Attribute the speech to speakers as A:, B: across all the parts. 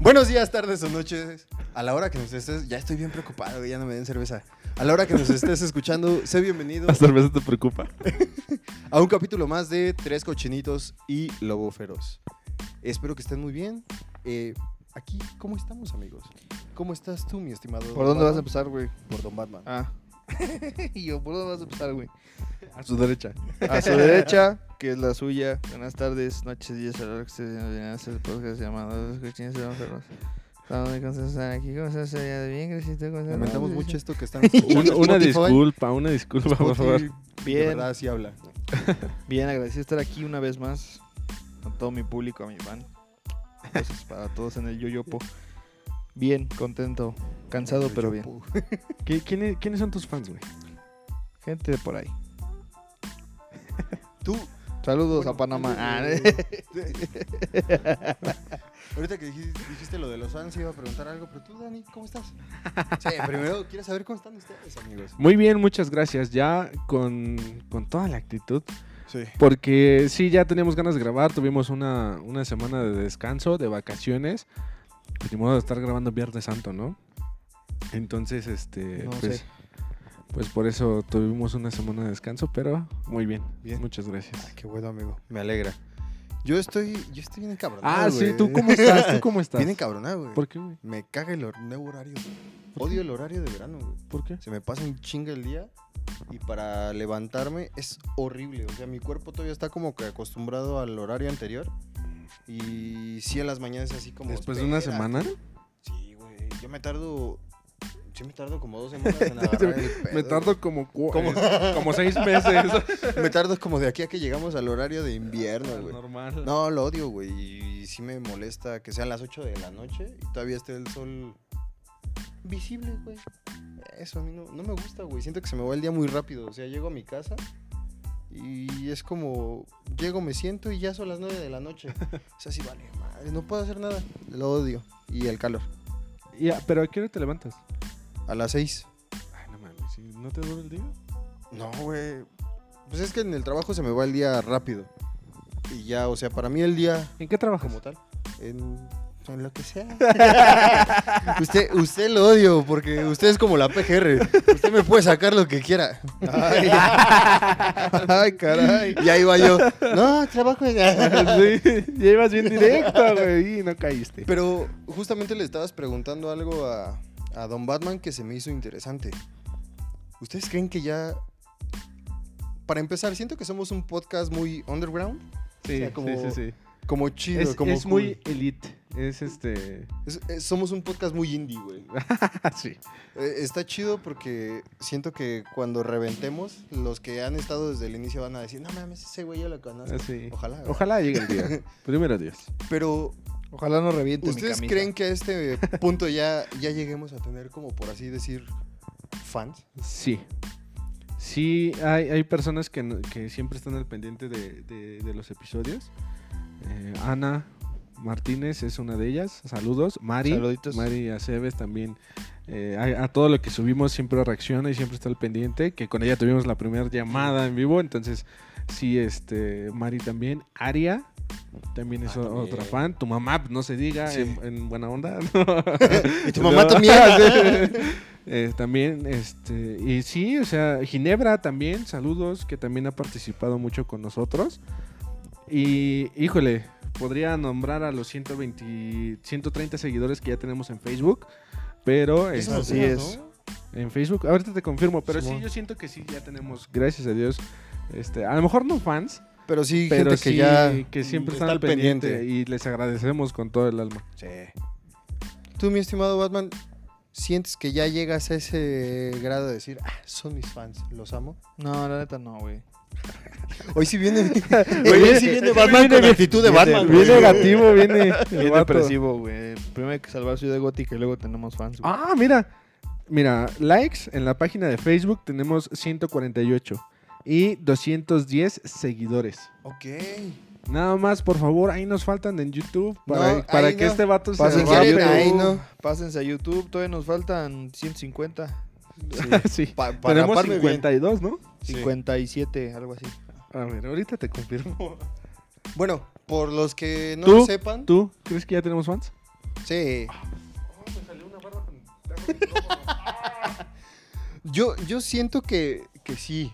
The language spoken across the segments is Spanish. A: Buenos días, tardes o noches. A la hora que nos estés, ya estoy bien preocupado, ya no me den cerveza. A la hora que nos estés escuchando, sé bienvenido
B: La cerveza te preocupa.
A: a un capítulo más de Tres Cochinitos y Lobo Feroz. Espero que estén muy bien. Eh, aquí, ¿cómo estamos, amigos? ¿Cómo estás tú, mi estimado?
C: ¿Por dónde vas a
A: Batman?
C: empezar, güey?
A: Por Don Batman.
C: Ah. y yo, ¿por dónde vas a empezar, güey?
B: A su derecha.
C: A su derecha, que es la suya. Buenas tardes, noches, días, a la hora que se viene a hacer pues, el podcast llamado Los Cochines y los Enfermos. Estamos muy contentos de estar aquí. ¿Cómo estás? Allá de Bien, gracias. ¿Tú cómo estás?
A: Lamentamos
C: Sí,
A: mucho
C: sí.
A: esto que están escuchando
B: Una, una
A: en Spotify.
B: disculpa, una disculpa, por favor.
A: Spotify, De
C: Bien,
A: verdad, sí habla.
C: bien, agradecido estar aquí una vez más. Con todo mi público, a mi van. Entonces, para todos en el Yoyopo. Bien, contento. Cansado, pero bien.
B: ¿Qui- quién es- ¿Quiénes son tus fans, güey?
C: Gente de por ahí.
A: Tú,
C: Saludos
A: Bueno,
C: a Panamá.
A: antes
C: Ah,
A: de- Ahorita que dijiste, dijiste lo de los fans, iba a preguntar algo, pero tú, Dani, ¿cómo estás? Sí, primero quiero saber cómo están ustedes, amigos.
B: Muy bien, muchas gracias. Ya con, con toda la actitud.
A: Sí.
B: Porque sí, ya teníamos ganas de grabar. Tuvimos una, una semana de descanso, de vacaciones. Pues ni modo de estar grabando Viernes Santo, ¿no? Entonces, este.
C: No
B: pues,
C: sé.
B: pues por eso tuvimos una semana de descanso, pero muy bien.
A: Bien.
B: Muchas gracias.
A: Qué bueno, amigo. Me alegra. Yo estoy, yo estoy bien encabronado.
B: Ah, sí,
A: güey.
B: ¿tú cómo estás? ¿Tú cómo estás?
A: Bien encabronado, güey.
B: ¿Por qué, güey?
A: Me caga el hor- nuevo horario, güey. Odio el horario de verano, güey.
B: ¿Por qué?
A: Se me pasa un chinga el día y para levantarme es horrible. O sea, mi cuerpo todavía está como que acostumbrado al horario anterior. Y sí, en las mañanas así como.
B: Después de una
A: "Espérate,
B: semana.
A: Sí, güey. Yo me tardo. Sí, me tardo como dos semanas en agarrar el pedo,
B: Me
A: güey.
B: tardo como, cu- eh, como seis meses.
A: Me tardo como de aquí a que llegamos al horario de
B: Ah,
A: invierno, güey.
B: Normal.
A: No, lo odio, güey. Y sí me molesta que sean las 8 de la noche y todavía esté el sol visible, güey. Eso a mí no, no me gusta, güey. Siento que se me va el día muy rápido. O sea, llego a mi casa y es como. Llego, me siento y ya son las 9 de la noche. O sea, sí, vale, madre. No puedo hacer nada. Lo odio. Y el calor.
B: Y, ah, ¿Pero a qué hora te levantas?
A: A las 6.
B: Ay, no mames. ¿sí? ¿No te duele el día?
A: No, güey. Pues es que en el trabajo se me va el día rápido. Y ya, o sea, para mí el día
B: ¿En qué trabajas?
A: como tal, en, en lo que sea. usted, usted lo odio porque usted es como la PGR. Usted me puede sacar lo que quiera.
C: Ay, Ay, caray.
A: Y ahí va yo. No, trabajo en...
B: sí, ya ibas bien directo, güey, y no caíste.
A: Pero justamente le estabas preguntando algo a, a Don Batman que se me hizo interesante. ¿Ustedes creen que ya... Para empezar, siento que somos un podcast muy underground,
B: Sí,
A: o sea, como-
B: sí, sí, sí.
A: como chido,
B: Es,
A: como
B: es
A: cool.
B: muy elite. Es este.
A: Es- es- somos un podcast muy indie, güey.
B: Ah, sí.
A: Eh, Está chido porque siento que cuando reventemos, los que han estado desde el inicio van a decir, no mames, ese güey yo lo conozco.
B: Así.
A: Ojalá. güey.
B: Ojalá llegue el día. Primero Dios.
A: Pero,
C: Ojalá no reviente mi
A: ¿ustedes
C: camisa.
A: creen que a este punto ya, ya lleguemos a tener como, por así decir, fans?
B: Sí. Sí, hay, hay personas que, no- que siempre están al pendiente de, de- de los episodios. Eh, Ana Martínez es una de ellas. Saludos. Mari.
C: Saluditos.
B: Mari Aceves también. eh, a, a todo lo que subimos siempre reacciona y siempre está al pendiente. Que con ella tuvimos la primera llamada en vivo. Entonces, sí, este, Mari también. Aria. También es
A: Ah,
B: o-
A: también.
B: otra fan. Tu mamá, no se diga,
A: Sí.
B: en, en buena onda.
A: Y tu mamá también.
B: Eh, también, este, y sí, o sea, Ginebra también, saludos, que también ha participado mucho con nosotros. Y, híjole, podría nombrar a los 120, 130 seguidores que ya tenemos en Facebook, pero
A: Eso
B: este,
A: nos
C: así
A: llena,
C: es.
A: ¿no?
B: en Facebook, ahorita te confirmo, pero sí,
C: Simón.
B: yo siento que sí, ya tenemos, gracias a Dios, este, a lo mejor no fans,
A: Pero sí,
B: pero
A: gente
B: sí,
A: que ya
B: que siempre
A: Mm, está
B: están al pendiente, y les agradecemos con todo el alma.
A: Tú, mi estimado Batman, ¿sientes que ya llegas a ese grado de decir, ah, son mis fans, los amo?
C: No, la neta no, güey.
A: Hoy sí viene, hoy sí viene Batman
B: Viene
A: con
B: bien-
A: actitud de
C: viene-
A: Batman.
B: Bien
A: güey.
B: negativo, viene. el
C: Bien
B: vato.
C: depresivo, güey. Primero hay que salvar Ciudad Gótica y luego tenemos fans. güey.
B: Ah, mira. Mira, likes en la página de Facebook tenemos 148 y 210 seguidores.
A: Ok.
B: Nada más, por favor, ahí nos faltan en YouTube para,
A: No,
B: para
A: ahí
B: que
A: no.
B: este vato se
A: Pasen
C: Pásense,
A: quieren,
C: a
B: rape.
A: ahí
C: YouTube,
A: no.
C: pásense a YouTube. Todavía nos faltan 150.
B: Sí.
A: Pa- para
B: Tenemos
A: raparme bien.
B: 52, ¿no?
A: Sí.
C: 57, algo así.
B: A ver, ahorita te confirmo.
A: Bueno, por los que no
B: Tú,
A: lo sepan,
B: ¿Tú crees que ya tenemos fans?
A: Sí.
B: Oh, me salió una barra con
A: Yo, yo siento que, que sí.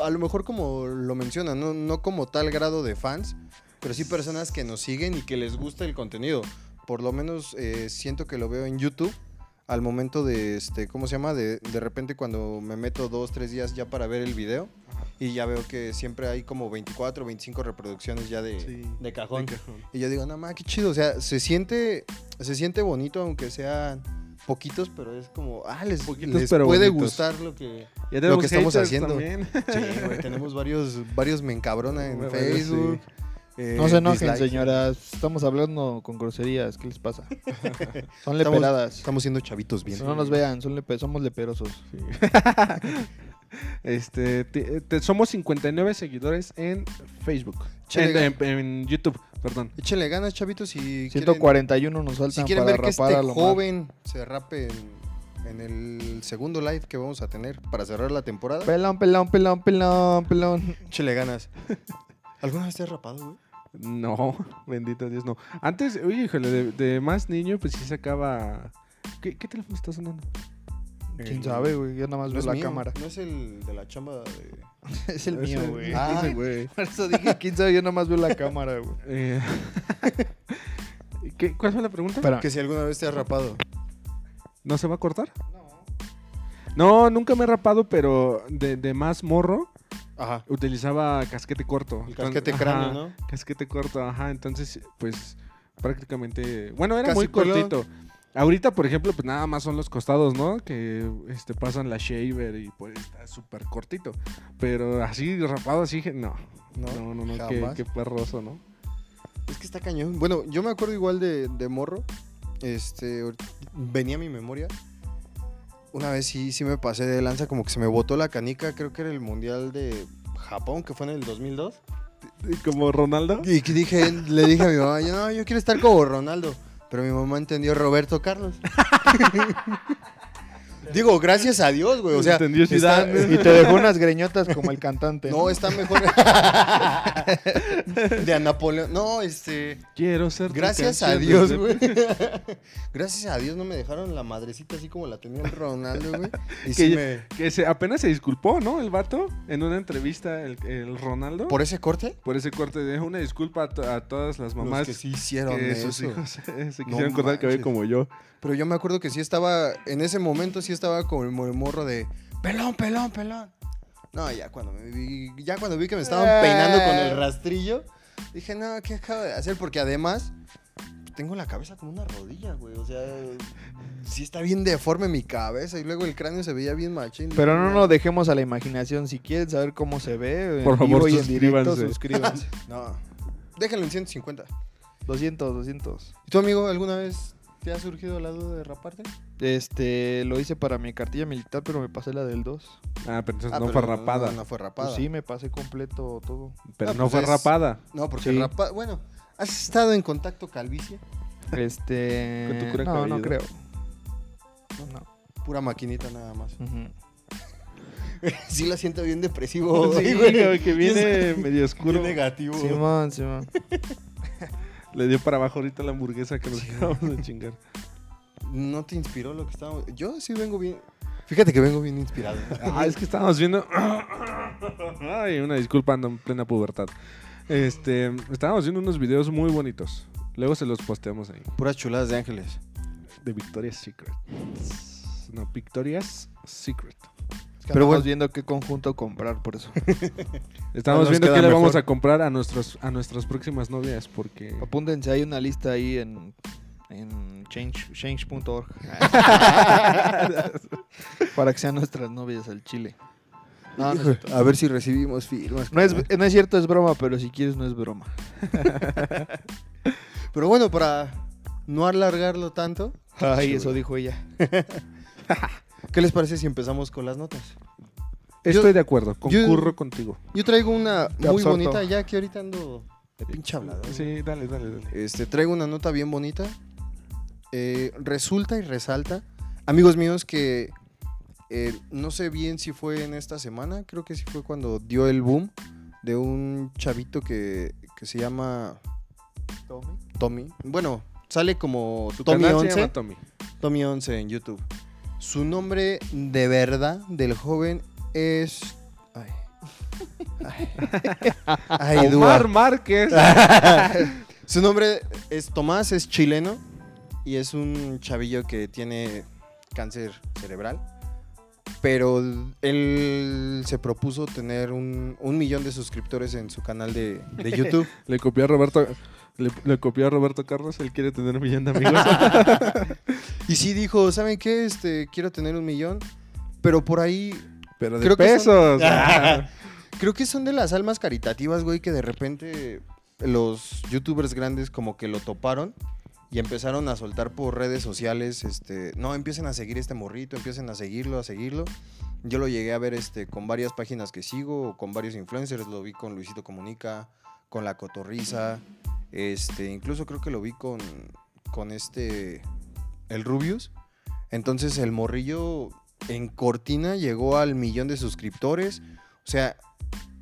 A: A lo mejor como lo mencionan, no, no como tal grado de fans, pero sí personas que nos siguen y que les gusta el contenido. Por lo menos eh, siento que lo veo en YouTube al momento de, este, ¿cómo se llama? De, de repente cuando me meto dos, tres días ya para ver el video y ya veo que siempre hay como 24, 25 reproducciones ya de, de cajón. Y yo digo, no más, qué chido. O sea, se siente, se siente bonito, aunque sean poquitos, pero es como, ah, les,
B: Poquitos,
A: les
B: pero
A: puede
B: bonitos.
A: gustar lo que.
B: Ya
A: Lo
B: tenemos
A: que estamos
B: haters
A: haciendo.
B: también.
A: Sí, güey, tenemos varios, varios me encabrona en
B: Bueno,
A: Facebook. eh,
C: No se enojen,
A: dislikes.
C: señoras. Estamos hablando con groserías. ¿Qué les pasa? Son
A: Estamos-
C: leperadas.
A: Estamos siendo chavitos bien.
C: No nos vean, son lepe- somos leperosos.
B: Sí. este, te- te- somos 59 seguidores en Facebook.
A: Chale,
B: En, en- en YouTube, perdón.
A: Échenle ganas, chavitos, si quieren,
C: 141 nos
A: si
C: faltan
A: quieren
C: para
A: ver
C: rapar
A: que
C: a
A: este
C: lo joven.
A: joven se rape en, en el segundo live que vamos a tener para cerrar la temporada.
C: Pelón, pelón, pelón, pelón, pelón.
A: Échenle ganas. ¿Alguna vez te has rapado, güey?
B: No, bendito Dios, no. Antes, oye, híjole, de, de más niño, pues sí sacaba. ¿Qué, qué teléfono está sonando? Eh,
C: ¿Quién sabe, güey? Yo nada más
A: No
C: veo
A: es
C: la
A: mío,
C: cámara.
A: No es el de la chamba de...
C: Es el
B: Ese-
C: mío, güey.
A: Ah.
B: ese güey.
C: Por eso dije, ¿quién sabe? Yo nada más veo la cámara, güey.
B: Eh, ¿qué- ¿Cuál fue la pregunta?
C: Espera.
A: Que si alguna vez te has rapado.
B: ¿No se va a cortar? No. No, nunca me he rapado, pero de, de más morro
A: Ajá.
B: utilizaba casquete corto.
A: El
B: Con-
A: casquete
B: ajá,
A: cráneo, ¿no?
B: Casquete corto, ajá. Entonces, pues prácticamente. Bueno, era
A: Casi
B: muy
A: pelón.
B: cortito. Ahorita, por ejemplo, pues nada más son los costados, ¿no? Que este, pasan la shaver y pues está súper cortito. Pero así rapado, así, que no.
A: No,
B: No, no, no, qué,
A: jamás.
B: qué perroso, ¿no?
A: Es que está cañón. Bueno, yo me acuerdo igual de, de morro. Este, ahor- venía a mi memoria. Una vez sí, sí me pasé de lanza, como que se me botó la canica. Creo que era el mundial de Japón, que fue en el 2002.
B: Como Ronaldo.
A: Y que dije, le dije a mi mamá, yo no, yo quiero estar como Ronaldo. Pero mi mamá entendió Roberto Carlos. Digo, gracias a Dios, güey. O sea,
B: Entendió
A: está-
B: Zidane.
C: Y te dejó unas greñotas como el cantante.
A: no, está mejor. de a Napoleón. No, este.
B: Quiero ser. tu
A: Gracias a
B: canción
A: Dios,
B: desde-
A: güey. Gracias a Dios no me dejaron la madrecita así como la tenía el Ronaldo, güey. Y sí
B: Que-
A: me...
B: Que se, apenas se disculpó, ¿no? El vato, en una entrevista, el, el Ronaldo. Por,
A: ¿Por ese corte?
B: ese corte, dejó una disculpa a, to- a todas las
A: Los
B: mamás
A: que sí hicieron
B: que
A: eso.
B: sus hijos se, se
A: No
B: quisieron cortar el cabello
A: manches.
B: como yo.
A: Pero yo me acuerdo que sí estaba... En ese momento sí estaba con el morro de... Pelón, pelón, pelón. No, ya cuando me vi... Ya cuando vi que me estaban
C: Eh.
A: peinando con el rastrillo, dije, no, ¿qué acabo de hacer? Porque además... Tengo la cabeza como una rodilla, güey. O sea, sí está bien deforme mi cabeza. Y luego el cráneo se veía bien machín.
C: Pero no
A: Dije,
C: nos dejemos a la imaginación. Si quieren saber cómo se ve, en
B: Por
C: vivo
B: favor,
C: y en directo,
B: suscríbanse.
C: suscríbanse.
A: No. Déjenlo en 150.
C: 200, 200.
A: ¿Y tu amigo alguna vez te ha surgido la duda de raparte?
C: Este, lo hice para mi cartilla militar, pero me pasé la del 2.
B: Ah, pero entonces
A: Ah,
B: no
A: pero
B: fue rapada.
A: No, no fue rapada.
C: Pues sí, me pasé completo todo.
B: Pero
A: Ah, pues
B: no fue
A: es-
B: rapada.
A: No, porque
C: Sí.
A: rapa- Bueno, ¿has estado en contacto calvicie?
C: Este.
B: Con tu cura
C: no, no
B: cabelluda.
C: creo. No.
A: Pura maquinita nada más.
C: Ujú.
A: sí la siento bien depresivo.
B: Sí,
A: hoy,
B: güey,
A: Oh, güey.
B: que viene
A: Bien
B: medio oscuro.
A: negativo.
C: Simón, Simón.
B: Le dio para abajo ahorita la hamburguesa que nos acabamos de chingar.
A: no te inspiró lo que estábamos... Yo sí vengo bien... Fíjate que vengo bien inspirado.
B: Ah, es que estábamos viendo. Ay, una disculpa, ando en plena pubertad. Este, estábamos viendo unos videos muy bonitos. Luego se los posteamos ahí.
A: Puras chuladas de ángeles.
B: De Victoria's Secret. No, Victoria's Secret.
C: Pero
A: bueno.
C: bueno. viendo qué conjunto comprar, por eso.
B: Estamos
A: Nos
B: viendo qué
A: queda
B: le vamos
A: mejor.
B: a comprar a, nuestros, a nuestras próximas novias porque...
C: Apúntense, hay una lista ahí en, en change- change.org. para que sean nuestras novias al chile. No, no, es cierto.
A: a ver si recibimos firmas.
C: No es, no es cierto, es broma, pero si quieres no es broma.
A: Pero bueno, para no alargarlo tanto,
C: Ay, eso dijo ella.
A: ¿qué les parece si empezamos con las notas?
B: Estoy de acuerdo,
A: yo-
B: concurro contigo.
A: Yo traigo una
C: Te
A: muy
C: absorto.
A: bonita, ya que ahorita ando de pinche hablado.
B: Sí, dale, dale, dale.
A: Este, traigo una nota bien bonita. Eh, resulta y resalta, amigos míos, que eh, no sé bien si fue en esta semana, creo que sí fue cuando dio el boom de un chavito que, que se llama Tommy. Bueno, sale como
B: Su
A: Tommy
B: canal se
A: 11.
B: llama Tommy.
A: Tommy 11 en YouTube. Su nombre de verdad del joven es. Ay. Ay. Ay,
B: Omar
A: Dua.
B: Márquez.
A: Ah. Su nombre es Tomás, es chileno y es un chavillo que tiene cáncer cerebral. Pero él se propuso tener un, un millón de suscriptores en su canal de, de YouTube.
B: Le copió a Roberto. Le, le copió a Roberto Carlos, él quiere tener un millón de amigos.
A: y sí dijo, ¿saben qué? Este, quiero tener un millón, pero por ahí
B: Pero de
A: Creo que son-
B: pesos. Ah.
A: Creo que son de las almas caritativas, güey, que de repente los youtubers grandes como que lo toparon y empezaron a soltar por redes sociales, este, no, empiecen a seguir este morrito, empiecen a seguirlo, a seguirlo. Yo lo llegué a ver este, con varias páginas que sigo, con varios influencers, lo vi con Luisito Comunica, con La Cotorriza, este, incluso creo que lo vi con, con este, el Rubius. Entonces el morrillo en Cortina llegó al millón de suscriptores. O sea,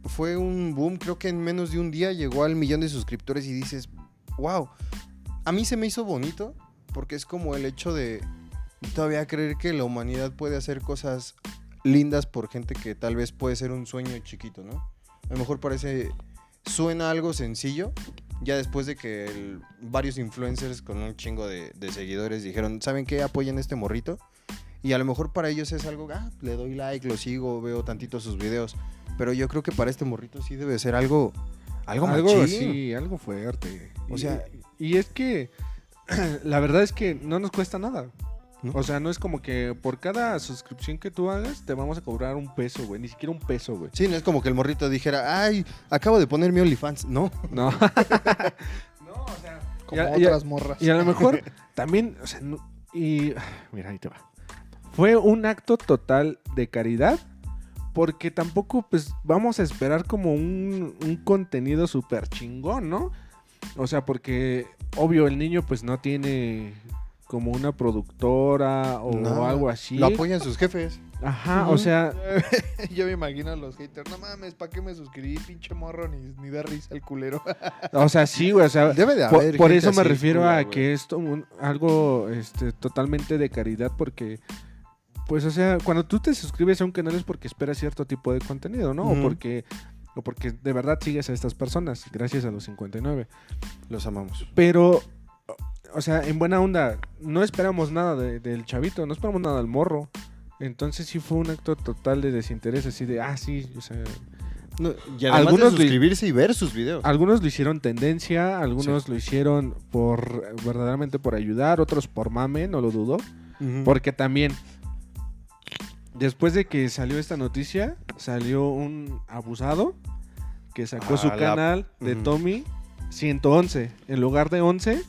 A: fue un boom, creo que en menos de un día llegó al millón de suscriptores y dices, wow, a mí se me hizo bonito porque es como el hecho de todavía creer que la humanidad puede hacer cosas lindas por gente que tal vez puede ser un sueño chiquito, ¿no? A lo mejor parece, suena algo sencillo, ya después de que el- varios influencers con un chingo de, de seguidores dijeron, ¿saben qué? Apoyen a este morrito. Y a lo mejor para ellos es algo, ah, le doy like, lo sigo, veo tantito sus videos. Pero yo creo que para este morrito sí debe ser algo, algo,
B: algo
A: machín.
B: sí, algo fuerte.
A: O
B: O
A: sea-
B: sea, y es que la verdad es que no nos cuesta nada.
A: ¿No?
B: O sea, no es como que por cada suscripción que tú hagas te vamos a cobrar un peso, güey, ni siquiera un peso, güey.
A: Sí, no es como que el morrito dijera, ay, acabo de poner mi OnlyFans. No,
B: No. no, o sea,
C: Como
B: y a- y a-
C: otras morras.
B: y a lo mejor también, o sea, no- y mira, ahí te va. Fue un acto total de caridad porque tampoco pues vamos a esperar como un, un contenido súper chingón, ¿no? O sea, porque obvio el niño pues no tiene como una productora o
A: No,
B: algo así.
A: lo apoyan sus jefes.
B: Ajá,
C: Ujú.
B: o sea,
C: Yo me imagino a los haters. No mames, ¿para qué me suscribí, pinche morro? Ni, ni da risa el culero.
B: o sea, sí, güey, o sea,
A: Debe de
B: Por,
A: haber.
B: por
A: gente
B: eso me
A: así,
B: refiero
A: culera,
B: a
A: güey.
B: que esto un- algo este, totalmente de caridad porque pues o sea, cuando tú te suscribes a un canal es porque esperas cierto tipo de contenido, ¿no?
A: Ujú.
B: O porque o porque de verdad sigues a estas personas, gracias a los 59.
A: Los amamos.
B: Pero o sea, en buena onda, no esperamos nada de- del chavito, no esperamos nada del morro. Entonces sí fue un acto total de desinterés, así de, ah, sí, o sea,
A: y además
B: Algunos Ah,
A: de
B: de-
A: suscribirse y ver sus videos.
B: Algunos lo hicieron tendencia, algunos lo hicieron por eh, verdaderamente por ayudar, otros por mame, no lo dudo.
A: Ujú.
B: Porque también, después de que salió esta noticia, salió un abusado que sacó
A: Ah,
B: su
A: la-
B: canal de
A: Ujú.
B: Tommy 111. En lugar de 11,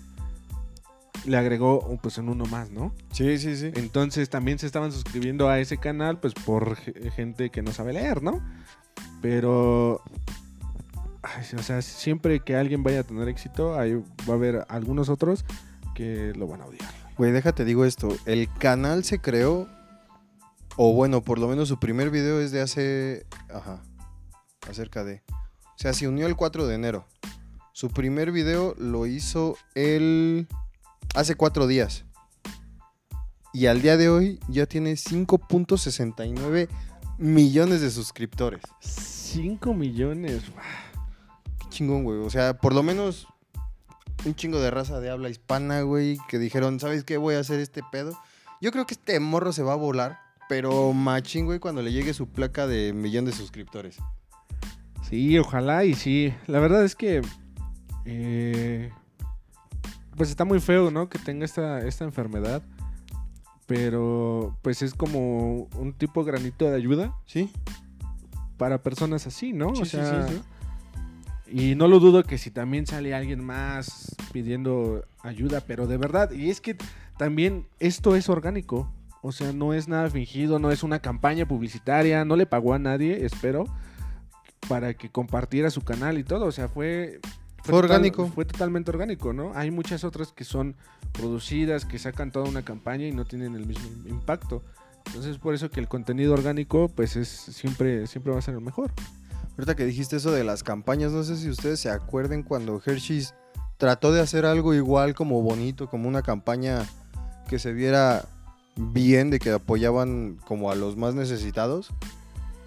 B: le agregó oh, pues en uno más, ¿no?
A: Sí, sí, sí.
B: Entonces también se estaban suscribiendo a ese canal, pues por ge- gente que no sabe leer, ¿no? Pero, ay, o sea, siempre que alguien vaya a tener éxito, ahí va a haber algunos otros que lo van a odiar.
A: Güey, déjate, digo esto. El canal se creó, o bueno, por lo menos su primer video es de hace. Ajá. Acerca de. O sea, se unió el 4 de enero. Su primer video lo hizo él hace cuatro días. Y al día de hoy ya tiene 5.69 millones de suscriptores.
B: 5 millones.
A: Qué chingón, güey. O sea, por lo menos un chingo de raza de habla hispana, güey, que dijeron, ¿sabes qué? Voy a hacer este pedo. Yo creo que este morro se va a volar, pero machín, güey, cuando le llegue su placa de millón de suscriptores.
B: Sí, ojalá y sí. La verdad es que, eh, pues está muy feo, ¿no? Que tenga esta, esta enfermedad. Pero, pues es como un tipo granito de ayuda
A: ¿Sí?
B: para personas así, ¿no?
A: Sí,
B: o
A: sí,
B: sea,
A: sí, sí.
B: Y no lo dudo que si también sale alguien más pidiendo ayuda, pero de verdad, y es que también esto es orgánico, o sea, no es nada fingido, no es una campaña publicitaria, no le pagó a nadie, espero, para que compartiera su canal y todo, o sea, fue...
A: Fue orgánico.
B: Fue totalmente orgánico, ¿no? Hay muchas otras que son producidas, que sacan toda una campaña y no tienen el mismo impacto. Entonces, por eso que el contenido orgánico, pues es siempre, siempre va a ser el mejor.
A: Ahorita que dijiste eso de las campañas, no sé si ustedes se acuerden cuando Hershey's trató de hacer algo igual como bonito, como una campaña que se viera bien, de que apoyaban como a los más necesitados.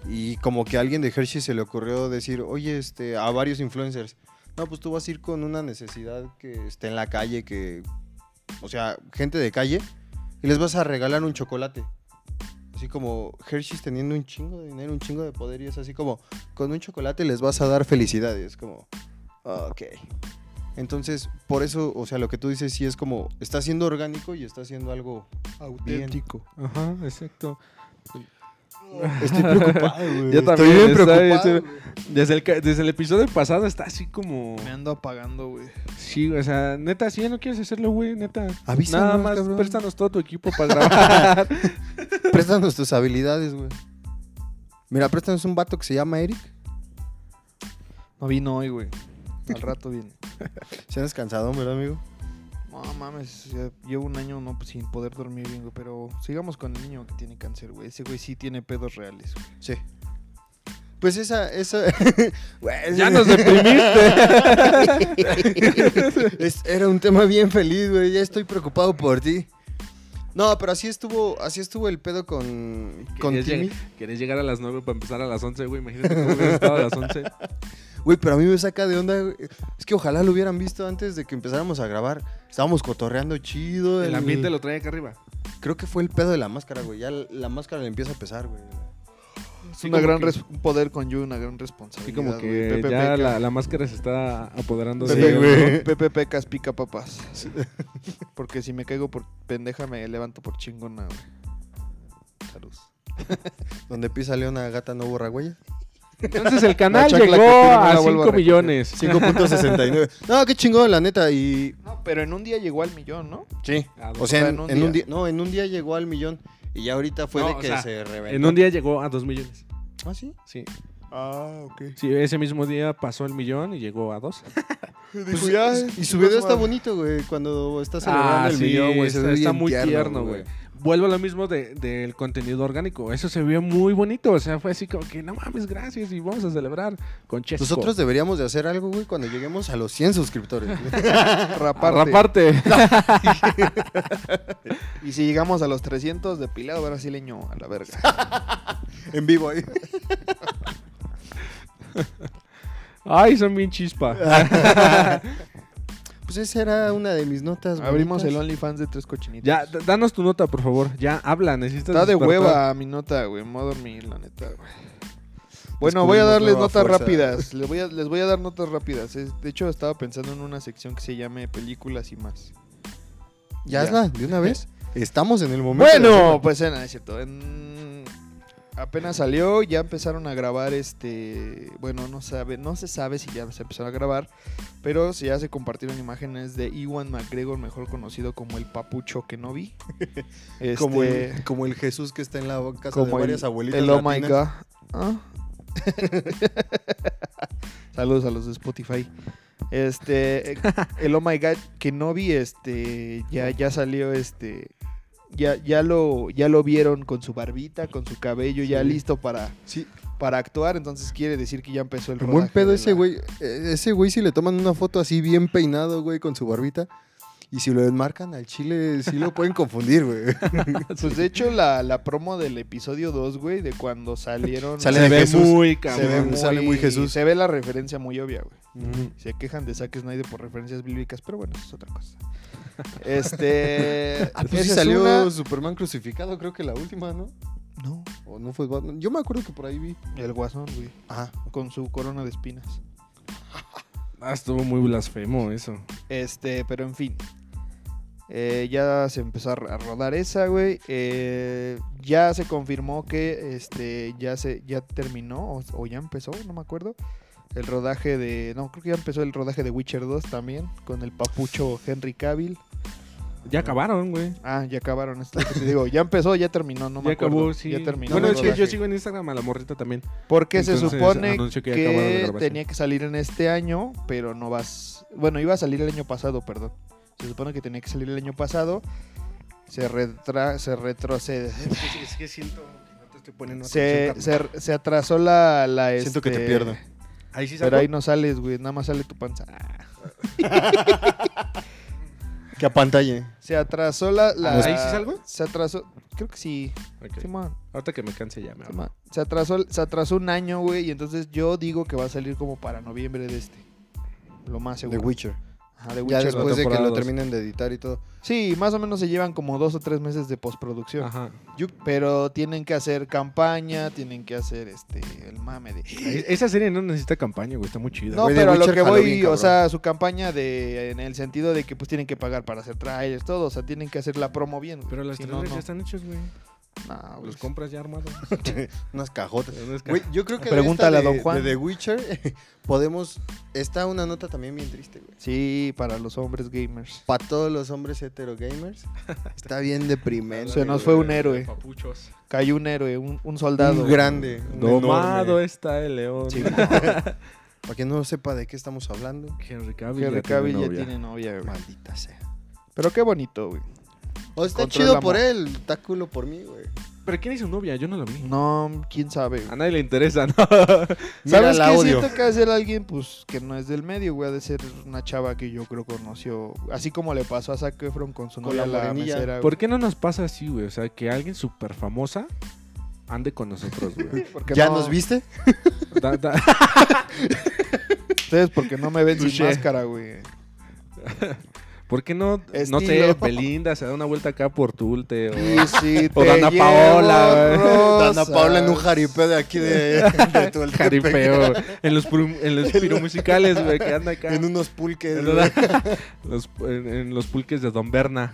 A: Y como que a alguien de Hershey se le ocurrió decir, oye, este, a varios influencers, no, pues tú vas a ir con una necesidad que esté en la calle, que, o sea, gente de calle, y les vas a regalar un chocolate. Así como Hershey's teniendo un chingo de dinero, un chingo de poder, y es así como, con un chocolate les vas a dar felicidad, y es como, ok. Entonces, por eso, o sea, lo que tú dices sí es como, está siendo orgánico y está haciendo algo auténtico.
B: Ajá, exacto.
A: Estoy preocupado, güey.
B: Yo también
A: Estoy bien
B: estoy-
A: preocupado.
B: estoy-
A: güey.
B: Desde el, ca- desde el episodio pasado está así como...
C: Me ando apagando, güey.
B: Sí, o sea, neta, si ya no quieres hacerlo, güey, neta.
A: Avísanos,
B: Nada más,
A: cabrón.
B: préstanos todo tu equipo para grabar.
A: Préstanos tus habilidades, güey. Mira, préstanos un vato que se llama Eric.
C: No vino hoy, güey. Al rato viene.
A: Se han descansado, ¿verdad, amigo?
C: No mames, ya llevo un año no, pues, sin poder dormir bien, güey. Pero sigamos con el niño que tiene cáncer, güey. Ese güey sí tiene pedos reales, güey.
A: Sí. Pues esa, esa. Güey,
B: ya nos deprimiste.
A: Es- era un tema bien feliz, güey. Ya estoy preocupado por ti. No, pero así estuvo, así estuvo el pedo con, con
B: ¿Querías,
A: Timmy.
B: lleg- querías llegar a las 9 para empezar a las 11, güey. Imagínate cómo hubieras estado a las 11.
A: Güey, pero a mí me saca de onda. güey. Es que ojalá lo hubieran visto antes de que empezáramos a grabar. Estábamos cotorreando chido.
B: El ambiente lo trae acá arriba.
A: Creo que fue el pedo de la máscara, güey. Ya la la máscara le empieza a pesar, güey.
C: Es
B: Sí,
C: una
B: como
C: gran
B: que-
C: res- un poder con yo, una gran
B: Así
C: responsabilidad.
B: como que
C: güey. Pepe
B: ya
C: Pecas-
B: la, la máscara se está apoderando
A: Sí,
B: de ella,
A: güey.
B: ¿no?
C: Pepe Pecas pica papas. Porque si me caigo por pendeja, me levanto por chingona, güey. Salud.
A: Donde pisa Leona Gata no borra huella.
B: Entonces el canal
C: chancla que
B: llegó
C: tiene no la
B: a
C: vuelvo
B: 5
C: a recoger.
B: millones.
A: 5.69. No, qué chingón, la neta. Y.
C: No, pero en un día llegó al millón, ¿no?
A: Sí.
B: Ah,
A: O sea, en,
C: en un
A: en un
C: día.
A: día. No, en un día llegó al millón. Y ya ahorita fue
B: No,
A: de
B: o
A: que
B: sea,
A: se reventó.
B: En un día llegó a 2 millones.
A: Ah, sí.
B: Sí.
C: Ah, ok.
B: Sí, ese mismo día pasó el millón y llegó a 2.
A: Pues, y su video está bonito, güey. Cuando está celebrando
B: Ah,
A: el
B: sí,
A: millón, güey. se
B: está,
A: ve
B: está
A: bien
B: muy tierno, güey. Vuelvo a lo mismo de- del contenido orgánico. Eso se vio muy bonito. O sea, fue así como que, no mames, gracias y vamos a celebrar con Chesco.
A: Nosotros deberíamos de hacer algo, güey, cuando lleguemos a los 100 suscriptores. güey.
C: Raparte.
B: Aparte.
C: Y si llegamos a los 300 de pilado brasileño, a la verga.
A: en vivo ahí.
B: Ay, son bien chispa.
A: Pues esa era una de mis notas.
C: Abrimos el
A: bonitas.
C: OnlyFans de tres cochinitos.
B: ya, d- danos tu nota, por favor. Ya, habla, necesitas
C: Está de
B: despertar.
C: hueva mi nota, güey. Me voy a dormir, la neta, güey. Bueno, voy a
A: Descubrimos
C: darles
A: nueva
C: notas
A: fuerza.
C: rápidas. Les voy, a, les voy a dar notas rápidas. Es- De hecho, estaba pensando en una sección que se llame Películas y más.
A: Ya hazla, de una vez. Estamos en el momento. de
C: Bueno,
A: hacerlo.
C: pues eh, no, es cierto. En- Apenas salió, ya empezaron a grabar este. Bueno, no sabe, no se sabe si ya se empezó a grabar, pero se- ya se compartieron imágenes de Iwan McGregor, mejor conocido como el Papucho que no vi. Este,
A: como, el, como el Jesús que está en la casa de
C: como
A: varias abuelitas.
C: el Oh my
A: latinas.
C: God. Ah. Saludos a los de Spotify. Este, eh, el Oh my God que no vi, este, ya, ya salió, este, ya, ya lo, ya lo vieron con su barbita, con su cabello, ya
A: Sí.
C: listo para,
A: Sí,
C: para actuar, entonces quiere decir que ya empezó el
A: el
C: rodaje.
A: buen pedo
C: de
A: ese
C: la-
A: güey. eh, Ese güey si le toman una foto así bien peinado, güey, con su barbita. Y si lo enmarcan al chile, sí lo pueden confundir, güey.
C: Pues de hecho la, la promo del episodio 2, güey, de cuando salieron.
A: Sale
B: se
A: de
B: ve
A: Jesús.
B: muy
C: se ve
B: cabrón.
A: muy- sale Jesús.
C: Se ve la referencia muy obvia, güey.
B: Mm.
C: Se quejan de Zack Snyder por referencias bíblicas, pero bueno, eso es otra cosa. Este.
A: Ah, pues sí
C: esa es
A: salió
C: una-
A: Superman crucificado, creo que la última, ¿no?
C: No,
A: O no fue Batman. Yo me acuerdo que por ahí vi.
C: el guasón, güey.
A: Ah,
C: Con su corona de espinas.
B: Ah, estuvo muy blasfemo eso.
C: Este, pero en fin. Eh, ya se empezó a a rodar esa, güey. Eh, ya se confirmó que este ya se ya terminó o, o ya empezó, no me acuerdo. El rodaje de. No, creo que ya empezó el rodaje de Witcher 2 también. Con el papucho Henry Cavill.
B: Ya acabaron, güey.
C: Ah, ya acabaron. esto que te digo, ya empezó, ya terminó, no me
B: ya
C: acuerdo.
B: acabó, sí.
C: Ya terminó.
B: bueno,
C: el
B: es que yo
C: rodaje.
B: sigo en Instagram a la morrita también.
C: Porque se
B: Entonces,
C: supone
B: anunció que
C: que,
B: ya acabaron la grabación.
C: tenía que salir en este año, pero no vas. Bueno, iba a salir el año pasado, perdón. Se supone que tenía que salir el año pasado. Se, retra... se retrocede.
B: Es que siento que no te estoy poniendo
C: Se, se- se atrasó la. la,
A: siento que te
C: este,
A: pierdo.
B: Ahí sí
C: Pero ahí no sales, güey. Nada más sale tu panza.
A: Que apantalle.
C: Se atrasó la. la-
B: ¿Ahí sí salgo?
C: Se atrasó. Creo que sí.
B: Ok.
C: Simón,
B: Ahorita que me canse ya me hablo.
C: Simón. Se atrasó, se atrasó un año, güey. Y entonces yo digo que va a salir como para noviembre de este. Lo más
A: The
C: seguro.
A: Witcher.
C: Ajá, de
A: Ya
C: Witcher.
A: después de que
B: temporada
A: lo
B: dos.
A: terminen de editar y todo.
C: Sí, más o menos se llevan como dos o tres meses de postproducción.
B: Ajá.
C: Yo- Pero tienen que hacer campaña, tienen que hacer este el mame de.
B: E- Esa serie no necesita campaña, güey. Está muy chida.
C: No,
A: güey, de
C: pero a lo
A: Witcher
C: que
A: jaló
C: voy,
A: bien,
C: o
A: cabrón.
C: sea, su campaña de en el sentido de que pues tienen que pagar para hacer trailers, todo, o sea, tienen que hacer la promo bien. güey.
B: Pero las
C: Si no,
B: trailers
C: no.
B: ya están hechas, güey.
C: No, güey.
B: Los compras ya armados.
A: Unas cajotas.
B: Unas ca-
A: Güey, yo creo que de
C: Pregúntale
A: esta
C: a
A: de-
C: don Juan.
A: de The Witcher podemos... Está una nota también bien triste, güey.
C: Sí, para los hombres gamers.
A: Para todos los hombres hetero gamers. Está bien deprimente.
C: Se nos
A: güey.
C: fue un héroe.
B: Papuchos.
C: Cayó un héroe, un, un
A: Un
C: soldado.
A: grande. un
B: Domado
A: enorme.
B: está el león.
C: Sí.
A: Para que no sepa de qué estamos hablando.
B: Henry Cavill.
C: Henry
B: ya
C: Cavill ya
B: novia.
C: tiene novia, güey.
A: Maldita sea.
C: Pero qué bonito, güey.
A: O está
C: Control
A: chido
C: la
A: por
C: mo-
A: él, está culo por mí, güey.
B: ¿Pero quién es su novia? Yo no la vi.
C: No, quién sabe. güey.
B: A nadie le interesa, ¿no?
A: Mira,
C: ¿Sabes
A: la
C: qué?
A: odio.
C: Siento que va a ser alguien, pues, que no es del medio, güey. Ha de ser una chava que yo creo conoció. Así como le pasó a Zac Efron con su
A: Con
C: novia,
A: la
C: la,
A: morenilla.
C: mesera.
B: ¿Por qué no nos pasa así, güey? O sea, que alguien súper famosa ande con nosotros, güey.
C: güey. Porque
A: ¿Ya
C: no-
A: nos viste?
B: Da- da-
C: Ustedes porque no me ven
B: Touché.
C: sin máscara, güey.
B: ¿Por qué no, no sé,
C: Estilo.
B: Belinda se da una vuelta acá por Tulte o...
C: Y si
B: O
C: te
B: Dana
C: llevo
B: Paola, güey.
C: rosas.
A: Dana Paula en un jaripeo de aquí de, de Tultepec.
B: Jaripeo, güey. en los, puru- en los piromusicales, güey, que anda acá.
A: En unos pulques.
B: En
A: güey.
B: los- los- en- en los pulques de Don Berna.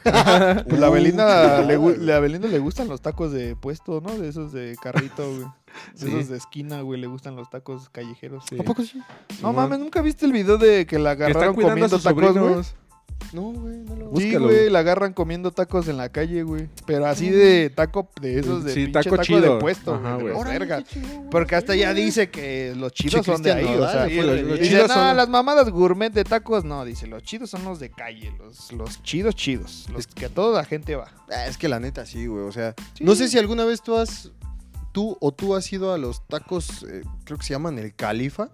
C: Pues la
A: Uh,
C: Belinda,
A: qué
C: le, gu-
A: mal,
C: la Belinda le gustan los tacos de puesto, ¿no? De esos de carrito, güey. De
B: Sí.
C: esos de esquina, güey. Le gustan los tacos callejeros.
B: Sí.
A: ¿A poco sí?
C: No
B: Simón.
C: mames, ¿nunca viste el video de que la
B: Que está
C: agarraron
B: cuidando a
C: comiendo
B: sus
C: tacos, güey?
B: sobrinos.
A: No, güey, no lo
C: Sí,
B: Búscalo,
C: güey,
B: güey.
C: la agarran comiendo tacos en la calle, güey. Pero así de taco, de esos de
B: Sí,
C: pinche
B: taco
C: taco,
B: chido.
C: de puesto,
B: Ajá,
C: güey. de
B: güey.
C: los
A: Órale,
C: vergas.
A: qué chido, güey.
C: Porque hasta ya dice que los chidos
A: Che,
C: son de ahí,
A: Cristian
C: o sea.
A: Nodal,
B: sí,
A: fue
B: los-
A: el-
B: los
A: el-
C: Dice,
B: chidos
C: no,
B: son-
C: las mamadas gourmet de tacos, no, dice, los chidos son los de calle, los, los chidos chidos, los que a toda la gente va.
A: Ah, Es que la neta sí, güey. O sea,
C: Sí.
A: no sé si alguna vez tú has. Tú o tú has ido a los tacos, eh, creo que se llaman el Califa.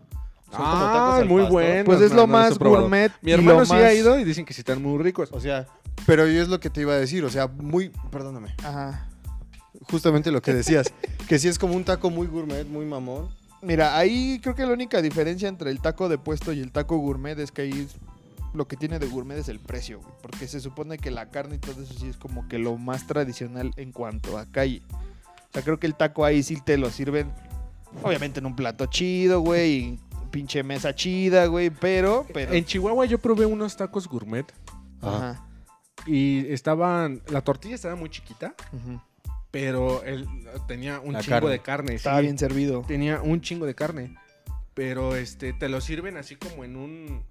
A: Son como tacos
B: Ah,
A: al
B: muy
A: pastor.
B: bueno.
C: Pues es
B: no, no
C: lo
B: los he
C: más
B: probado.
C: gourmet.
B: Mi
C: y
B: hermano
C: lo
B: sí
C: más-
B: ha ido y dicen que sí están muy ricos.
A: O sea, pero yo es lo que te iba a decir. O sea, muy. Perdóname.
C: Ajá.
A: Justamente lo que decías. que sí es como un taco muy gourmet, muy mamón.
C: Mira, ahí creo que la única diferencia entre el taco de puesto y el taco gourmet es que ahí es- lo que tiene de gourmet es el precio, güey, porque se supone que la carne y todo eso sí es como que lo más tradicional en cuanto a calle. O sea, creo que el taco ahí sí te lo sirven, obviamente en un plato chido, güey, y pinche mesa chida, güey, pero, pero...
B: En Chihuahua yo probé unos tacos gourmet
C: Ajá.
B: y estaban... La tortilla estaba muy chiquita,
C: ujú.
B: pero él tenía un
A: La
B: chingo
A: carne.
B: de carne. sí.
C: Estaba bien servido.
B: Tenía un chingo de carne. Pero este, te lo sirven así como en un...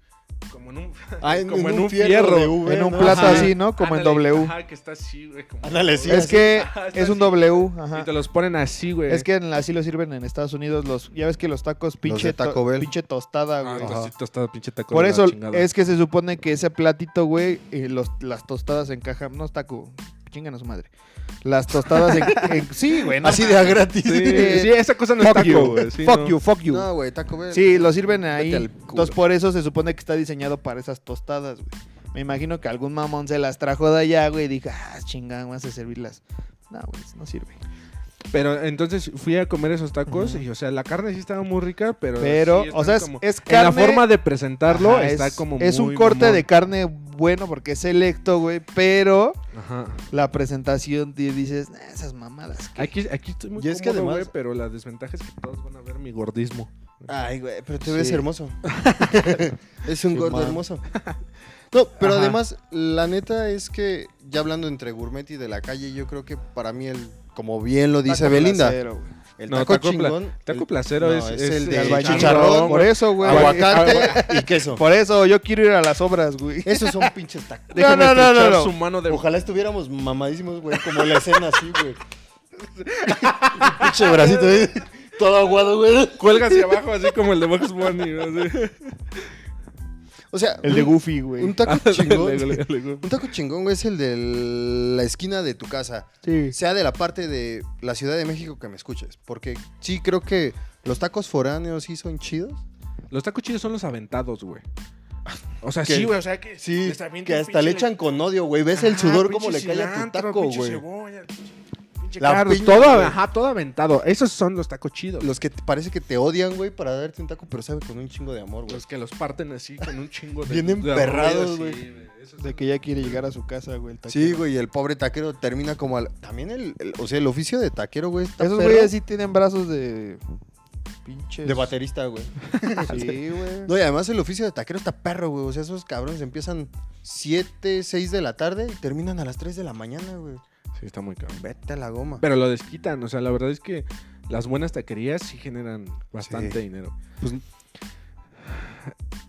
B: Como en un...
A: Ah,
B: Como en un fierro,
A: de V,
C: en un
A: ¿no?
C: plato
A: Ajá.
C: así, ¿no? Como en
B: Ándale,
C: W.
B: Ajá, que está así, güey. como-
A: Ándale, sí,
C: es Ah,
A: así.
C: que
B: Ajá, está
C: es un
B: así.
C: W, ajá.
B: Y te los ponen así, güey.
C: Es que en- así lo sirven en Estados Unidos los, ya ves que los tacos pinche,
A: de Taco
C: to-
A: Bell.
C: pinche tostada,
B: Ah,
C: güey.
B: entonces sí, tostado, pinche taco
C: Por
B: de la
C: eso
B: chingada.
C: es que se supone que ese platito, güey, eh, los- las tostadas encajan, no es taco, chingan a su madre. Las tostadas en, en- sí, güey, no.
A: Así de a gratis.
B: Sí, sí, esa cosa no es
C: fuck
B: taco,
C: you,
B: güey. sí,
C: fuck
B: no.
C: you, fuck you.
A: No, güey, Taco Bell.
C: Sí, lo sirven ahí.
A: Vete al culo.
C: Entonces, por eso se supone que está diseñado para esas tostadas, güey. Me imagino que algún mamón se las trajo de allá, güey, y dijo, ah, chingada, vamos a servirlas. No, güey, no sirve.
B: Pero entonces fui a comer esos tacos
C: Ujú.
B: y, o sea, la carne sí estaba muy rica, pero.
C: Pero,
B: sí están
C: o sea, es,
B: como-
C: es
B: En la
C: carne...
B: forma de presentarlo
C: Ajá,
B: está
C: es,
B: como
C: es
B: muy
C: un corte
B: mamón.
C: de carne bueno porque es selecto, güey, pero
B: Ajá.
C: la presentación te dices, "Nah, esas mamadas. que-".
B: Aquí, aquí estoy muy
A: Y es que
B: cómodo, güey,
A: además-
B: pero la desventaja es que todos van a ver mi gordismo.
A: Ay, güey, pero te
C: Sí.
A: ves hermoso. es un
C: Sí,
A: gordo
C: ma.
A: hermoso. No, pero
B: Ajá.
A: además, la neta es que, ya hablando entre gourmet y de la calle, yo creo que para mí el, como bien lo dice
C: Taco
A: Belinda,
C: placero, güey.
A: el
B: No,
A: taco,
B: taco pla-
A: chingón.
B: taco
A: el-
B: placero
A: no,
B: es-
A: es,
B: es
A: el de
B: el
A: chicharrón,
B: chicharrón,
C: Por eso, güey. Ah,
A: aguacate y queso.
C: Por eso yo quiero ir a las obras, güey.
A: Esos son pinches tacos.
C: No, no, no, no,
B: estrechar
C: no.
B: su mano de.
A: Ojalá estuviéramos mamadísimos, güey, como la escena así, güey. Pinche bracito, ¿eh? todo aguado, güey.
B: Cuelga hacia abajo, así como el de Bugs Bunny. ¿no? Así.
A: O sea,
C: El de
A: un,
C: Goofy, güey.
A: un
B: Ah,
A: taco chingón.
B: Le- le- le-
A: Un taco chingón, güey, es el de la esquina de tu casa.
C: Sí.
A: Sea de la parte de la Ciudad de México que me escuches. Porque sí, creo que los tacos foráneos sí son chidos.
B: Los tacos chidos son los aventados, güey. O sea,
A: Que-
B: sí, güey, o sea que...
A: Sí,
B: les
A: que
B: avienta un
A: hasta le
B: pinche-
A: echan con odio, güey. Ves el
B: Ajá,
A: sudor como le
B: pinche
A: cae a tu
B: cilantro,
A: taco,
B: pinche
A: güey.
B: cebolla, pinche- pinche
A: La
B: carne,
A: piña,
B: todo,
A: güey.
B: ajá, todo aventado. Esos son los tacos chidos.
A: Los que te- parece que te odian, güey, para darte un taco, pero sabe con un chingo de amor, güey.
B: Los que los parten así con un chingo de.
A: Bien emperrados, güey.
C: De que ya quiere llegar a su casa, güey. el
A: Sí,
C: taquero.
A: güey, y el pobre taquero termina como al... También el, el- o sea, el oficio de taquero, güey, está
C: Esos
A: perro
C: güeyes sí tienen brazos de. Pinches.
A: de baterista, güey.
C: Sí, güey.
A: No, y además el oficio de taquero está perro, güey. O sea, esos cabrones empiezan 7, 6 de la tarde y terminan a las 3 de la mañana, güey.
B: Sí, está muy caro.
A: Vete a la goma.
B: Pero lo desquitan, o sea, la verdad es que las buenas taquerías sí generan bastante
A: Sí. Pues,
B: dinero.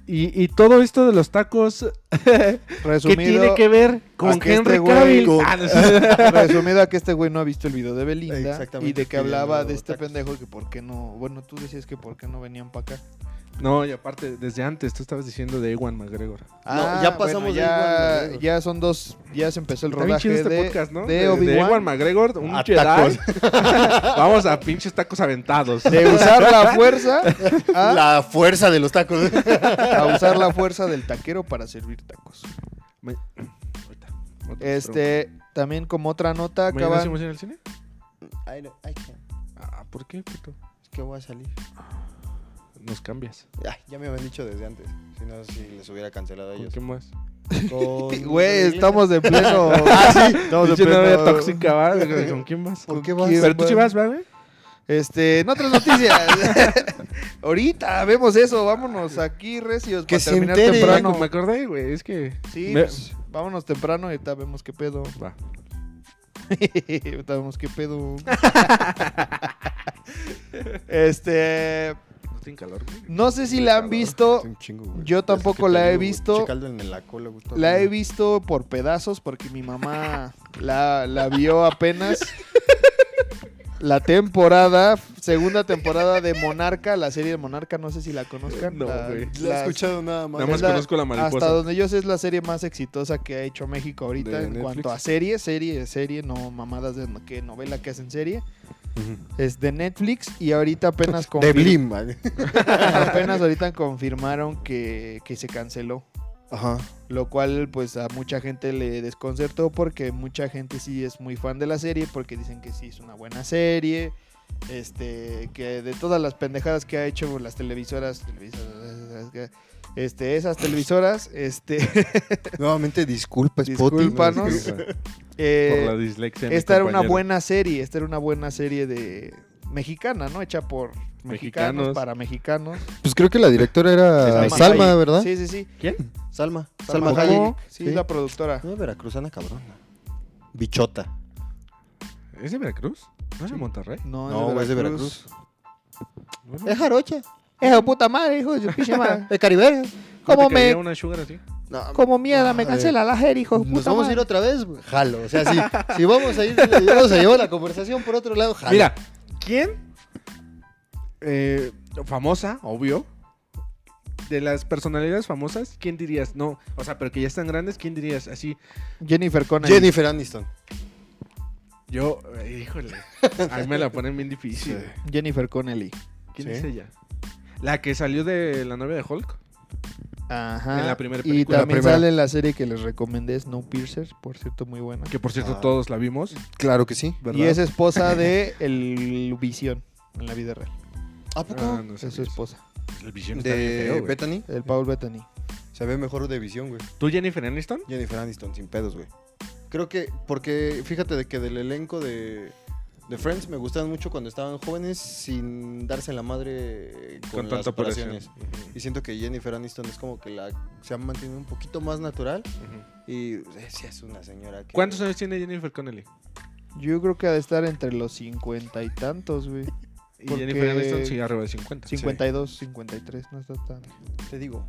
B: Y, y todo esto de los tacos, ¿qué
C: Resumido.
B: tiene que ver con
C: a que
B: Henry
C: este güey
B: Cavill?
C: con-
B: Ah, no sé.
C: Resumido a que este güey no ha visto el video de Belinda
A: Exactamente,
C: y de que
A: pidiendo
C: hablaba de este
A: tacos.
C: pendejo que por qué no, bueno, tú decías que por qué no venían para acá.
B: no, y aparte, desde antes, tú estabas diciendo de Ewan McGregor.
A: ya pasamos de Ewan
C: Ah, ya,
A: McGregor.
C: ya son dos, ya se empezó el
B: Está bien
C: rodaje
B: chido este
C: de,
B: podcast, ¿no?
C: de
B: Ewan
C: Obi-Wan.
B: McGregor, un
A: A
B: Jedi.
A: tacos.
B: Vamos a pinches tacos aventados.
C: De usar la fuerza a,
A: Ah. La fuerza de los tacos.
C: a usar la fuerza del taquero para servir tacos.
B: Me- Ahorita, no te
C: Este, también como otra nota
B: preocupes. ¿Mañana sí
C: acaban
B: vamos a ir al cine?
A: Ay, no, ay, que-
B: Ah, ¿por qué, puto?
A: es que voy a salir.
B: Nos cambias.
A: Ay, ya me habían dicho desde antes. Si no, si les hubiera cancelado a
B: ¿Con
A: ellos.
B: ¿Qué más?
A: Con-
C: Güey, estamos de pleno. Estamos de
B: Pinche novia
C: pleno.
B: tóxica, ¿va? ¿Con quién vas?
A: ¿Por
C: ¿Con
A: qué vas?
C: quién
B: Pero tú sí vas, ¿va, güey?
C: Este, en otras noticias. Ahorita vemos eso, vámonos aquí recios
A: Que
C: para
A: se
C: terminar
A: entere.
C: temprano.
B: Me acordé, güey, es que...
C: Sí,
B: me-
C: pues, vámonos temprano y ahorita vemos qué pedo.
B: Va.
C: ahorita vemos qué pedo. este,
B: No tiene calor, güey.
C: no sé si la han visto.
A: Estoy un chingo, güey.
C: yo
A: Es que
C: tampoco
A: te
C: la he
A: digo, güey,
C: visto.
A: pinche caldo en la cola, güey, todo
C: La he
A: bien.
C: visto por pedazos porque mi mamá la, la vio apenas. La temporada, segunda temporada de Monarca, la serie de Monarca, no sé si la conozcan.
B: No,
C: la-
B: güey.
A: La he
C: las-
A: escuchado nada más.
B: Nada más
C: la-
B: conozco la mariposa.
C: Hasta donde yo sé es la serie más exitosa que ha hecho México ahorita
B: ¿De
C: en
B: Netflix?
C: cuanto a serie, serie, serie, no mamadas de no- que novela que hacen serie. Es de Netflix y ahorita apenas
A: De
C: confir-
A: Blim, güey.
C: apenas ahorita confirmaron que, que se canceló.
A: Ajá.
C: Lo cual pues a mucha gente le desconcertó porque mucha gente sí es muy fan de la serie porque dicen que sí es una buena serie. Este, que de todas las pendejadas que ha hecho las televisoras, televisoras, este, esas televisoras, este,
A: Nuevamente, disculpa, Spotify.
C: Discúlpanos. eh,
B: Por la dislexia. mi
C: esta era una
B: compañero.
C: buena serie, esta era una buena serie de mexicana, ¿no? Hecha por mexicanos,
B: Mexicanos.
C: para mexicanos.
A: Pues creo que la directora
C: Ah,
A: era
B: Salma
A: Salma,
C: Hayek.
A: ¿verdad?
C: Sí, sí, sí.
B: ¿Quién?
A: Salma.
C: Salma,
A: Salma,
C: Hayek.
A: Hayek.
C: Sí, es la productora.
A: Una veracruzana cabrona. Bichota.
B: ¿Es de Veracruz? ¿No es de Monterrey?
C: No,
A: No, güey, es de Veracruz. Es jarocha.
C: Hijo de puta madre, hijo de su pinche madre.
A: Es caribeña.
C: ¿Cómo
B: te
C: me-
B: caería una sugar así?
A: No,
C: Como mierda, me
A: Madre.
C: cancela la serie, hijo de puta
A: Nos vamos a ir
C: madre.
A: otra vez, güey. jalo. O sea, si, si vamos a ir, vamos a llevar la conversación por otro lado, jalo.
B: Mira, ¿quién? Eh, famosa, obvio. De las personalidades famosas, ¿quién dirías? No, o sea, pero que ya están grandes, ¿quién dirías? Así,
C: Jennifer Connelly.
A: Jennifer Aniston.
B: yo, eh, híjole, a mí me la ponen bien difícil.
A: Sí.
C: Jennifer Connelly.
B: ¿Quién
A: Sí.
B: es ella? La que salió de la novia de Hulk.
C: Ajá.
B: En la primera
C: Y
B: película.
C: también
B: La primera.
C: sale la serie que les recomendé, Snowpiercer, por cierto, muy buena.
B: Que por cierto,
A: Ah.
B: todos la vimos,
A: Claro que sí.
B: ¿verdad?
C: Y es esposa de el Visión en la vida real.
A: ¿A
B: Ah,
A: poco?
B: no sé.
C: Es su esposa,
B: El Visión está bien feo,
A: de
B: güey.
A: Bethany.
C: el Paul Bettany.
A: Se ve mejor de visión, güey.
B: ¿Tú, Jennifer Aniston?
A: Jennifer Aniston, sin pedos, güey. Creo que, porque fíjate de que del elenco de, de Friends me gustaban mucho cuando estaban jóvenes sin darse la madre con,
B: Con,
A: las
B: tanta
A: operaciones.
B: población.
A: Y siento que Jennifer Aniston es como que la se ha mantenido un poquito más natural y eh, sí es una señora que...
B: ¿Cuántos años tiene Jennifer Connelly?
C: Yo creo que ha de estar entre los cincuenta y tantos, güey.
B: Y
C: Porque-
B: Jennifer Aniston sí, arriba de 50.
C: 52, 53, no está tan.
A: Te digo.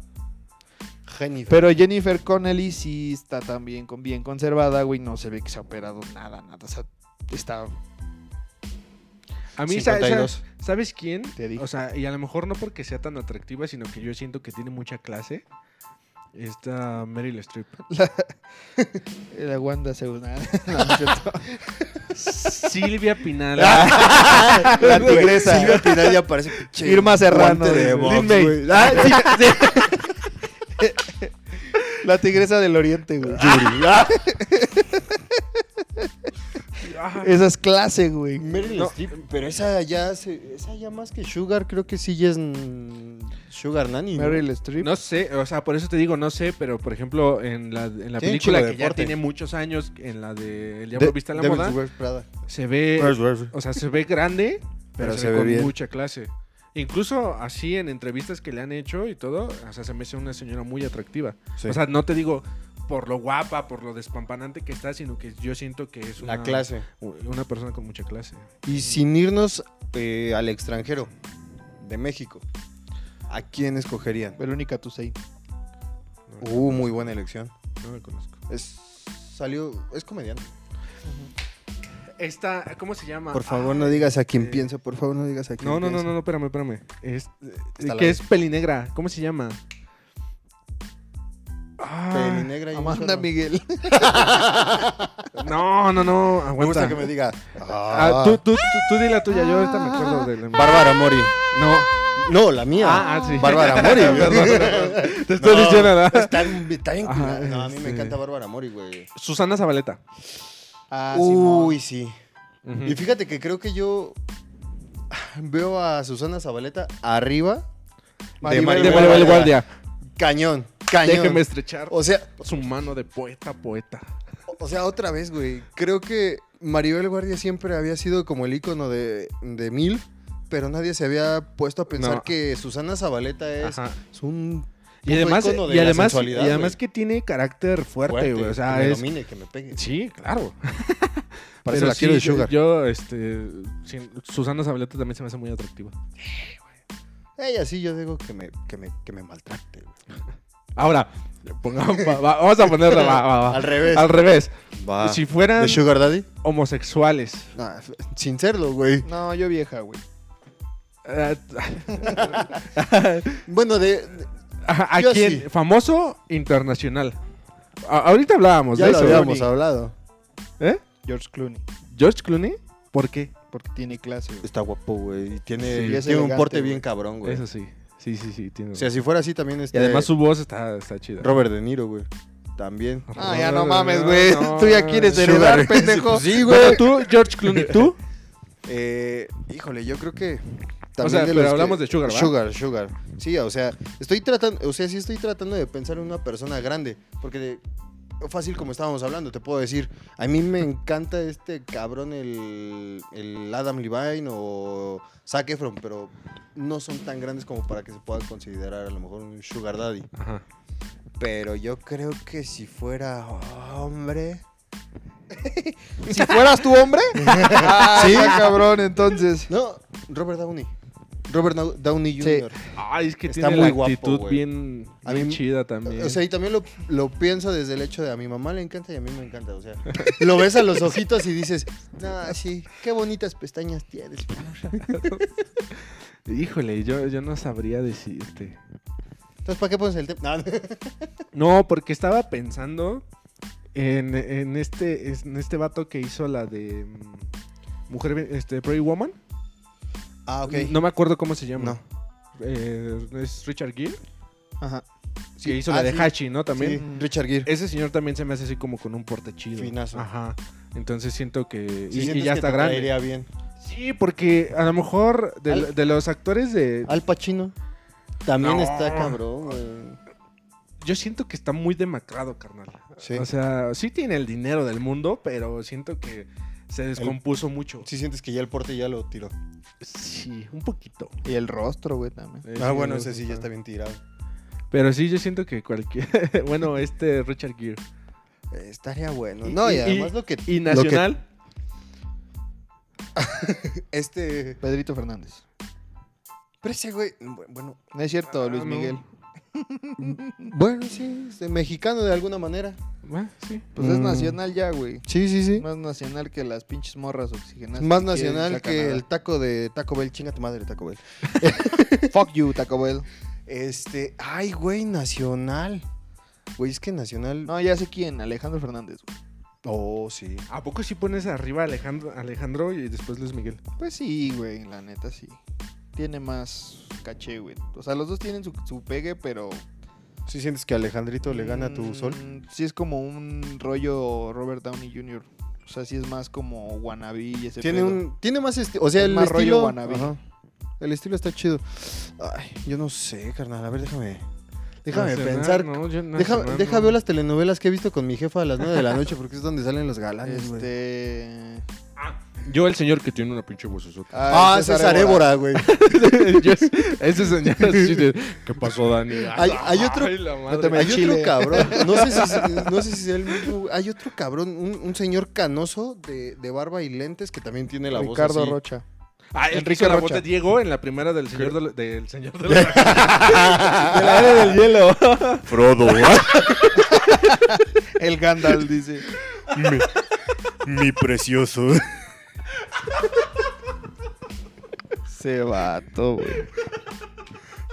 A: Jennifer.
C: Pero Jennifer Connelly sí está también con, bien conservada, güey. No se ve que se ha operado nada, nada. O sea, está.
B: A mí, sa- sa-
A: 52.
B: ¿sabes quién?
C: Te dije.
B: O sea, y a lo mejor no porque sea tan atractiva, sino que yo siento que tiene mucha clase. Esta Meryl Streep.
C: eh, La Wanda se una. No, no es cierto.
B: Silvia Pinal.
A: Ah.
C: la tigresa.
A: Silvia Pinal ya parece pinche
C: Irma Serrano,
A: guante de
B: Ah,
C: güey.
A: box,
C: Lin-May.
A: güey. Ah, sí, sí.
C: La tigresa del oriente, güey.
A: Ah,
B: ah.
C: Esa es clase, güey.
A: Meryl Streep, pero esa ya, se- esa ya más que Sugar, creo que sí ya es mm, Sugar Nanny. ¿no?
C: Meryl Streep.
B: No sé, o sea, por eso te digo, no sé, pero por ejemplo, en la, en la
A: Tiene
B: película
A: chido
B: que ya
A: deporte.
B: tiene muchos años, en la de El Diablo
A: De-
B: Vista a la
A: Devil
B: Moda, Eh,
A: Wears Prada. Ah,
B: se ve, o sea, se ve grande, pero, se, ve con
A: bien.
B: mucha clase. Incluso así en entrevistas que le han hecho y todo, o sea, se me hace una señora muy atractiva.
A: Sí.
B: O sea, no te digo por lo guapa, por lo despampanante que está, sino que yo siento que es una, Mm.
A: la clase.
B: una persona con mucha clase.
A: Y sin irnos eh, al extranjero, de México, ¿a quién escogerían?
C: Verónica Tusey.
B: No,
A: Uh, muy buena elección.
B: no la conozco.
A: Es, salió, es comediante.
B: Esta, ¿cómo se llama?
A: Por favor,
B: Ah,
A: no digas a quién
B: eh,
A: pienso, por favor, no digas a quién
B: No, no, no,
A: pienso.
B: no, no, espérame, espérame. Es,
A: Está la
B: que
A: de-
B: es pelinegra. ¿Cómo se llama? Ah,
A: Pelinegra y un
C: Amanda
A: chorro.
C: Miguel.
B: no, no, no.
A: Me
B: Aguanta.
A: gusta que me diga.
B: Ah,
A: ah,
B: tú, tú, tú, tú di la tuya. Yo ahorita me acuerdo de la
A: Bárbara Mori.
B: No.
A: No, la mía.
B: Ah, ah, sí.
A: Bárbara Mori. güey.
B: Te estoy
A: No,
B: diciendo nada.
A: Está, bien- está bien
B: Ajá,
A: culada. No, a mí me
B: este.
A: encanta Bárbara Mori, güey.
B: Susana Zabaleta.
C: Ah,
A: Uy, sí.
B: Ujú.
A: Y fíjate que creo que yo veo a Susana Zabaleta arriba
B: De
A: Maribel
B: Maribel
A: Guardia.
B: Guardia.
A: Cañón, cañón.
B: Déjeme estrechar
A: O sea,
B: su mano de poeta, poeta.
A: o sea, otra vez, güey. Creo que Maribel Guardia siempre había sido como el ícono de, de Mil, pero nadie se había puesto a pensar
B: No.
A: que Susana Zabaleta es,
B: Ajá.
A: es un
B: Y además,
A: ícono de
B: y
A: la
B: además, y
A: sensualidad,
B: además
A: güey.
B: que tiene carácter fuerte, güey. O sea,
A: que me
B: es.
A: domine, que me pegue.
B: Sí, claro.
A: Parece
B: Pero
A: la quiero de
B: sí, yo-
A: Sugar.
B: Yo, este. sin- Susana Zabaleta también se me hace muy atractiva.
A: Ella sí, yo digo que me, que me, que me maltrate, güey.
B: Ahora, pongamos- va- va- vamos a ponerla va, va, va.
A: Al revés.
B: al revés.
A: Va.
B: Si fueran
A: ¿De Sugar Daddy?
B: homosexuales.
A: Ah, sin serlo, güey.
C: No, yo vieja, güey.
B: eh,
A: Bueno, de, de-
B: ¿A, a
A: Yo
B: quién?
A: sí.
B: Famoso internacional. A- ahorita hablábamos
A: ya
B: de
A: lo
B: eso.
A: habíamos
C: Clooney.
A: hablado.
B: ¿Eh?
C: George Clooney.
B: ¿George Clooney? ¿Por qué?
C: Porque tiene clase, güey.
A: Está guapo, güey. y Tiene,
B: Sí,
A: tiene
C: es
A: un
C: elegante,
A: porte
C: güey.
A: bien cabrón, güey.
B: Eso sí. Sí, sí, sí. tiene-
A: O sea, si fuera así también
B: y
A: este...
B: además su voz está, está chida.
A: Robert De Niro, güey. También.
C: Ah, ya no mames, güey. Tú ya quieres
A: Sugar.
C: heredar, pendejo.
A: Sí,
B: Bueno, tú, George Clooney, tú.
A: Eh, híjole, yo creo que...
B: O sea,
A: de
B: pero
A: los
B: hablamos de Sugar, ¿va?
A: Sugar, Sugar. Sí, o sea, estoy tratando... O sea, sí estoy tratando de pensar en una persona grande. Porque de- fácil como estábamos hablando, te puedo decir. A mí me encanta este cabrón, el, el Adam Levine o Zac Efron, pero no son tan grandes como para que se pueda considerar a lo mejor un Sugar Daddy.
B: Ajá.
A: Pero yo creo que si fuera hombre...
C: Si fueras tu hombre. Ah,
A: Sí.
C: sí, cabrón, entonces.
A: No, Robert Downey. Robert Nau- Downey
C: Sí.
A: Jr.
B: Ay, es que
A: Está
B: tiene
A: muy
B: la
A: guapo,
B: actitud
A: güey.
B: bien,
A: A
B: bien
A: mí-
B: chida también.
A: O sea, y también lo, lo pienso desde el hecho de a mi mamá le encanta y a mí me encanta. O sea, lo ves a los ojitos y dices, ah, sí, qué bonitas pestañas tienes.
B: Híjole, yo, yo no sabría decirte.
A: Entonces, ¿para qué pones el tema? No,
B: No, porque estaba pensando en, en este, en este vato que hizo la de mm, Mujer, Ve- este, Pretty Woman.
A: Ah, ok.
B: No me acuerdo cómo se llama.
A: No.
B: Eh, es Richard Gere,
C: Ajá.
B: que hizo
A: ah,
B: la de
A: sí.
B: Hachi, ¿no? También.
A: Sí, Richard Gere.
B: Ese señor también se me hace así como con un porte chido.
A: Finazo.
B: Ajá. Entonces siento que...
A: Si
B: y- y,
A: sientes
B: ya
A: que
B: está
A: te
B: grande.
A: caería bien.
B: Sí, porque a lo mejor de,
A: Al-
B: de los actores de...
A: Al Pacino. También
B: No.
A: está cabrón, güey.
B: Yo siento que está muy demacrado, carnal.
A: Sí.
B: O sea, sí tiene el dinero del mundo, pero siento que se descompuso mucho.
A: Si sientes que ya el porte ya lo tiró.
B: Sí, un poquito.
C: Y el rostro, güey, también.
B: Eh,
A: Ah, bueno,
B: no,
A: ese sí ya
B: ah.
A: está bien tirado.
B: Pero sí, yo siento que cualquier... bueno, este Richard Gere.
A: Eh, Estaría bueno.
B: Y-
A: No, y,
B: y-
A: además lo que...
B: Y
A: lo que-
B: Nacional...
A: Este...
C: Pedrito Fernández.
A: Pero ese güey... Bueno,
C: No es cierto,
B: Ah,
C: Luis
B: no.
C: Miguel.
A: bueno sí, este, mexicano de alguna manera.
B: Ah, sí.
C: Pues es
A: Mm.
C: nacional ya, güey.
A: Sí, sí, sí.
C: Más nacional que las pinches morras oxigenadas.
A: Más
C: que quieren ir
A: nacional
C: a
A: que
C: Canadá.
A: el taco de Taco Bell. Chinga tu madre, Taco Bell.
C: Fuck you, Taco Bell.
A: Este, ay, güey, nacional. Güey, es que nacional.
C: No, ya sé quién, Alejandro Fernández, güey.
A: Oh, sí.
B: ¿A poco si pones arriba a Alejandro, Alejandro y después Luis Miguel?
C: Pues sí, güey, la neta sí. Tiene más caché, güey. O sea, los dos tienen su, su pegue, pero
A: ¿Sí sientes que Alejandrito le gana a tu
C: Mm,
A: sol?
C: Sí, es como un rollo Robert Downey Jr. O sea, sí es más como wannabe y ese
A: Tiene
C: pedo.
A: un tiene más estilo, o sea,
C: Es
A: el
C: más rollo
A: estilo
C: wannabe.
A: Ajá. El estilo está chido. Ay, yo no sé, carnal, a ver, déjame. Déjame
B: Nacional,
A: pensar.
B: no, yo nacional,
A: Deja,
B: no.
A: deja veo las telenovelas que he visto con mi jefa a las 9 de la noche porque es donde salen los galanes, güey.
C: Este...
B: Yo el señor que tiene una pinche vozosota.
A: Ah, César Évora, güey.
B: Yo es- ese señor así de, ¿Qué pasó, Dani?
A: Hay- hay otro-
B: Ay, la madre.
C: No te me-
A: Hay
C: Chile.
A: otro cabrón. No sé si, es- no sé si sea el mismo. güey. Hay otro cabrón, un, un señor canoso de, de barba y lentes que también tiene la
C: Ricardo
A: voz.
C: Rocha.
B: Ah, el que
C: Enrique
B: hizo la
C: Rocha.
B: voz de Diego en la primera del señor de la- del señor de la-
A: Ricardo
C: la era del hielo.
A: Frodo.
C: El Gandalf dice.
A: Mi precioso.
C: Se vato, güey.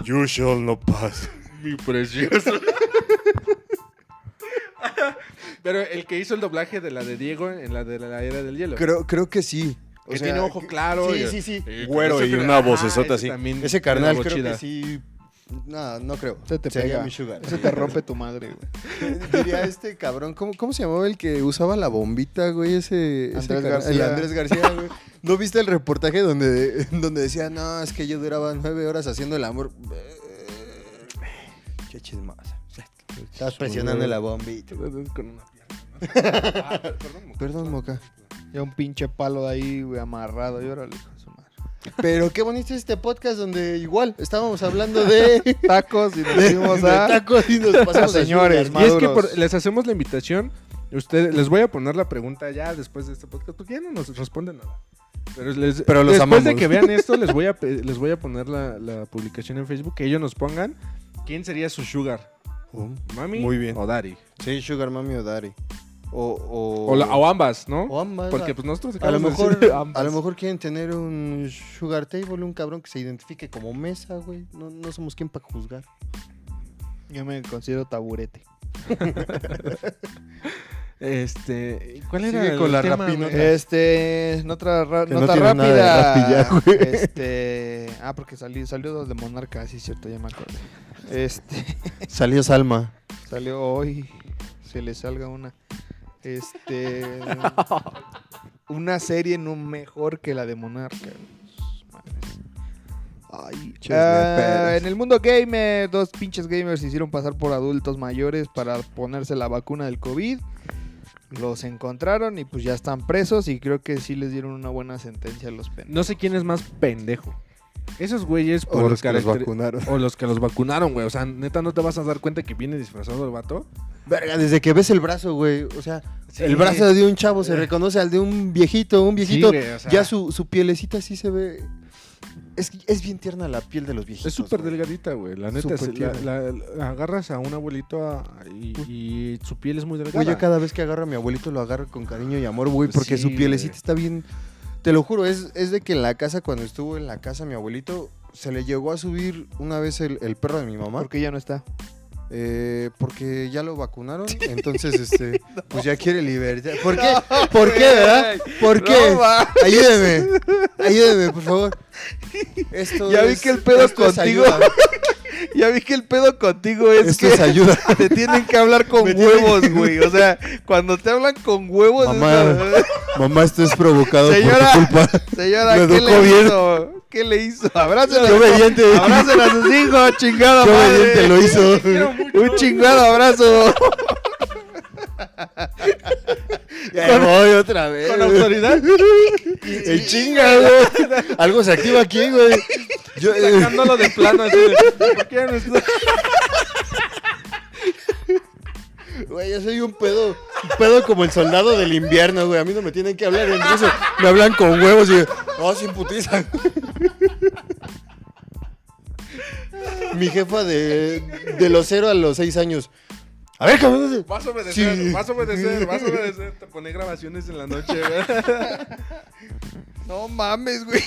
A: You shall no pass.
B: Mi precioso. Pero el que hizo el doblaje de la de Diego en la de la era del hielo.
A: Creo, creo que sí. O
B: que
A: sea,
B: tiene ojo claro.
A: Sí,
B: y-
A: sí, sí.
B: y
A: Güero
B: con ese-
A: y una
B: ah,
A: vocesota
B: ese
A: así.
B: también
A: Ese
B: tiene
A: carnal
B: voz
A: creo
B: chida.
A: que sí. No, no creo.
C: Se te
A: Sería
C: pega.
A: mi sugar.
C: Se te rompe tu madre, güey.
A: Diría este cabrón, ¿cómo, cómo se llamaba el que usaba la bombita, güey? Ese, ese
C: Andrés
A: car-
C: García.
A: El Andrés García, güey. ¿No viste el reportaje donde, donde decía, no, es que yo duraba nueve horas haciendo el amor? Qué chismosa. Estás presionando la bombita.
B: Con una pierna, ¿no? Ah, perdón, Moca.
A: Perdón, Moca.
C: Ya un pinche palo de ahí, güey, amarrado. Y órale, con su madre.
A: Pero qué bonito es este podcast donde igual estábamos hablando de, de
C: Tacos y nos fuimos a.
A: tacos y nos pasamos a
C: Señores,
A: sugar.
B: Y es que
C: Maduros.
B: por- les hacemos la invitación. Usted, les voy a poner la pregunta ya después de este podcast, porque ya no nos responden nada. Pero, les-
A: Pero los
B: después de
A: amamos.
B: que vean esto, les voy a, pe- les voy a poner la, la publicación en Facebook, que ellos nos pongan quién sería su sugar,
A: Um,
B: mami
A: Muy bien.
B: o daddy.
A: Sí, Sugar Mami o Daddy. O, o,
B: O, la- o ambas, ¿no?
A: o ambas.
B: porque pues
A: A
B: nosotros
A: lo,
B: acabamos de
A: mejor,
B: decir ambas.
A: a lo mejor quieren tener un sugar table, un cabrón que se identifique como mesa, güey. No, no somos quien para juzgar.
C: Yo me considero taburete.
B: Este, ¿cuál
A: Sigue
B: era el
A: con la
B: tema,
A: rapinota.
B: güey?
C: Este, en otra ra-
A: Que no
C: nota
A: tiene
C: rápida.
A: nada de rapi ya, güey.
C: Este, ah, porque salió, salió de Monarca, sí, cierto, ya me acordé. Este,
A: Salió Salma.
C: salió hoy, se le salga una. Este, una serie no mejor que la de Monarca. Sus madres.
A: Ay,
C: Ah, en el mundo gamer, dos pinches gamers se hicieron pasar por adultos mayores para ponerse la vacuna del COVID. Los encontraron y pues ya están presos y creo que sí les dieron una buena sentencia a los pendejos.
B: No sé quién es más pendejo. Esos güeyes por caracter-
A: vacunaron.
B: O los que los vacunaron, güey. O sea, neta, no te vas a dar cuenta que viene disfrazado el vato.
A: Verga, desde que ves el brazo, güey. O sea, el brazo de un chavo se reconoce al de un viejito, un viejito.
B: Eh. güey, o sea.
A: ya su, su pielecita sí se ve. Es, es bien tierna la piel de los viejitos.
B: Es súper
A: güey.
B: delgadita, güey. La neta,
A: Súper
B: se- la-
A: tierna.
B: la- la- agarras a un abuelito a- y, y su piel es muy delgada.
A: Güey, yo Pues cada vez que agarro a mi abuelito lo agarro con cariño y amor,
C: Pues
A: güey, porque
B: Sí,
A: su pielecita
B: güey.
A: está bien. Te lo juro, es, es de que en la casa, cuando estuvo en la casa mi abuelito, se le llegó a subir una vez el, el perro de mi mamá,
C: Porque ya no está.
A: eh, porque ya lo vacunaron, entonces, este, pues ya quiere libertad. ¿Por qué? ¿Por qué, verdad? ¿Por qué? Ayúdeme, ayúdeme, por favor. Esto
C: Ya vi que el pedo
A: esto es
C: contigo
A: ayuda,
C: Ya vi que el pedo contigo es
A: Esto es ayuda.
C: te tienen que hablar con huevos, güey. O sea, cuando te hablan con huevos,
A: es Mamá. Mamá, esto es provocado
C: Señora.
A: por tu culpa.
C: señora,
A: Me ¿qué le educó bien.
C: hizo? ¿Qué le hizo? Abracen
A: Yo obediente,
C: a sus hijos, chingada
A: yo obediente lo hizo.
C: Un chingado abrazo.
A: Ya voy otra vez.
B: Con autoridad.
A: El chinga, güey. Algo se activa aquí, güey. Yo, eh,
B: Sacándolo de plano. así de, ¿Por qué no está?
A: güey, yo soy un pedo. Un pedo como el soldado del invierno, güey. A mí no me tienen que hablar en ruso. Me hablan con huevos y. Oh, sin putiza. Mi jefa de, de los 0 a los 6 años. A ver, cabrón.
B: Vas a obedecer,
A: Sí.
B: vas a obedecer, vas a obedecer. Te pone grabaciones en la noche, güey.
C: No mames, güey.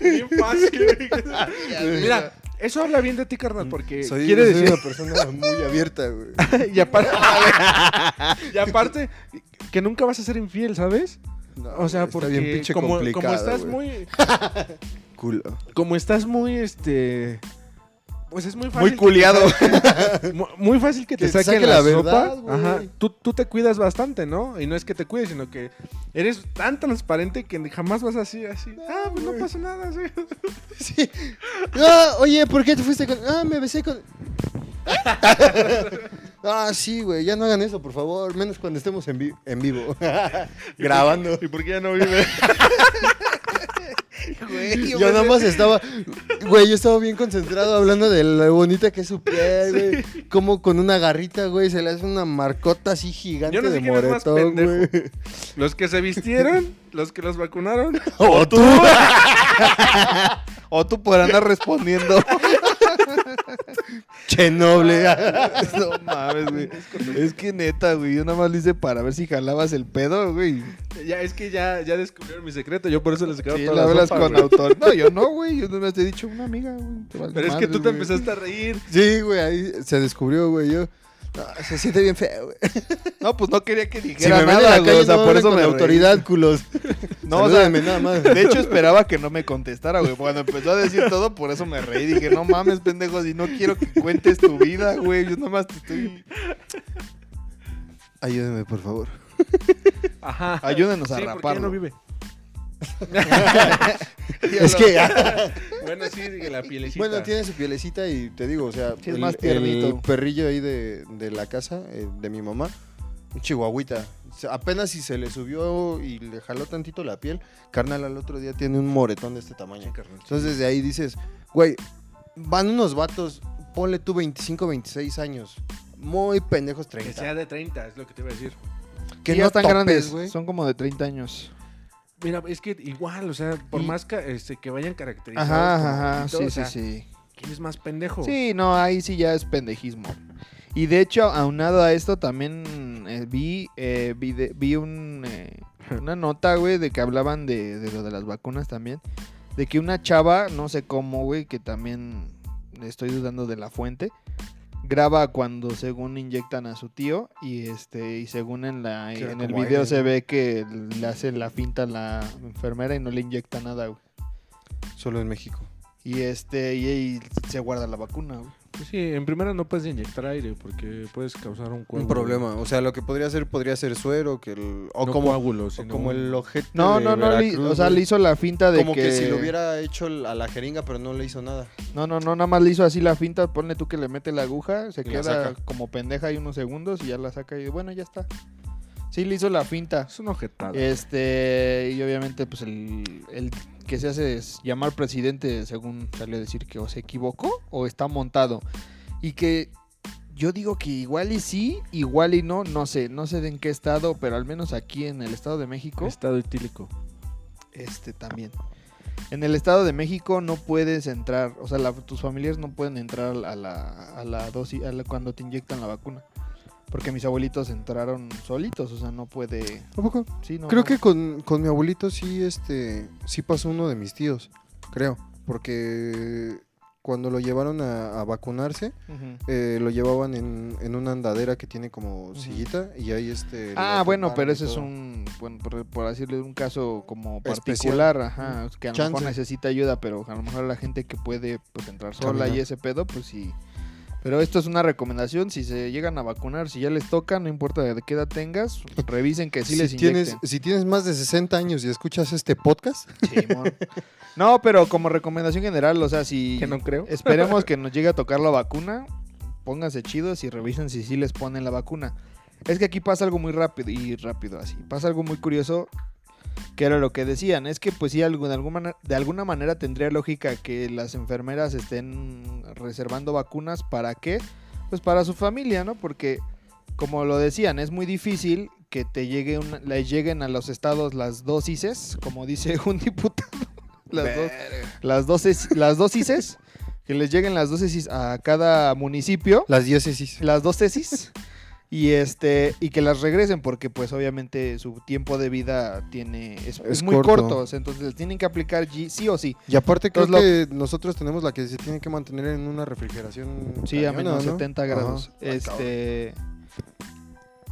B: Bien fácil, güey. Mira, eso habla bien de ti, carnal, porque
A: Mm, Soy,
B: quiere
A: soy
B: decir...
A: una persona muy abierta, güey.
B: y, aparte, y aparte, que nunca vas a ser infiel, ¿sabes?
A: No,
B: O sea,
A: güey,
B: porque
A: Está bien pinche
B: como, como
A: complicado,
B: estás
A: güey.
B: muy...
A: Culo.
B: Como estás muy, este... Pues es muy fácil.
A: Muy culiado.
B: Mu- Muy fácil que te
A: Que te
B: saquen
A: saque
B: la,
A: la verdad,
B: sopa.
A: güey.
B: Ajá. Tú, tú te cuidas bastante, ¿no? Y no es que te cuides, sino que eres tan transparente que jamás vas así, así. ah, pues no
A: güey.
B: pasa nada, sí.
A: Sí. Ah, oye, ¿por qué te fuiste con.? Ah, me besé con. ah, sí, güey. Ya no hagan eso, por favor. Menos cuando estemos en, vi- en vivo. Grabando.
B: ¿Y por qué ya no vive?
A: Yo nada más estaba. Güey, yo estaba bien concentrado hablando de lo bonita que es su piel, güey. Como con una garrita, güey, se le hace una marcota así gigante
B: Yo no sé
A: de
B: quién es más
A: moretón, güey.
B: pendejo. Los que se vistieron, los que los vacunaron.
A: O tú.
C: O tú por andar respondiendo.
A: Che noble.
C: no mames, güey. Es que neta, güey. Yo nada más lo hice para ver si jalabas el pedo, güey.
B: Ya, es que ya, ya descubrieron mi secreto. Yo por eso les quedaba
C: Sí,
B: toda
C: la
B: la
C: hablas
B: sopa,
C: con
B: güey.
C: autor. No, yo no, güey. Yo no me te he dicho una amiga, güey. te vale
B: Pero es que
C: madre,
B: tú te
C: güey.
B: empezaste a reír.
A: Sí, güey, ahí se descubrió, güey. Yo. no, se siente bien feo, güey.
C: No, pues no quería que dijera
A: Si me ven en
C: nada,
A: la
C: güey,
A: calle,
C: o sea,
A: no
C: por
A: hablen
C: eso
A: con
C: me
A: la
C: reí.
A: autoridad, culos.
C: No, o sea,
A: nada más.
C: de hecho esperaba que no me contestara, güey. Cuando empezó a decir todo, por eso me reí. Dije, no mames, pendejo, si no quiero que cuentes tu vida, güey. Yo nada más te estoy...
A: Ayúdeme, por favor.
B: Ajá.
C: Ayúdenos a
B: Sí, ¿por qué ya
C: raparlo.
B: no vive?
A: Es que. ah,
B: Bueno, sí, que la pielecita.
A: Bueno, tiene su pielecita y te digo, o sea,
C: Sí, es más tiernito.
A: el perrillo ahí de, de la casa, eh, de mi mamá, un chihuahuita. Se- Apenas si se le subió y le jaló tantito la piel, carnal al otro día tiene un moretón de este tamaño. Entonces de ahí dices, güey, van unos vatos, ponle tú 25, 26 años, muy pendejos
B: Que
A: 30.
B: sea de 30, es lo que te iba a decir.
A: Que,
C: Y
A: no
C: ya están
A: topes,
C: grandes,
A: güey.
C: Son como de 30 años.
B: Mira, es que igual, o sea, por
A: Y-
B: más ca- este, que vayan caracterizados.
C: Ajá,
B: como
C: ajá,
B: poquito,
C: sí,
B: o
C: sí,
B: sea,
C: sí.
B: ¿Quién es más pendejo?
C: Sí, no, ahí sí ya es pendejismo. Y de hecho, aunado a esto, también eh, vi, eh, vi, de- vi un, eh, una nota, güey, de que hablaban de, de lo de las vacunas también. De que una chava, no sé cómo, güey, que también estoy dudando de la fuente, graba cuando según inyectan a su tío y este y según en la
A: Que era
C: en el
A: como
C: video
A: Ellen,
C: se
A: ¿no?
C: ve que le hace la finta a la enfermera y no le inyecta nada, güey.
A: Solo en México.
C: Y este y, y se guarda la vacuna, güey.
B: Pues sí, en primera no puedes inyectar aire porque puedes causar un coágulo.
A: Un problema. O sea, lo que podría ser, podría ser suero, que el- o
B: No
A: como,
B: coágulo,
A: o
B: sino
A: como el ojete
C: No,
A: de
C: no, no, le-
A: Veracruz,
C: o sea,
A: güey.
C: le hizo la finta de
A: Como
C: que...
A: que... si lo hubiera hecho a la jeringa, pero no le hizo nada.
C: No, no, no, nada más le hizo así la finta, ponle tú que le mete la aguja, se
A: Y la
C: queda
A: saca.
C: como pendeja ahí unos segundos y ya la saca y bueno, ya está. Sí, le hizo la finta.
B: Es una ojetada.
C: Eh, Este, y obviamente pues el, el que se hace es llamar presidente, según salió a decir que o se equivocó o está montado. Y que yo digo que igual y sí, igual y no, no sé, no sé de en qué estado, pero al menos aquí en el Estado de México.
B: Estado etílico.
C: Este también. En el Estado de México no puedes entrar, o sea, la- tus familiares no pueden entrar a la, a la dosis a la- cuando te inyectan la vacuna. Porque mis abuelitos entraron solitos, o sea, no puede. Sí, no,
A: Creo
C: no.
A: que con, con mi abuelito sí, este, sí pasó uno de mis tíos, creo. Porque cuando lo llevaron a, a vacunarse,
C: Ujú.
A: eh, lo llevaban en, en una andadera que tiene como sillita y ahí este... lo
C: Ah, bueno,
A: tumbaron
C: pero
A: y
C: ese es
A: todo.
C: un, bueno, por, por decirle, un caso como
A: Especial.
C: particular, ajá, que a lo mejor
A: Chance.
C: necesita ayuda, pero a lo mejor la gente que puede pues, entrar sola
A: Caminar.
C: y ese pedo, pues sí. Pero esto es una recomendación, si se llegan a vacunar, si ya les toca, no importa de qué edad tengas, revisen que sí les
A: si, tienes,
C: inyecten.
A: si tienes más de 60 años y escuchas este podcast,
C: Simón. No, pero como recomendación general, o sea, si
B: Que no creo.
C: eh, esperemos que nos llegue a tocar la vacuna, pónganse chidos y revisen si sí les ponen la vacuna. Es que aquí pasa algo muy rápido y rápido así. Pasa algo muy curioso que era lo que decían. Es que pues sí, algo- de alguna, manera, de alguna manera tendría lógica que las enfermeras estén reservando vacunas. ¿Para qué? Pues para su familia, ¿no? Porque como lo decían, es muy difícil que te llegue una- les lleguen a los estados las dosis, como dice un diputado. Las, dos, las, dosis, las dosis, que les lleguen las dosis a cada municipio
A: las diócesis.
C: las dos tesis y este y que las regresen porque pues obviamente su tiempo de vida tiene es, es
A: Es
C: muy corto.
A: corto.
C: entonces les tienen que aplicar G- sí o sí
A: Y aparte creo
C: Entonces,
A: que nosotros tenemos la que se tiene que mantener en una refrigeración.
C: sí a
A: cañona,
C: menos
A: ¿no?
C: Este, 70 grados
A: Ajá.
C: este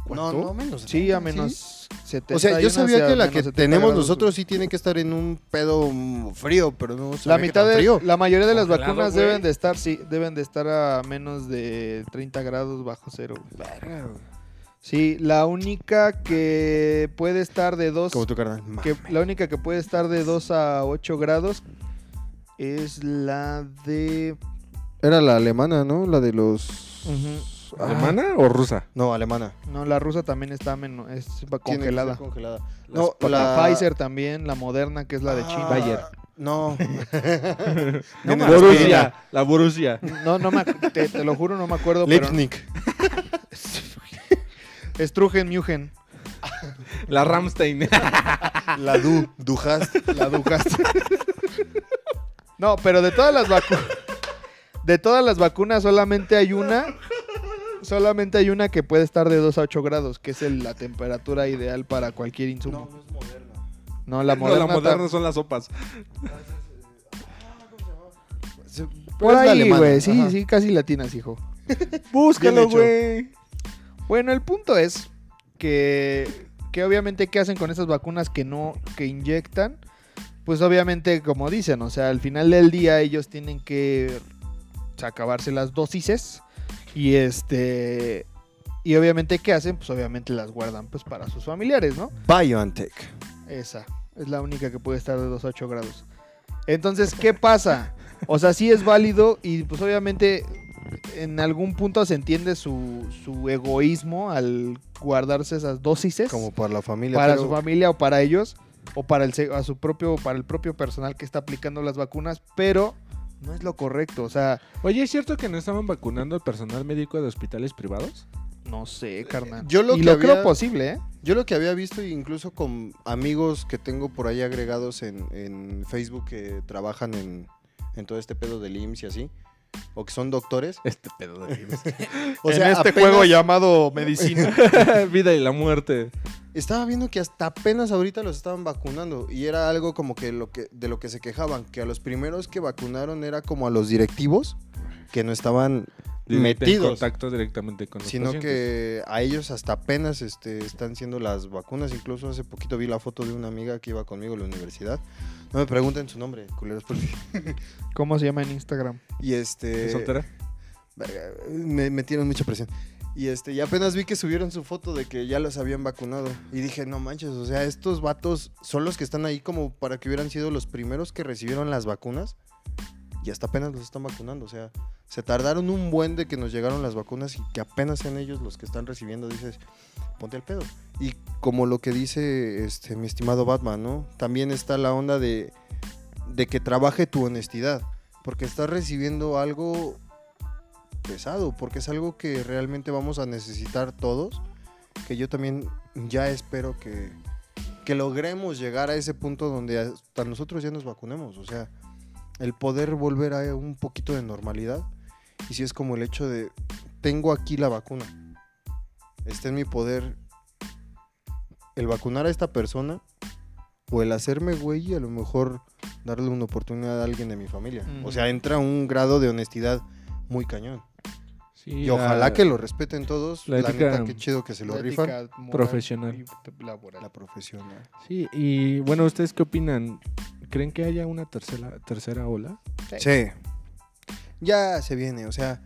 A: No,
C: ¿Cuánto?
A: no, menos.
C: Sí, a menos 70.
A: O sea,
C: hay
A: yo
C: unas de
A: sabía
C: a
A: que la
C: menos
A: que
C: 70
A: tenemos
C: grados,
A: nosotros
C: güey.
A: sí tiene que estar en un pedo mm, frío, pero no
C: La
A: sabía que
C: mitad
A: tan
C: de
A: frío.
C: la mayoría de las
B: Congelado,
C: vacunas
B: güey.
C: deben de estar, sí, deben de estar a menos de 30 grados bajo cero. güey.
A: Verga, güey.
C: Sí, la única que puede estar de 2
A: Como tu carnal.
C: que la única que puede estar de 2 a 8 grados es la de
A: Era la alemana, ¿no? La de los...
C: Ujú.
A: Ah,
B: ¿Alemana o rusa?
A: No, alemana.
C: no, la rusa también está menos, es
A: Tiene que ser
C: congelada.
A: congelada. No,
C: La,
A: la...
C: Pfizer también, la Moderna que es la de China.
A: Ah, No.
C: No,
A: Viene
C: mames.
A: de
C: Borussia.
B: La Borussia.
C: No, no me ac- te, te lo juro, no me acuerdo, pero
A: Leipzig.
C: Strugen Mugen,
B: La Ramstein.
A: La Du. Duhast.
C: la Ducast. No, pero de todas las vacunas de todas las vacunas solamente hay una solamente hay una que puede estar de 2 a 8 grados, que es el- la temperatura ideal para cualquier insumo.
A: es moderna.
C: No, la
B: No,
C: Moderna,
B: la
C: ta-
B: moderna son las sopas.
C: Por
A: es la
C: ahí,
A: alemana,
C: güey. Sí,
A: ajá.
C: sí, casi latinas, hijo.
B: Búscalo,
A: hecho.
B: güey.
C: Bueno, el punto es que, que obviamente qué hacen con esas vacunas que no, que inyectan. Pues obviamente, como dicen, o sea, al final del día ellos tienen que o sea, acabarse las dosis y este y obviamente qué hacen, pues obviamente las guardan pues para sus familiares, ¿no?
A: BioNTech.
C: Esa. Es la única que puede estar de los 8 grados. Entonces, ¿qué pasa? O sea, sí es válido y pues obviamente en algún punto se entiende su, su egoísmo al guardarse esas dosis
A: Como para la familia.
C: para
A: pero-
C: su familia o para ellos o para el, se- a su propio, para el propio personal que está aplicando las vacunas, pero no es lo correcto. O sea,
B: Oye, ¿es cierto que no estaban vacunando al personal médico de hospitales privados?
C: no sé, carnal.
A: Yo lo
C: y
A: que
C: lo creo
A: había-
C: posible, ¿eh?
A: Yo lo que había visto, incluso con amigos que tengo por ahí agregados en, en Facebook que trabajan en, en todo este pedo del IMSS y así, o que son doctores.
B: Este pedo de
A: O sea,
B: este
A: apenas-
C: este llamado medicina.
B: Vida y la muerte.
A: Estaba viendo que hasta apenas ahorita los estaban vacunando y era algo como que, lo que de lo que se quejaban, que a los primeros que vacunaron era como a los directivos que no estaban
B: Directo En
A: metidos,
B: contacto directamente con los
A: sino
B: pacientes.
A: que a ellos hasta apenas este, están siendo las vacunas. Incluso hace poquito vi la foto de una amiga que iba conmigo a la universidad. No me pregunten su nombre, culeros. porque-
C: ¿Cómo se llama en Instagram?
A: Y este...
B: ¿Es soltera?
A: Verga, Me metieron mucha presión. Y este, y apenas vi que subieron su foto de que ya los habían vacunado. Y dije, no manches, o sea, estos vatos son los que están ahí como para que hubieran sido los primeros que recibieron las vacunas. Y hasta apenas los están vacunando. O sea, se tardaron un buen de que nos llegaron las vacunas y que apenas sean ellos los que están recibiendo. Dices, ponte al pedo. Y como lo que dice este, mi estimado Batman, ¿no? También está la onda de, de que trabaje tu honestidad. Porque estás recibiendo algo pesado, porque es algo que realmente vamos a necesitar todos, que yo también ya espero que, que logremos llegar a ese punto donde hasta nosotros ya nos vacunemos, o sea, el poder volver a un poquito de normalidad, y si es como el hecho de, tengo aquí la vacuna, está en mi poder el vacunar a esta persona o el hacerme güey y a lo mejor darle una oportunidad a alguien de mi familia, o
C: Ujú.
A: sea, entra un grado de honestidad muy cañón.
B: Sí,
A: Y
B: la-
A: ojalá que lo respeten todos.
B: la
A: La,
B: ética-
A: neta, qué chido que se lo
C: La
A: rifan.
C: ética moral
B: profesional.
C: y laboral.
A: La profesional.
B: Sí, y bueno, ¿ustedes qué opinan? ¿Creen que haya una tercera, tercera ola?
A: Sí. Ya se viene, o sea.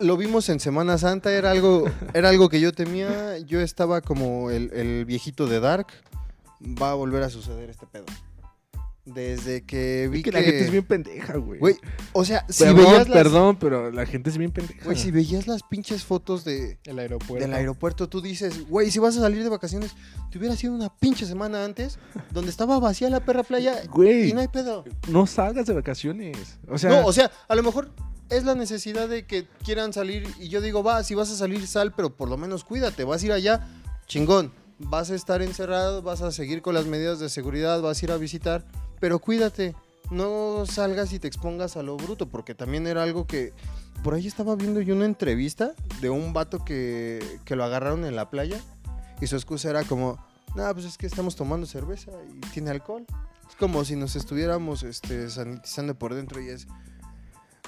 A: Lo vimos en Semana Santa, era algo, era algo que yo temía. Yo estaba como el, el viejito de Dark. Va a volver a suceder este pedo. Desde que vi
B: Es que la gente es bien pendeja, güey.
A: Güey, o sea, si
B: perdón,
A: veías las-
B: perdón, pero la gente es bien pendeja.
A: güey, si veías las pinches fotos de,
C: El aeropuerto.
A: del aeropuerto, tú dices, güey, si vas a salir de vacaciones, te hubiera sido una pinche semana antes, donde estaba vacía la perra playa
B: Güey,
A: y no hay pedo.
B: no salgas de vacaciones. O sea,
A: no, o sea, a lo mejor es la necesidad de que quieran salir y yo digo, va, si vas a salir sal, pero por lo menos cuídate, vas a ir allá, chingón, vas a estar encerrado, vas a seguir con las medidas de seguridad, vas a ir a visitar, pero cuídate, no salgas y te expongas a lo bruto, porque también era algo que por ahí estaba viendo yo una entrevista de un vato que, que lo agarraron en la playa y su excusa era como, nada, pues es que estamos tomando cerveza y tiene alcohol. Es como si nos estuviéramos este, sanitizando por dentro y es,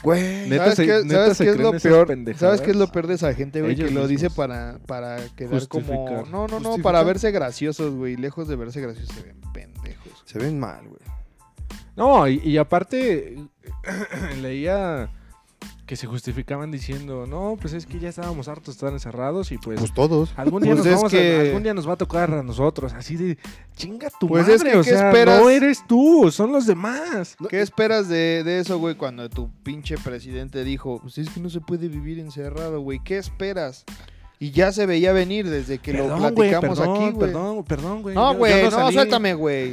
C: Güey,
B: Neta
C: ¿sabes
B: se-
C: qué,
B: neta
C: ¿sabes
B: se
C: qué es
B: creen
C: lo
B: esas
C: peor? ¿Sabes
B: pendejadas?
C: qué es lo peor de esa gente, güey? Que
B: Ellos
C: lo
B: mismos.
C: dice para, para quedar como...
B: Justificar.
C: No, no, no, para
B: Justificar.
C: verse graciosos, güey. Lejos de verse graciosos se ven pendejos.
A: Se ven mal, güey.
B: No, y, y aparte leía que se justificaban diciendo, no, pues es que ya estábamos hartos de estar encerrados y pues...
A: Pues todos.
B: Algún día,
C: Pues
B: nos
C: es
B: vamos
C: que-
B: a, algún día nos va a tocar a nosotros, así de chinga tu
C: Pues
B: madre,
C: es que,
B: o
C: ¿qué
B: sea,
C: esperas?
B: no eres tú, son los demás.
A: No,
C: ¿Qué esperas de, de eso, güey? Cuando tu pinche presidente dijo, pues es que no se puede vivir encerrado, güey. ¿Qué esperas? Y ya se veía venir desde que lo
B: güey,
C: platicamos
B: perdón,
C: aquí, güey.
B: Perdón, perdón, güey. yo-
C: No,
B: yo
C: güey, no,
B: salí.
C: suéltame, güey.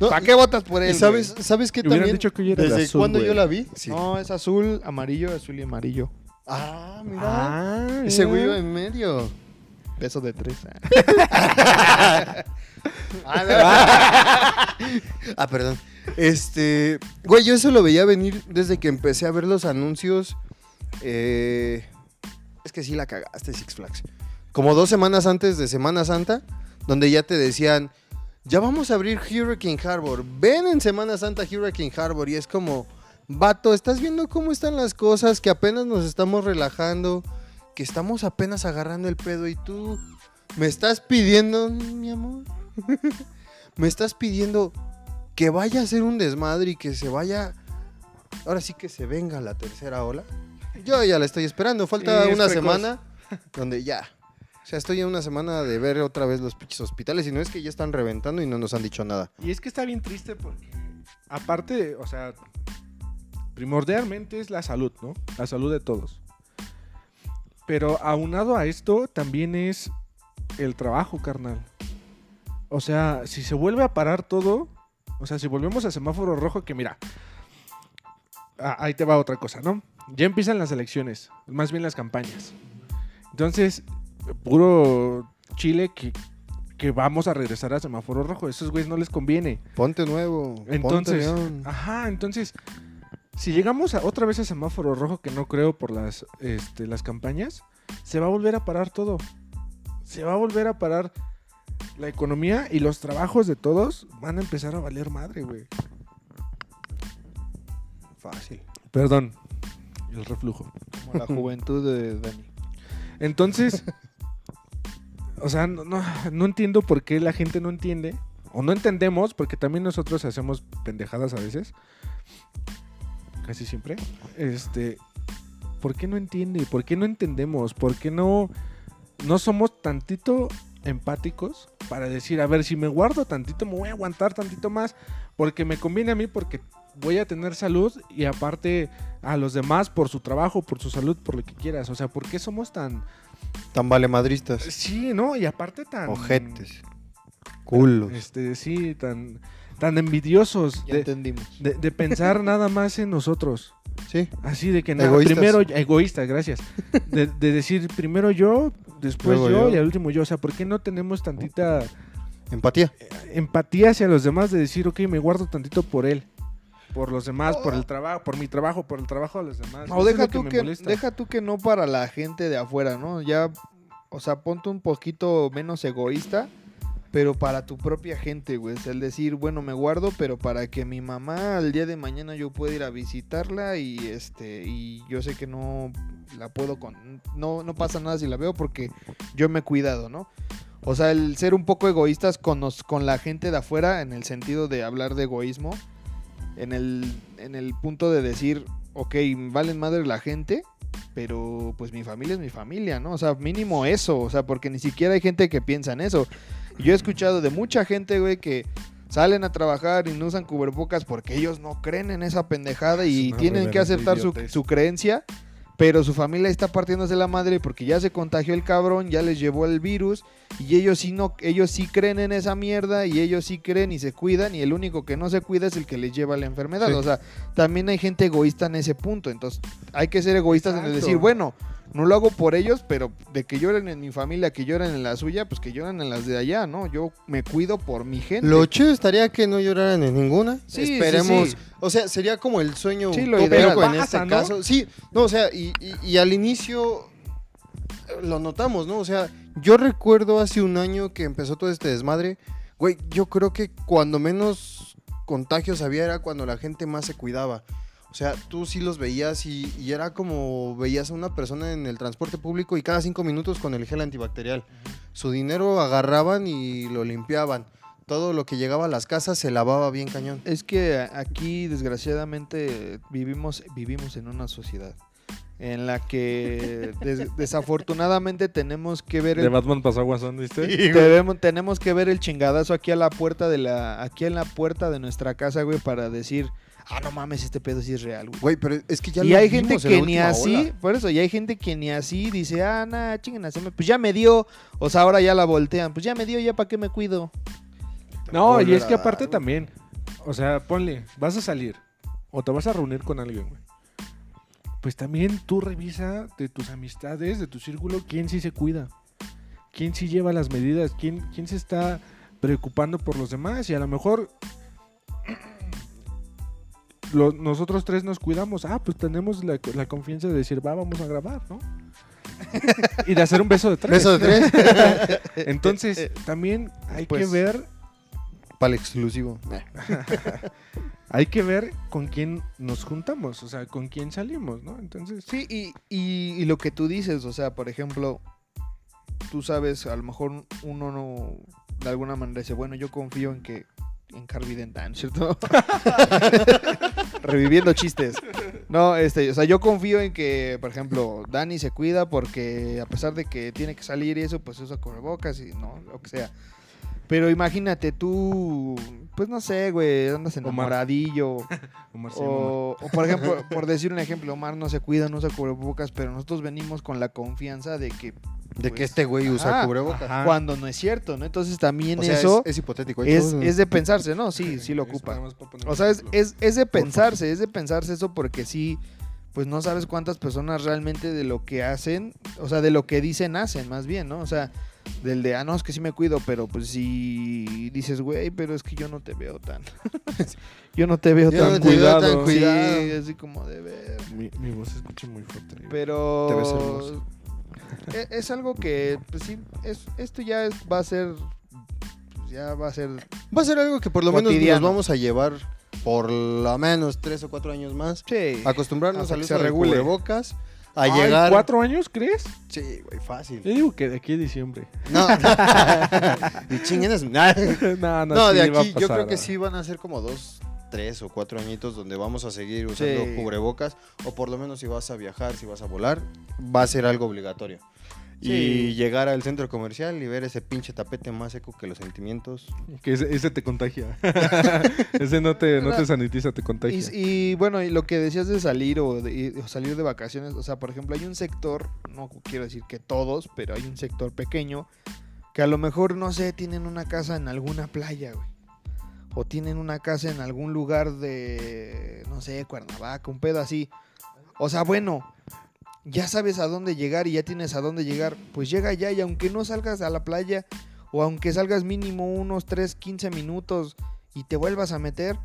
A: No,
C: ¿Para qué votas por él?
A: ¿Y sabes,
C: güey?
A: sabes qué
B: Hubieran
A: también?
B: dicho que yo era el
A: ¿Desde
B: azul,
A: cuándo
B: güey.
A: yo la vi? Sí.
C: No, es azul, amarillo, azul y amarillo.
A: Ah, mira.
B: Ah,
A: Ese
B: mira.
A: güey iba en medio.
C: Beso de tres. ah.
A: Ah, perdón. Este, güey, yo eso lo veía venir desde que empecé a ver los anuncios. eh, es que sí la cagaste, Six Flags. Como dos semanas antes de Semana Santa, donde ya te decían, ya vamos a abrir Hurricane Harbor. Ven en Semana Santa Hurricane Harbor. Y es como, vato, ¿estás viendo cómo están las cosas? Que apenas nos estamos relajando, que estamos apenas agarrando el pedo. Y tú me estás pidiendo, mi amor, me estás pidiendo que vaya a ser un desmadre y que se vaya. Ahora sí que se venga la tercera ola. Yo ya la estoy esperando. Falta
C: Sí, es
A: una
C: precoz.
A: semana donde ya. O sea, estoy a una semana de ver otra vez los pinches hospitales y no es que ya están reventando y no nos han dicho nada.
B: Y es que está bien triste porque, aparte, o sea, primordialmente es la salud, ¿no? La salud de todos. Pero aunado a esto, también es el trabajo, carnal. O sea, si se vuelve a parar todo, o sea, si volvemos a semáforo rojo, que mira, ah, ahí te va otra cosa, ¿no? Ya empiezan las elecciones, más bien las campañas. Entonces, puro Chile que, que vamos a regresar a semáforo rojo. Esos güeyes no les conviene.
A: Ponte nuevo. ponte
B: Entonces,
A: león.
C: ah.
B: ajá, entonces, si llegamos a, otra vez a semáforo rojo, que no creo por las, este, las campañas, se va a volver a parar todo. Se va a volver a parar la economía y los trabajos de todos van a empezar a valer madre, güey.
A: Fácil.
B: Perdón, el reflujo.
C: Como la juventud de Dani.
B: Entonces, o sea, no, no, no entiendo por qué la gente no entiende, o no entendemos, porque también nosotros hacemos pendejadas a veces, casi siempre. Este, ¿por qué no entiende? ¿Por qué no entendemos? ¿Por qué no, no somos tantito empáticos para decir, a ver, si me guardo tantito, me voy a aguantar tantito más, porque me conviene a mí, porque voy a tener salud y aparte a los demás por su trabajo, por su salud, por lo que quieras. O sea, ¿por qué somos tan...
A: Tan valemadristas.
B: Sí, ¿no? Y aparte tan...
A: Ojetes. Culos.
B: Este, sí, tan, tan envidiosos
C: Ya
B: de,
C: entendimos.
B: de- de pensar nada más en nosotros.
A: Sí.
B: Así de que nada,
A: Egoístas.
B: primero egoístas, gracias. De, de decir primero yo, después
A: Luego
B: yo,
A: yo.
B: y al último yo. O sea, ¿por qué no tenemos tantita
A: Empatía.
B: empatía hacia los demás de decir, ok, me guardo tantito por él? Por los demás, por el trabajo, por mi trabajo, por el trabajo de los demás.
C: O
B: Ah, Eso es
C: deja
B: lo
C: tú,
B: me
C: que,
B: molesta.
C: deja tú que no para la gente de afuera, ¿no? Ya, o sea, ponte un poquito menos egoísta, pero para tu propia gente, güey. Es el decir, bueno, me guardo, pero para que mi mamá al día de mañana yo pueda ir a visitarla y este, y yo sé que no la puedo con. No, no pasa nada si la veo porque yo me he cuidado, ¿no? O sea, el ser un poco egoístas con, nos- con la gente de afuera, en el sentido de hablar de egoísmo, en el, en el punto de decir, ok, valen madre la gente, pero pues mi familia es mi familia, ¿no? O sea, mínimo eso, o sea, porque ni siquiera hay gente que piensa en eso. Yo he escuchado de mucha gente, güey, que salen a trabajar y no usan cubrebocas porque ellos no creen en esa pendejada
B: Es
C: y
B: una
C: tienen que
B: reverenda
C: aceptar su,
B: idiotez.
C: su creencia, pero su familia está partiéndose la madre porque ya se contagió el cabrón, ya les llevó el virus y ellos sí no ellos sí creen en esa mierda y ellos sí creen y se cuidan y el único que no se cuida es el que les lleva la enfermedad,
B: Sí.
C: o sea, también hay gente egoísta en ese punto. Entonces, hay que ser egoístas en el
B: Exacto.
C: decir, bueno, no lo hago por ellos, pero de que lloren en mi familia, que lloren en la suya, pues que lloren en las de allá, ¿no? Yo me cuido por mi gente.
A: Lo chido estaría que no lloraran en ninguna.
C: Sí, sí,
A: Esperemos.
C: sí.
A: O sea, sería como el sueño
C: Sí, lo
A: utópico
C: ideal.
A: en
B: Pasa,
A: este
B: ¿no?
A: caso. Sí, no, o sea, y, y- y al inicio eh, lo notamos, ¿no? O sea, yo recuerdo hace un año que empezó todo este desmadre. Güey, yo creo que cuando menos contagios había era cuando la gente más se cuidaba. O sea, tú sí los veías y, y era como veías a una persona en el transporte público y cada cinco minutos con el gel antibacterial. Su dinero agarraban y lo limpiaban. Todo lo que llegaba a las casas se lavaba bien cañón.
C: Es que a- aquí, desgraciadamente, vivimos, vivimos en una sociedad en la que des- desafortunadamente tenemos que ver
D: De
C: el,
D: Batman pasó a Guasón, ¿viste?
C: debemos- tenemos que ver el chingadazo aquí a la puerta de la aquí en la puerta de nuestra casa, güey, para decir, ah, no mames, este pedo sí es real, güey.
A: Güey, pero es que ya
C: y
A: lo
C: hay gente
A: vimos en la
C: que ni
A: última
C: así,
A: ola.
C: por eso, y hay gente que ni así dice, ah, nah, chinguen, así me- pues ya me dio, o sea, ahora ya la voltean, pues ya me dio, ya para qué me cuido.
B: No, y
A: Volver
B: es que
A: a dar,
B: aparte
A: güey.
B: también, o sea, ponle, vas a salir o te vas a reunir con alguien, güey. Pues también tú revisa de tus amistades, de tu círculo, quién sí se cuida, quién sí lleva las medidas, quién, quién se está preocupando por los demás y a lo mejor lo- nosotros tres nos cuidamos, ah, pues tenemos la, la confianza de decir, va, vamos a grabar, ¿no? y de hacer un beso de tres.
A: Beso de eh, tres.
B: Entonces, también hay
C: Pues-
B: que ver
A: Para el exclusivo.
B: hay que ver con quién nos juntamos, o sea, con quién salimos, ¿no? Entonces,
C: Sí, y, y- y lo que tú dices, o sea, por ejemplo, tú sabes, a lo mejor uno no, de alguna manera dice, bueno, yo confío en que, en Harvey Dent, ah, ¿no es ¿cierto? Reviviendo chistes. No, este, o sea, yo confío en que, por ejemplo, Dani se cuida porque a pesar de que tiene que salir y eso, pues usa cubrebocas y no, lo que sea. Pero imagínate tú, pues no sé, güey, andas
B: Omar.
C: enamoradillo,
B: Omar se llama.
C: o, o, por ejemplo, por decir un ejemplo, Omar no se cuida, no usa cubrebocas, pero nosotros venimos con la confianza de que
A: De
C: Pues,
A: que este güey
C: ajá,
A: usa cubrebocas.
B: Ajá.
C: cuando no es cierto, ¿no? Entonces también
A: O sea, es-
C: eso
A: es, hipotético. hay
C: es,
A: todo-
C: es de pensarse, ¿no? Sí, sí lo
B: Eso nada
C: ocupa.
B: más para poner
C: O
B: un
C: sea, es,
B: ejemplo.
C: es, es de pensarse, es de pensarse eso porque sí, pues no sabes cuántas personas realmente de lo que hacen, o sea, de lo que dicen hacen, más bien, ¿no? O sea, del de, ah, no, es que sí me cuido, pero pues si dices, güey, pero es que yo no te veo tan. yo no te veo
A: Yo
C: tan
A: no te veo tan
C: cuidado.
A: cuidado.
C: Sí, así como de ver.
B: Mi, mi voz se escucha muy fuerte. güey.
C: Pero.
A: Te ves hermoso.
C: e- Es, algo que, pues sí, es, esto ya es- va a ser. pues, Ya va a ser.
A: Va a ser algo que por lo menos
C: Cotidiano.
A: nos vamos a llevar por lo menos tres o cuatro años más.
C: Sí.
A: Acostumbrarnos
C: Hasta
A: al
C: que
A: uso
C: se
A: de
C: regule.
A: cubrebocas. A
B: Ay,
A: llegar.
B: ¿Cuatro años, crees?
A: Sí, güey, fácil.
B: Yo digo que de aquí a diciembre.
A: No. y chinguen es- nah.
B: no, no,
A: No,
B: sí
A: de
B: va a
A: aquí yo
B: pasar,
A: creo que
B: ah.
A: sí van a ser como dos, tres o cuatro añitos donde vamos a seguir usando
C: Sí.
A: cubrebocas. O por lo menos si vas a viajar, si vas a volar, va a ser algo obligatorio.
C: Sí.
A: Y llegar al centro comercial y ver ese pinche tapete más seco que los sentimientos.
B: Que ese, ese te contagia. ese no te, no te sanitiza, te contagia.
C: Y, y, bueno, y lo que decías de salir o, de, y- o salir de vacaciones, o sea, por ejemplo, hay un sector, no quiero decir que todos, pero hay un sector pequeño que a lo mejor, no sé, tienen una casa en alguna playa, güey. O tienen una casa en algún lugar de, no sé, Cuernavaca, un pedo así. O sea, bueno, ya sabes a dónde llegar y ya tienes a dónde llegar. Pues llega allá y aunque no salgas a la playa o aunque salgas mínimo unos 3, 15 minutos y te vuelvas a meter,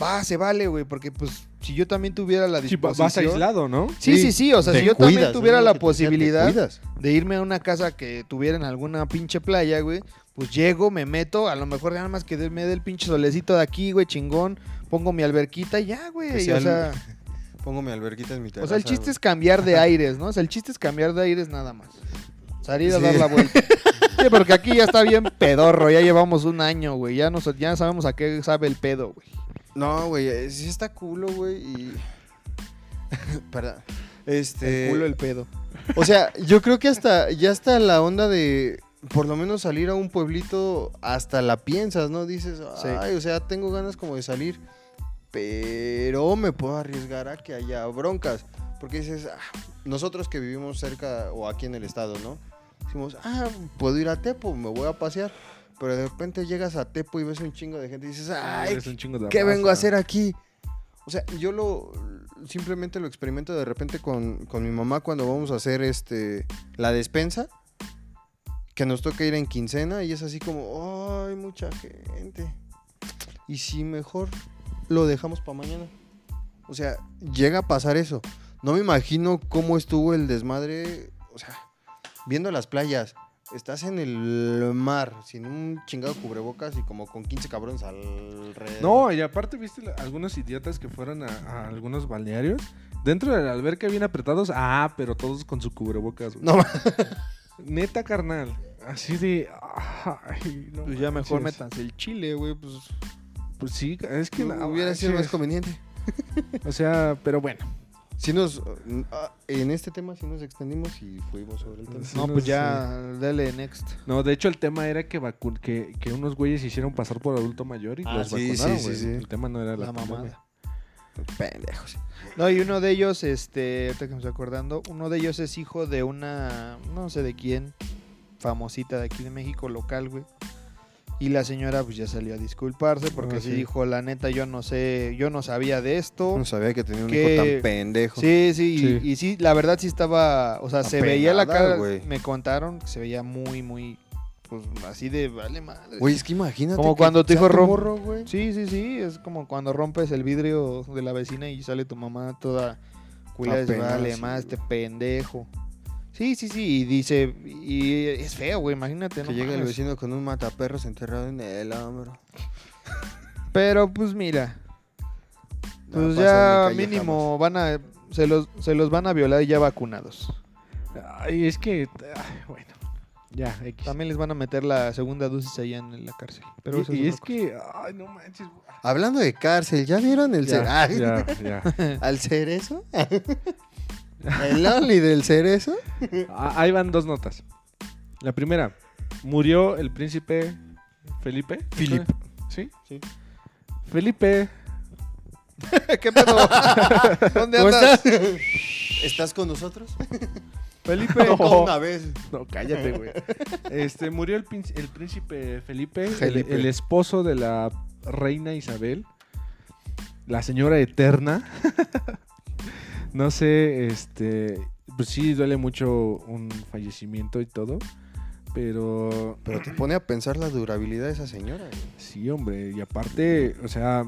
C: va, se vale, güey, porque pues si yo también tuviera la
B: Sí, va-
C: disposición...
B: vas aislado, ¿no?
C: Sí, sí, sí, o sea,
A: Te
C: si yo
A: cuidas,
C: también tuviera
A: ¿no?
C: la
A: Que te-
C: posibilidad
A: te cuidas.
C: de irme a una casa que tuviera en alguna pinche playa, güey. Pues llego, me meto, a lo mejor nada más que me dé el pinche solecito de aquí, güey, chingón. Pongo mi alberquita y ya, güey.
A: Que
C: O
A: sea
C: sea,
A: el- Pongo mi alberquita en mi terraza.
C: o sea, el chiste
A: güey.
C: es cambiar de aires, ¿no? O sea, el chiste es cambiar de aires nada más. Salir a
A: Sí.
C: dar la vuelta. Sí, porque aquí ya está bien pedorro, ya llevamos un año, güey. Ya, nos, ya sabemos a qué sabe el pedo, güey.
A: No, güey, eh, sí está culo, güey, y... Perdón. Este...
C: El culo, el pedo.
A: O sea, yo creo que hasta ya está la onda de por lo menos salir a un pueblito hasta la piensas, ¿no? Dices,
C: Sí.
A: ay, o sea, tengo ganas como de salir, pero me puedo arriesgar a que haya broncas, porque dices, "Ah, nosotros que vivimos cerca o aquí en el estado, ¿no? Decimos, ah, puedo ir a Tepo, me voy a pasear, pero de repente llegas a Tepo y ves un chingo de gente y dices, ay,
B: Eres un chingo de
A: ¿Qué
B: raza.
A: vengo a hacer aquí? O sea, yo lo simplemente lo experimento de repente con, con mi mamá cuando vamos a hacer este la despensa, que nos toca ir en quincena y es así como, ay, mucha gente. Y si mejor lo dejamos para mañana. O sea, llega a pasar eso. No me imagino cómo estuvo el desmadre, o sea, viendo las playas. estás en el mar sin un chingado cubrebocas y como con 15 cabrones alrededor.
B: No, y aparte, ¿viste la- algunos idiotas que fueron a, a algunos balnearios? Dentro del alberca bien apretados. Ah, pero todos con su cubrebocas, güey.
A: No,
B: Neta, carnal. Así de... ay, no
C: Pues ya mejor
B: manches.
C: métanse el chile, güey. Pues
B: Pues sí, es que... no
A: hubiera sido más
B: manches.
A: conveniente.
B: O sea, pero bueno.
A: Si nos, ah, en este tema sí nos extendimos y fuimos sobre el tema.
B: Sí,
C: no,
B: no
C: pues
B: sé.
C: ya dale next.
B: No, de hecho el tema era que, vacu- que, que unos güeyes se hicieron pasar por adulto mayor y
A: Ah,
B: los
A: sí,
B: vacunaron,
A: sí, sí,
B: güey.
A: sí.
B: El tema no era la,
C: La
B: pandemia.
C: mamada.
A: Pendejos.
C: No, y uno de ellos, este, ahorita que me estoy acordando, uno de ellos es hijo de una, no sé de quién, famosita de aquí de México, local, güey. Y la señora pues ya salió a disculparse porque
B: Ah,
C: sí.
B: sí.
C: dijo, la neta, yo no sé, yo no sabía de esto.
A: No sabía que tenía un
C: Que-
A: hijo tan pendejo.
C: Sí, sí, y-
B: Sí.
C: Y, sí, la verdad sí estaba, o sea, se
A: Apenada,
C: veía la cara,
A: güey.
C: me contaron que se veía muy, muy, pues así de, vale madre.
A: Güey, es que imagínate.
C: Como
A: que
C: cuando tu
A: sea
C: hijo rom-
A: morro, güey.
C: Sí, sí, sí, es como cuando rompes el vidrio de la vecina y sale tu mamá toda culera, dices,
A: Apenada,
C: vale
A: sí,
C: más este
A: güey.
C: pendejo. Sí, sí, sí, y dice, y es feo, güey, imagínate.
A: Que
C: no
A: llega el
C: mames.
A: vecino con un mataperros enterrado en el hombro.
C: Pero pues mira, pues
A: No,
C: ya
A: pasa en mi calle
C: mínimo van a, se los, se los van a violar ya vacunados.
B: Ay, es que... ay, bueno. Ya, X.
C: También les van a meter la segunda dosis allá en la cárcel. Pero eso
B: y y
C: otra
B: es
C: cosa.
B: que... Ay, no manches. güey.
A: jamás. Hablando de cárcel, ¿ya vieron el cer-
B: Ya,
A: Ay,
B: ya, ya.
A: ¿Al cerezo? ¿El Only del cerezo?
B: Ah, Ahí van dos notas. La primera, murió el príncipe Felipe.
A: Philip.
B: ¿Sí?
A: Sí.
B: Felipe.
C: ¿Qué pedo? ¿Dónde
A: ¿Cómo
C: andas?
A: ¿Estás con nosotros?
B: Felipe.
A: Todo una vez.
B: No, cállate, güey. Este, murió el, prin- el príncipe Felipe, el-
A: Felipe.
B: El, esposo de la reina Isabel, la señora eterna. no sé, este, pues sí duele mucho un fallecimiento y todo, pero
A: Pero te pone a pensar la durabilidad de esa señora. güey.
B: sí, hombre, y aparte, o sea,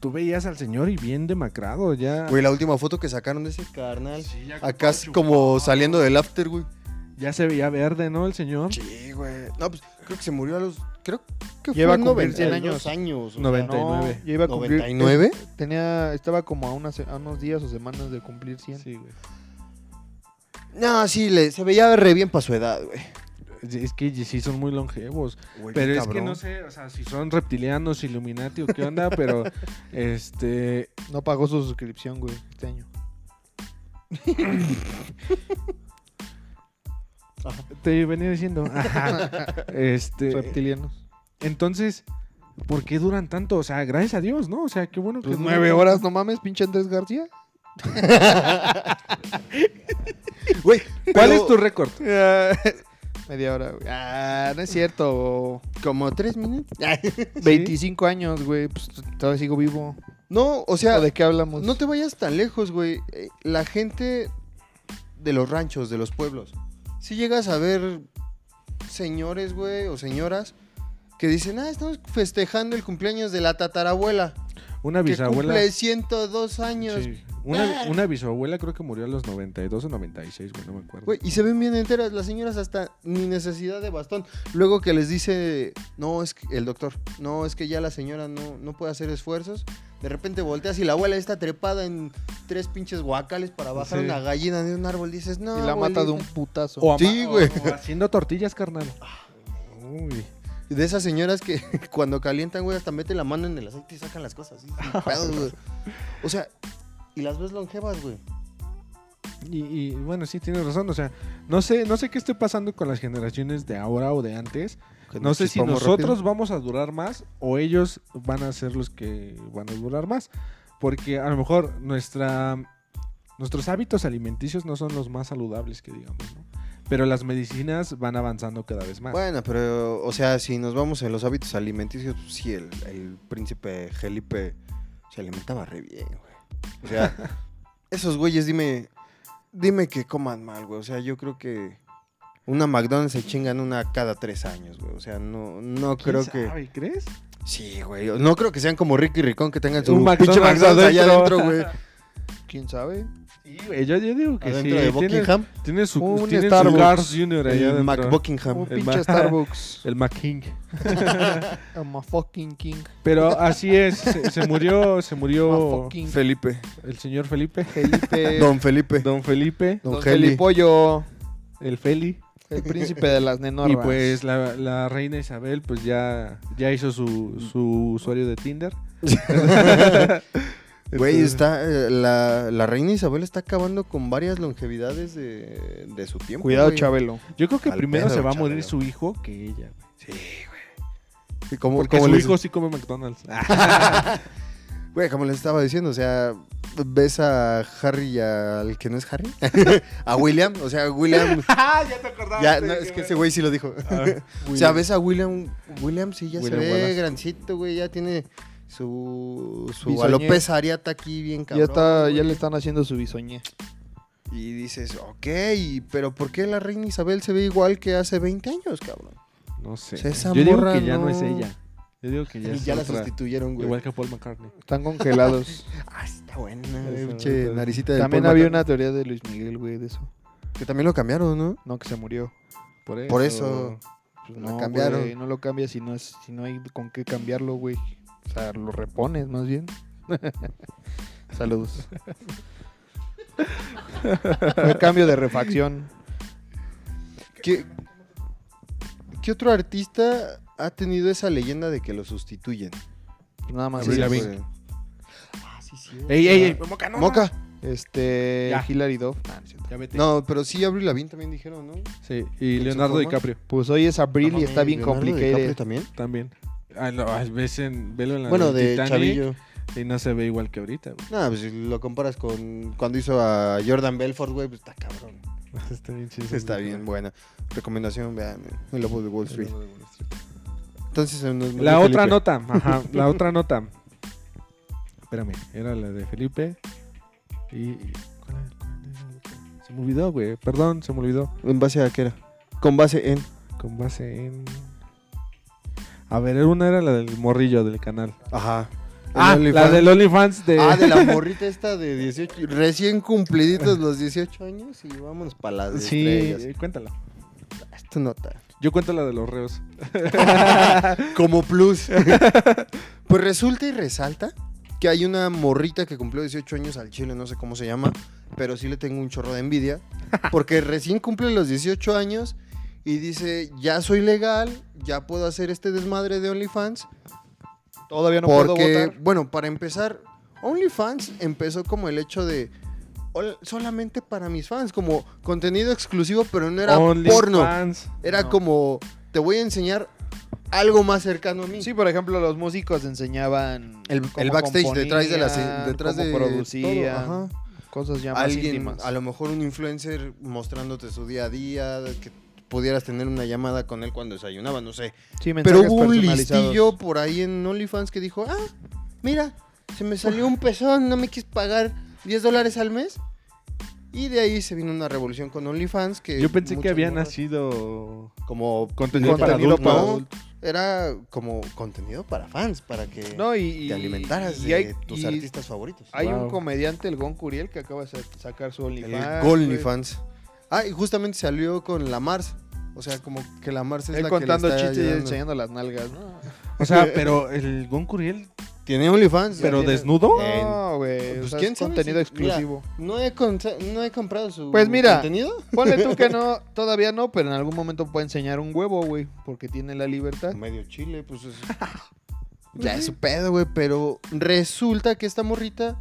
B: tú veías al señor y bien demacrado ya.
A: Güey, la última foto que sacaron de ese carnal.
B: Sí, ya
A: Acá es como saliendo del after, güey.
B: Ya se veía verde, ¿no? El señor.
A: Sí, güey. No, pues creo que se murió a los. Creo que
C: Lleva
A: fue
C: a cumplir 100
A: 92 años. o sea,
B: 90.
C: No,
B: 99.
C: yo iba a cumplir.
A: 99?
C: Tenía, estaba como a, unas, a unos días o semanas de cumplir 100.
B: Sí, güey.
A: No, sí, le, se veía re bien para su edad, güey.
B: Es que sí son muy longevos.
A: Güey, qué
B: Pero es que
A: cabrón.
B: no sé, o sea, si son reptilianos, Illuminati o qué onda, pero este.
C: No pagó su suscripción, güey, este año.
B: Te venía diciendo. Ajá. este.
C: Reptilianos.
B: Entonces, ¿por qué duran tanto? O sea, gracias a Dios, ¿no? O sea, qué bueno que.
C: Pues
B: duran
C: nueve
B: tanto.
C: horas, no mames, pinche Andrés García.
A: Güey,
B: ¿Cuál
A: pero
B: es tu récord?
C: Media hora, güey. Ah, no es cierto.
A: Como tres minutos.
C: 25 años, güey. Pues todavía sigo vivo.
A: no, o sea,
C: ¿O ¿De qué hablamos?
A: no te vayas tan lejos, güey. Eh, La gente de los ranchos, de los pueblos. Si llegas a ver señores, güey, o señoras que dicen, ah, estamos festejando el cumpleaños de la tatarabuela.
B: Una
A: Que
B: bisabuela.
A: cumple 102 años.
B: sí, Una, una bisabuela creo que murió a los 92 o 96, güey, no me acuerdo.
A: Güey, y se ven bien enteras las señoras hasta ni necesidad de bastón. Luego que les dice, no, es que el doctor, no, es que ya la señora no, no puede hacer esfuerzos. De repente volteas y la abuela está trepada en tres pinches guacales para bajar
B: Sí.
A: una gallina de un árbol. Dices, no.
C: Y la mata de un
A: abuelita".
C: putazo.
B: O ama-
A: sí,
B: o-
A: güey.
B: o haciendo tortillas, carnal. Uy.
A: De esas señoras que cuando calientan, güey, hasta mete la mano en el aceite y sacan las cosas. así, sin pedos, güey. O sea, y las ves longevas, güey.
B: Y, y, bueno, sí, tienes razón. O sea, no sé, no sé qué esté pasando con las generaciones de ahora o de antes. No sé si
A: Chispamos
B: nosotros
A: rápido.
B: vamos a durar más o ellos van a ser los que van a durar más. Porque a lo mejor nuestra, nuestros hábitos alimenticios no son los más saludables que digamos, ¿no? Pero las medicinas van avanzando cada vez más.
A: Bueno, pero, o sea, si nos vamos en los hábitos alimenticios, pues sí, el, el príncipe Felipe se alimentaba re bien, güey. O sea, esos güeyes, dime, dime que coman mal, güey. O sea, yo creo que una McDonald's se chingan una cada tres años, güey. O sea, no, no
B: ¿Quién
A: creo que...
B: sabe? ¿Crees?
A: Sí, güey. No creo que sean como Ricky Ricón que tengan su
B: Un
A: pinche
B: McDonald's
A: McDonald's allá
B: adentro.
A: adentro, güey.
C: ¿Quién sabe?
B: Sí, güey, yo, yo digo que
A: Adentro
B: sí.
A: de
B: tiene-
A: Buckingham,
B: Tiene su,
C: Un
B: tiene su
C: Starbucks.
B: Cars Junior allá
A: el
B: adentro.
A: Mac Buckingham.
C: Un
B: El
C: pinche
B: ma-
C: Starbucks.
B: El Mac King.
C: I'm a fucking king.
B: Pero así es, se, se murió, se
C: I'm a
B: murió
C: fucking
A: Felipe.
B: el señor Felipe,
C: Felipe.
A: Oh, Don Felipe.
B: Don Felipe,
A: Don,
C: Don
A: Geli.
C: Felipollo,
B: el Feli.
C: el príncipe de las nenorras.
B: Y pues la, la reina Isabel pues ya, ya hizo su, su usuario de Tinder. Este,
A: Güey, está, eh, la, la reina Isabel está acabando con varias longevidades de, de su tiempo.
C: Cuidado,
A: güey.
C: Chabelo.
B: Yo creo que
A: Al
B: primero
A: pedo,
B: se va a morir
A: Chabelo.
B: su hijo que ella. güey.
A: Y como,
B: Porque
A: como
B: su
A: les,
B: hijo sí come McDonald's.
A: güey, como les estaba diciendo, o sea, ves a Harry y al que no es Harry, a William, o sea, William.
B: ya te acordabas.
A: ya, no, es que ese güey Ah. sí lo dijo.
B: Ah,
A: O sea, ves a William, William sí ya
B: William
A: se ve
B: Wallace.
A: grancito, güey, ya tiene su, su
C: Bisoñé.
A: alopecia areata aquí bien cabrón.
C: ya, está, ya
A: güey.
C: le están haciendo su bisoñé.
A: Y dices, ok, pero ¿por qué la reina Isabel se ve igual que hace 20 años, cabrón?
B: No sé.
A: O sea, esa
B: Yo digo
A: morra
B: que ya no...
A: no-
B: es ella. Yo digo que ya
A: Y
B: es
A: ya la
B: otra.
A: sustituyeron, güey.
B: Igual que Paul McCartney.
C: Están congelados.
A: Ah, está buena.
B: Esa,
A: pinche
B: esa.
A: naricita de
C: También había una teoría de Luis Miguel, güey, de eso.
A: Que también lo cambiaron, ¿no?
C: No, que se murió.
B: Por eso.
A: Por eso.
C: Pues
A: La
C: no,
A: cambiaron.
C: güey, no lo cambias si no, es, si no hay con qué cambiarlo, güey. O sea, lo repones más bien. Saludos. Fue cambio de refacción.
A: ¿Qué, qué otro artista ha tenido esa leyenda de que lo sustituyen?
C: Pues Nada más.
B: Avril
C: eso,
B: Lavigne.
C: güey.
A: Ah, sí, sí.
B: Ey, ey, ey.
A: Moca, no.
C: Moca. Este.
B: Ya.
C: Hilary Duff. Nah, no es cierto.
B: Ya vete.
A: No, pero sí, Avril Lavigne también dijeron, ¿no?
B: Sí, y Leonardo
A: forma?
B: DiCaprio
C: Pues hoy es abril
A: No
C: y está
A: mames,
C: bien
A: Leonardo
C: complicado.
A: DiCaprio también.
B: también. Ah, no, ah, ves en, velo en la
A: Bueno, de
B: Titanic
A: Chavillo.
B: Y no se ve igual que ahorita, güey.
A: No, pues si lo comparas con cuando hizo a Jordan Belfort, güey, pues está cabrón.
B: Está bien chido.
A: Está bien, buena. Recomendación, vean, El Lobo de Wall Street. Entonces, se nos
B: La
A: murió
B: otra
A: Felipe.
B: nota, ajá, la otra nota. Espérame, era la de Felipe. Y. ¿cuál era? ¿Cuál era la otra? Se me olvidó, güey. Perdón, se me olvidó.
A: ¿En base a qué era? Con base en.
B: Con base en. A ver, una era la del morrillo del canal.
A: Ajá. El
B: Ah, la
A: OnlyFans.
B: del eh, OnlyFans de.
A: Ah, de la morrita esta de 18. Recién cumpliditos los 18 años y vámonos para las
B: Sí,
A: estrellas.
B: eh, cuéntala.
A: Es tu nota.
B: Yo cuento la de los reos.
A: Como plus. pues resulta y resalta que hay una morrita que cumplió 18 años al chile, no sé cómo se llama, pero sí le tengo un chorro de envidia. Porque recién cumple los 18 años y dice: Ya soy legal, ya puedo hacer este desmadre de OnlyFans.
C: Todavía no puedo
A: Porque,
C: votar.
A: bueno, para empezar, OnlyFans empezó como el hecho de "Ol- solamente para mis fans, como contenido exclusivo, pero no era porno.
B: OnlyFans.
A: Era
C: No.
A: como, te voy a enseñar algo más cercano a mí.
C: Sí, por ejemplo, los músicos enseñaban
A: El-
C: cómo
A: el backstage detrás de las-
C: componían,
A: detrás
C: cómo
A: de
C: producían,
A: todo, ajá.
C: cosas ya más
A: Alguien,
C: íntimas.
A: a lo mejor un influencer mostrándote su día a día, que pudieras tener una llamada con él cuando desayunaba, no sé. Pero
C: Sí, mensajes
A: hubo un
C: personalizados.
A: listillo por ahí en OnlyFans que dijo, ah, mira, se me salió un pezón, no me quis pagar 10 dólares al mes. Y de ahí se vino una revolución con OnlyFans que...
B: Yo pensé que
A: muchas
B: había
A: morras-
B: nacido.
A: Como
B: Contenido para
A: contenido
B: adultos.
A: para adultos. Era como contenido para fans, para que
C: No, y, y-
A: te alimentaras
C: y
A: de
C: hay-
A: tus
C: y Ah,
A: artistas favoritos.
C: Hay
B: Wow.
C: un comediante, el Gon Curiel, que acaba de sa- sacar su
A: El
C: OnlyFans. güey.
A: OnlyFans. Ah, y justamente salió con la Mars. O sea, como que la Mars es
C: Él
A: la
C: contando
A: que le está
C: chistes y
A: ayudando.
C: enseñando las nalgas, ¿no?
B: O sea, pero el Gon Curiel,
A: Tiene OnlyFans.
B: pero
A: tiene-
B: desnudo.
C: No, güey.
A: Pues,
C: o sea,
A: ¿quién
C: es
A: sabe
C: contenido
A: si- mira,
C: exclusivo.
A: No he, contra- no he comprado su
C: Pues mira.
A: contenido.
C: Ponle tú que no, todavía no, pero en algún momento puede enseñar un huevo, güey, porque tiene la libertad.
A: Medio chile, pues es... ya es su pedo, güey, pero resulta que esta morrita,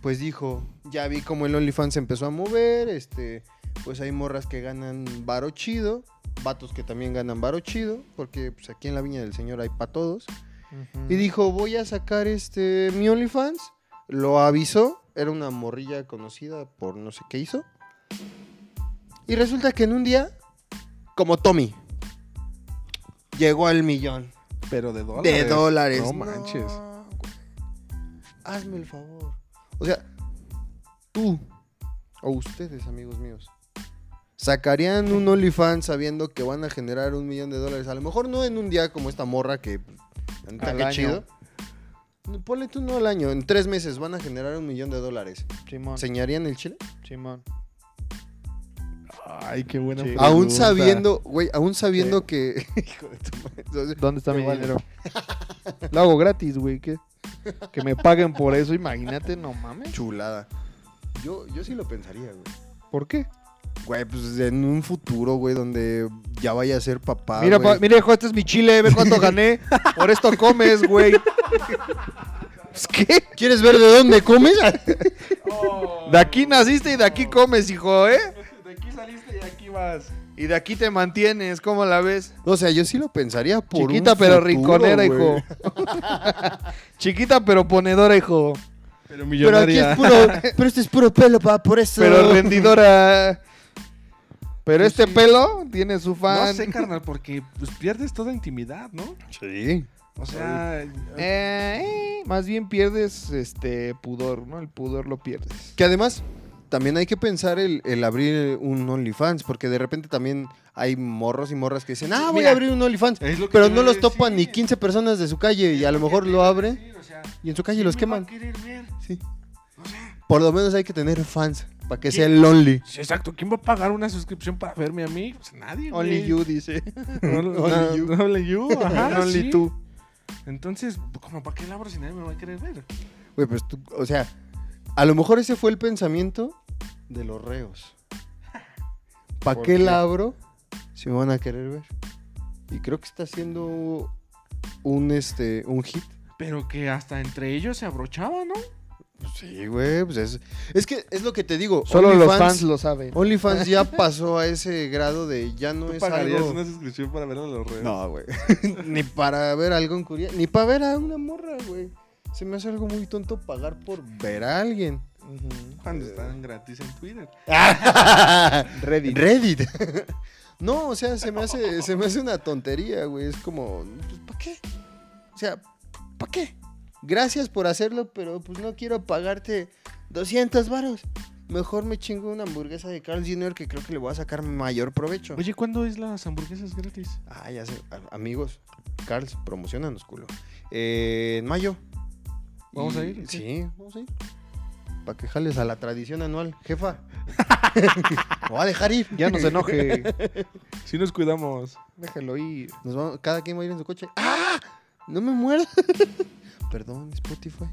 A: pues dijo, ya vi cómo el OnlyFans se empezó a mover, este, pues hay morras que ganan varo chido, vatos que también ganan varo chido, porque pues aquí en la Viña del Señor hay para todos.
C: Ujú.
A: Y dijo, voy a sacar este mi OnlyFans. Lo avisó, era una morrilla conocida por no sé qué hizo. Y resulta que en un día, como Tommy, llegó al millón
B: Pero de dólares.
A: de dólares.
B: No manches.
A: No, güey. hazme el favor. O sea, tú o ustedes, amigos míos, sacarían un OnlyFans sabiendo que van a generar un millón de dólares. A lo mejor no en un día como esta morra que... pues, la neta,
C: Al
A: qué
C: año.
A: chido. Ponle tú no al año, en tres meses van a generar un millón de dólares.
C: Simón.
A: ¿Señarían el chile?
C: Simón.
B: Ay, qué buena
C: Sí.
B: pregunta.
A: Aún sabiendo, güey, aún sabiendo que. Hijo de tu madre. Entonces,
C: ¿Dónde está
A: Qué
C: mi
A: bueno.
C: dinero? Lo hago gratis, güey. ¿qué? Que me paguen por eso, imagínate, no mames.
A: Chulada. Yo, yo sí lo pensaría, güey.
C: ¿Por qué?
A: Güey, pues en un futuro, güey, donde ya vaya a ser papá.
C: mira,
A: güey.
C: pa- mira, hijo, este es mi chile, ve cuánto gané. Por esto comes, güey. Pues, ¿Qué?
A: ¿Quieres ver de dónde comes?
C: De aquí naciste y de aquí comes, hijo, ¿eh?
B: Oh. De aquí saliste y aquí vas.
C: Y de aquí te mantienes, ¿cómo la ves?
A: o sea, yo sí lo pensaría por. un
C: Chiquita pero
A: futuro,
C: rinconera,
A: güey.
C: hijo. Chiquita pero ponedora, hijo.
B: Pero
A: Pero aquí
B: millonaria.
A: es puro. Pero este es puro pelo, pa, por eso.
C: Pero rendidora. Pero
B: Sí,
C: este
B: sí.
C: pelo tiene su fan.
B: No sé, carnal, porque pues, pierdes toda intimidad, ¿no?
A: Sí.
B: O sea,
C: Eh, eh, más bien pierdes este pudor, ¿no? El pudor lo pierdes.
A: Que además, también hay que pensar el, el abrir un OnlyFans, porque de repente también hay morros y morras que dicen, ah, voy
B: Mira,
A: a abrir un OnlyFans.
B: es lo que
A: Pero
B: te
A: no
B: iba a
A: los topan ni
B: decir.
A: 15 personas de su calle y a lo mejor lo abre y en su calle los queman. Sí. Por lo menos hay que tener fans para que sea el Only.
B: exacto, ¿quién va a pagar una suscripción para verme a mí? Pues nadie. güey.
C: Only you dice.
B: Only,
A: Only you.
B: you. Only you, ajá,
C: Only
B: Ah, sí.
C: Ah, tú.
B: Entonces, como para qué la abro si nadie me va a querer ver?
A: Güey, pues tú, o sea, a lo mejor ese fue el pensamiento de los reos. ¿Para
C: ¿Por
A: qué,
C: qué?
A: la abro si me van a querer ver? Y creo que está siendo un, este, un hit.
B: Pero que hasta entre ellos se abrochaba, ¿no?
A: Sí, güey, pues es, es que es lo que te digo.
C: Solo los
A: OnlyFans-
C: fans lo saben.
A: OnlyFans ya pasó a ese grado de ya no es algo...
B: suscripción para ver a los redes?
A: No, güey. ni para ver algo en curia, ni para ver a una morra, güey. Se me hace algo muy tonto pagar por ver a alguien.
B: Cuando están gratis en Twitter.
C: Ready.
A: Reddit. no, o sea, se me hace, se me hace una tontería, güey. Es como, pues, ¿para qué? O sea, ¿para qué? Gracias por hacerlo, pero pues no quiero pagarte 200 varos. Mejor me chingo una hamburguesa de Carl Jr. que creo que le voy a sacar mayor provecho.
B: Oye, ¿cuándo es las hamburguesas gratis?
A: Ah, ya sé. A- Amigos, Carl, promocionanos, culo. Eh, en mayo.
B: ¿Vamos a ir?
A: Sí, vamos a ir. Para que jales a la tradición anual, jefa. Me voy a dejar ir.
C: Ya no se enoje.
B: Sí nos cuidamos.
C: Déjelo ir.
A: Nos vamos- cada quien va a ir en su coche. ¡Ah! No me muero. Perdón, Spotify.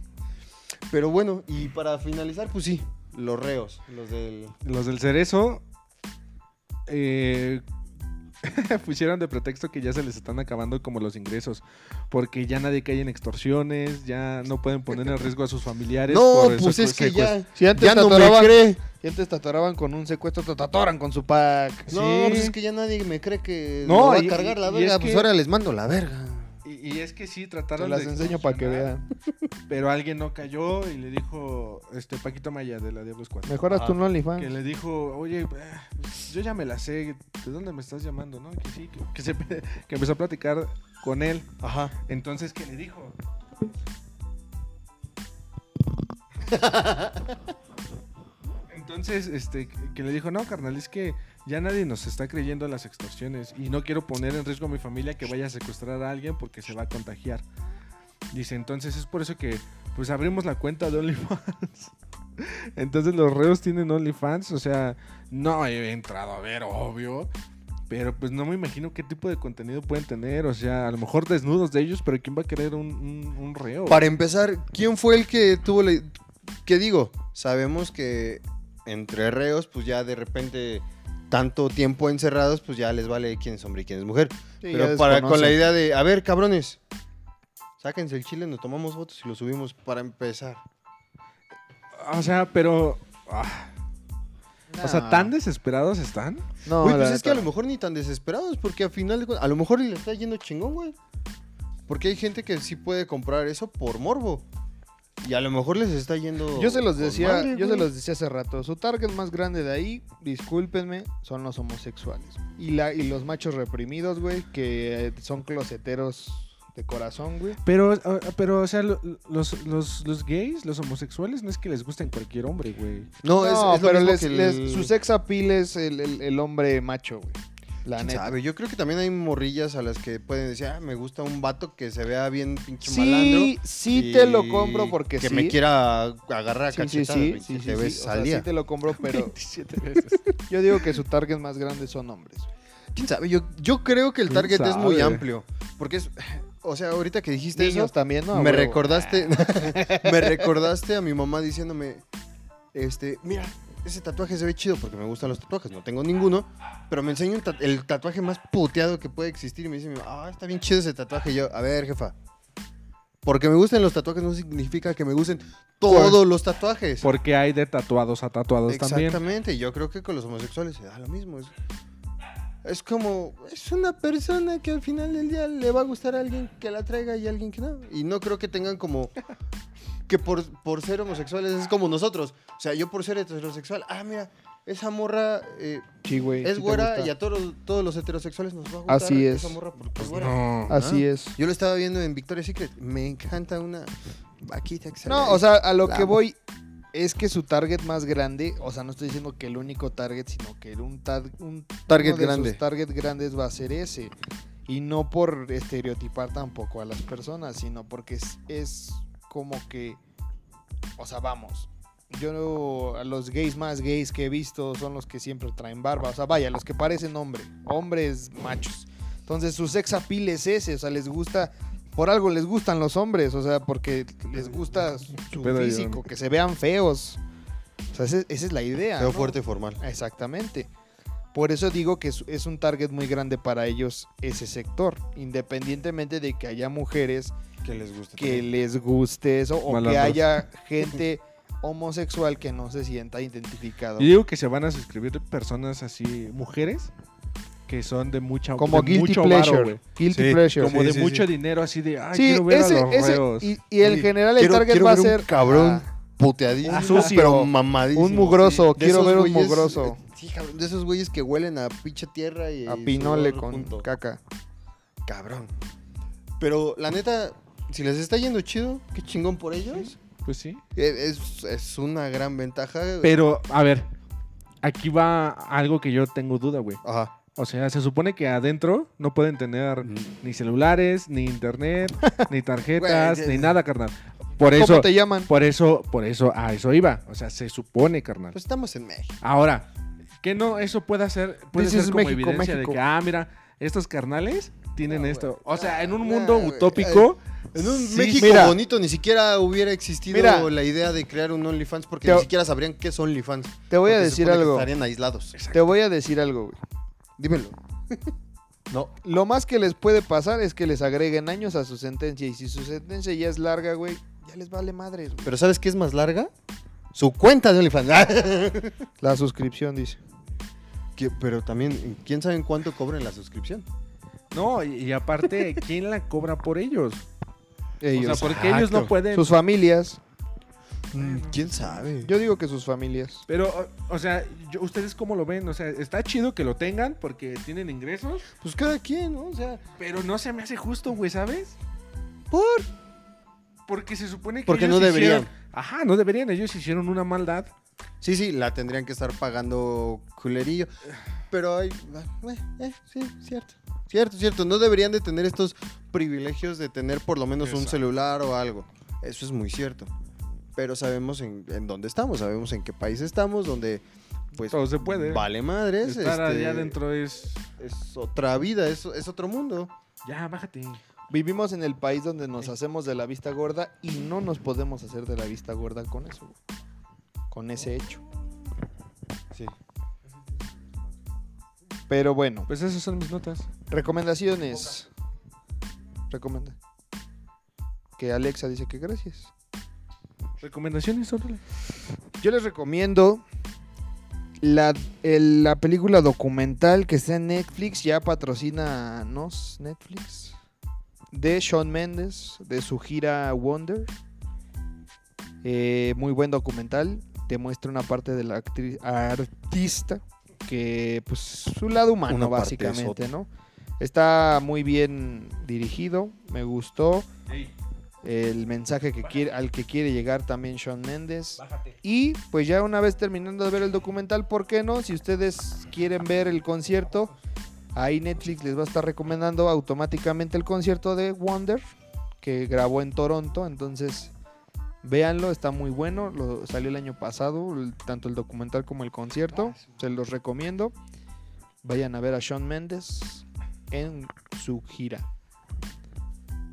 A: Pero bueno, y para finalizar, pues sí, los reos, los del...
B: Los del cerezo eh, pusieron de pretexto que ya se les están acabando como los ingresos, porque ya nadie cae en extorsiones, ya no pueden poner en riesgo a sus familiares.
A: No,
B: por
A: pues
B: secu-
A: es que
B: secuest-
A: ya,
C: Si antes
A: ya
C: te
A: no me
C: atoraban-
A: cree.
C: Y antes te atoraban con un secuestro, te atoran con su pack.
A: No,
B: Sí.
A: pues es que ya nadie me cree que
B: No,
A: no, va a
B: y-
A: cargar la
B: y- y
A: verga.
B: es
A: Pues
B: que-
A: ahora les mando la verga.
B: Y, y es que sí,
C: Te
B: trataron
C: las
B: de
C: enseño para que
B: extorsionar,
C: vean.
B: Pero alguien no cayó y le dijo, este Paquito Maya de la Diablos 4.
C: Mejoras
A: Ah,
C: tu
B: Que
C: OnlyFans.
B: le dijo, oye, eh, yo ya me la sé, ¿de dónde me estás llamando? ¿No? Que sí, que, que se- que empezó a platicar con él.
A: Ajá.
B: Entonces, ¿qué le dijo? Entonces, este, que le dijo, no, carnal, es que ya nadie nos está creyendo las extorsiones y no quiero poner en riesgo a mi familia que vaya a secuestrar a alguien porque se va a contagiar. Dice, entonces es por eso que, pues abrimos la cuenta de OnlyFans. Entonces los reos tienen OnlyFans, o sea, no he entrado a ver, obvio. Pero pues no me imagino qué tipo de contenido pueden tener. O sea, a lo mejor desnudos de ellos, pero ¿quién va a querer un, un- un reo?
A: Para empezar, ¿quién fue el que tuvo la... ¿Qué digo? Sabemos que entre reos, pues ya de repente, tanto tiempo encerrados, pues ya les vale quién es hombre y quién es mujer. Pero para, con la idea de, a ver, cabrones, sáquense el chile, nos tomamos fotos y lo subimos para empezar.
B: O sea, pero... ah, O sea, ¿tan desesperados están?
C: No,
A: Güey, pues
C: la
A: es que a
C: neta.
A: lo mejor ni tan desesperados, porque a final de cuentas, a lo mejor le está yendo chingón, güey. Porque hay gente que sí puede comprar eso por morbo. Y a lo mejor les está yendo.
C: Yo se los
A: con
C: decía,
A: madre,
C: yo se
A: güey.
C: los decía hace rato, su target más grande de ahí, discúlpenme, son los homosexuales. Y la y los machos reprimidos, güey, que eh, son closeteros de corazón, güey.
B: Pero, ah, pero o sea, lo- los, los, los gays, los homosexuales, no es que les gusten cualquier hombre, güey.
A: No, es,
C: No,
A: es lo
C: pero
A: mismo
C: les-
A: que el-
C: les- su sex appeal es el, el- el hombre macho, güey. La
A: ¿Quién
C: neta.
A: sabe? Yo creo que también hay morrillas a las que pueden decir, ah, me gusta un vato que se vea bien pinche
C: Sí,
A: malandro.
C: sí te lo
A: y
C: compro porque
A: que
C: sí.
A: me quiera agarrar a
C: Sí, sí, sí,
A: cachetadas
C: sí,
A: 27
C: sí, sí,
A: veces
C: o
A: al
C: sea,
A: día.
C: sí te lo compro, pero
B: 27 veces.
C: yo digo que su target más grande son hombres.
A: ¿Quién sabe? Yo, yo creo que el
B: ¿Quién
A: target es muy
B: sabe?
A: amplio. Porque es. O sea, ahorita que dijiste
C: Niños
A: eso,
C: también, ¿no?
A: me
C: Huevo. Ah.
A: recordaste. me recordaste a mi mamá diciéndome. Este, mira, ese tatuaje se ve chido porque me gustan los tatuajes. No tengo ninguno. Pero me enseña un tat- el tatuaje más puteado que puede existir. Y me dice, mi mamá, ah, está bien chido ese tatuaje. Y yo, a ver, jefa. Porque me gusten los tatuajes no significa que me gusten todos los tatuajes.
B: Porque hay de tatuados a tatuados también.
A: Exactamente, y yo creo que con los homosexuales se da lo mismo. Es, es como, es una persona que al final del día le va a gustar a alguien que la traiga y a alguien que no. Y no creo que tengan como que por, por ser homosexuales es como nosotros. O sea, yo por ser heterosexual, ah, mira, esa morra eh,
C: Sí, güey. sí
A: es
C: te
A: güera
C: gusta.
A: y a todos, todos los heterosexuales nos va a gustar
C: Así
A: esa
C: es.
A: morra porque es güera.
B: No.
C: Así
A: Ah.
C: es.
A: Yo lo estaba viendo en Victoria's Secret, me encanta una vaquita que se ve
C: No,
A: ahí.
C: o sea, a lo
A: La
C: que
A: amo.
C: voy es que su target más grande, o sea, no estoy diciendo que el único target, sino que un, tar- un
A: Target
C: uno de
A: grande.
C: sus target grandes va a ser ese. Y no por estereotipar tampoco a las personas, sino porque es, es como que, o sea, vamos. Yo no- a los gays más gays que he visto son los que siempre traen barba, o sea, vaya, los que parecen hombre, hombres machos. Entonces su sex appeal es ese, o sea, les gusta por algo les gustan los hombres, o sea, porque les gusta su su
B: pedo, Iván?
C: físico, que se vean feos. O sea, ese- esa es la idea.
A: Feo,
C: ¿no?
A: fuerte y este formal.
C: Exactamente. Por eso digo que es, es un target muy grande para ellos ese sector, independientemente de que haya mujeres
A: Que les gusta.
C: que les guste eso o que
B: Malandros.
C: haya gente homosexual que no se sienta identificada.
B: Yo digo que se van a suscribir personas así, mujeres, que son de mucha
C: Como
B: de
C: guilty
B: mucho
C: pleasure,
B: varo, güey.
C: guilty
A: Sí,
C: pleasure.
B: Como
A: Sí,
B: de
A: sí,
B: mucho
A: sí.
B: dinero, así de, ay,
C: Sí,
B: quiero ver a
C: ese,
B: los
C: ese-
B: reos.
C: y, y en
A: Sí,
C: general el
A: quiero-
C: target
A: quiero
C: va a
A: ver un
C: ser
A: cabrón
C: Ah.
A: puteadísimo,
C: Ah, sucio.
A: pero mamadísimo.
C: Un mugroso,
A: De
C: quiero
A: esos
C: ver un
A: güeyes,
C: mugroso.
A: eh, Sí, cabrón, de esos güeyes que huelen a pinche tierra y
C: a Pinole
A: sudor
C: con
A: junto.
C: caca.
A: cabrón. Pero la neta, si les está yendo chido, qué chingón por ellos.
B: Pues sí.
A: Eh, Es, es una gran ventaja.
B: Pero, a ver, aquí va algo que yo tengo duda, güey.
A: Ajá.
B: O sea, se supone que adentro no pueden tener ni celulares, ni internet, ni tarjetas,
A: Güey,
B: ni
A: ya-
B: nada, carnal. Por eso,
C: ¿Cómo te llaman?
B: por eso, por eso, a eso iba. O sea, se supone, carnal.
A: Pues estamos en México.
B: Ahora, que no, eso puede ser, puede
C: This
B: ser
C: is
B: como
C: México,
B: evidencia
C: México.
B: de que, ah, mira, estos carnales tienen
A: No,
B: esto.
A: güey.
B: O sea, en un
A: No,
B: mundo
A: güey.
B: utópico,
A: En un
B: sí,
A: México
C: mira.
A: bonito ni siquiera hubiera existido
C: Mira.
A: la idea de crear un OnlyFans porque
C: Te-
A: ni siquiera sabrían qué es OnlyFans.
C: Te voy
A: porque
C: a
A: se
C: decir
A: supone que
C: algo.
A: Estarían aislados.
C: Te voy a decir algo, güey.
A: Dímelo. no.
C: Lo más que les puede pasar es que les agreguen años a su sentencia. Y si su sentencia ya es larga, güey, ya les vale madres, güey.
A: Pero ¿sabes qué es más larga? Su cuenta de OnlyFans.
C: La suscripción dice.
A: Que- Pero también, ¿quién sabe en cuánto cobran la suscripción?
B: no, y, y aparte, ¿quién la cobra por ellos?
C: Ellos.
B: o sea, porque ellos no
A: exacto.
B: pueden.
C: Sus familias.
A: Mm, ¿Quién sabe?
C: Yo digo que sus familias.
B: Pero, o- o sea, yo- ¿ustedes cómo lo ven? O sea, está chido que lo tengan porque tienen ingresos,
A: Pues cada quien, ¿no? O sea,
B: pero no se me hace justo, güey, ¿sabes?
A: ¿por?
B: Porque se supone que
A: Porque
B: ellos
A: no deberían.
B: hicieron- Ajá, no deberían. Ellos hicieron una maldad.
A: Sí, sí, la tendrían que estar pagando culerillo. Pero hay... eh, eh, sí, cierto. Cierto, cierto. No deberían de tener estos privilegios de tener por lo menos un
B: Exacto.
A: celular o algo. Eso es muy cierto. Pero sabemos en, en dónde estamos, sabemos en qué país estamos, donde pues
B: Todo se puede.
A: vale madres.
B: Estar
A: este,
B: allá adentro es...
A: Es otra vida, es, es otro mundo.
B: Ya, bájate.
C: Vivimos en el país donde nos hacemos de la vista gorda y no nos podemos hacer de la vista gorda con eso, güey. Con ese hecho.
A: Sí.
C: Pero bueno,
B: Pues esas son mis notas.
C: recomendaciones. Recomenda. Que Alexa dice que gracias.
B: Recomendaciones, órale.
C: Yo les recomiendo la, el- la película documental que está en Netflix, ya patrocínanos Netflix, de Sean Mendes, de su gira Wonder. Eh, muy buen documental, te muestra una parte de la actri- artista, que pues su lado humano
A: Una parte es
C: básicamente, ¿no? Está muy bien dirigido, me gustó el mensaje que quiere, al que quiere llegar también Sean Méndez. Y pues ya una vez terminando de ver el documental, ¿por qué no? Si ustedes quieren ver el concierto, Ahí Netflix les va a estar recomendando automáticamente el concierto de Wonder que grabó en Toronto. Entonces, véanlo, está muy bueno. Lo, salió el año pasado, el- tanto el documental como el concierto. Se los recomiendo. Vayan a ver a Sean Mendes en su gira.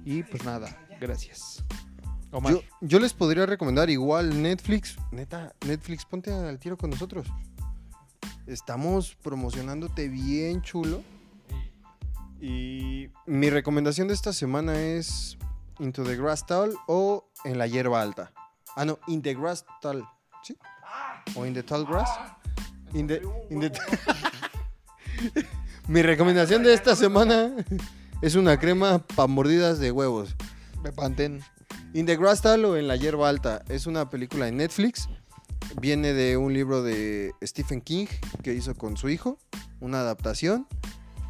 C: Y pues nada, gracias. Omar,
A: Yo, yo les podría recomendar igual Netflix. Neta, Netflix, ponte al tiro con nosotros. Estamos promocionándote bien chulo. Y mi recomendación de esta semana es Into the Grass Tall o En la hierba alta. Ah, no, In the Grass Tall. ¿Sí? O In the Tall Grass. In the- in the- mi recomendación de esta semana es una crema para mordidas de huevos.
C: me panten.
A: In the Grass Tall o En la Hierba Alta es una película de Netflix. Viene de un libro de Stephen King que hizo con su hijo, una adaptación.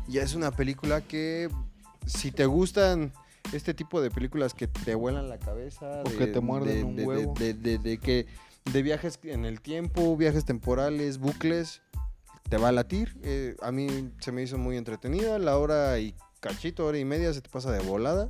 A: Y es una película que, si te gustan este tipo de películas que te vuelan la cabeza,
C: O
A: de-
C: que te muerden
A: de-
C: un
A: de- de-
C: huevo.
A: de- de- de que de viajes en el tiempo, viajes temporales, bucles, te va a latir. Eh, a mí se me hizo muy entretenida, la hora y cachito, hora y media, se te pasa de volada.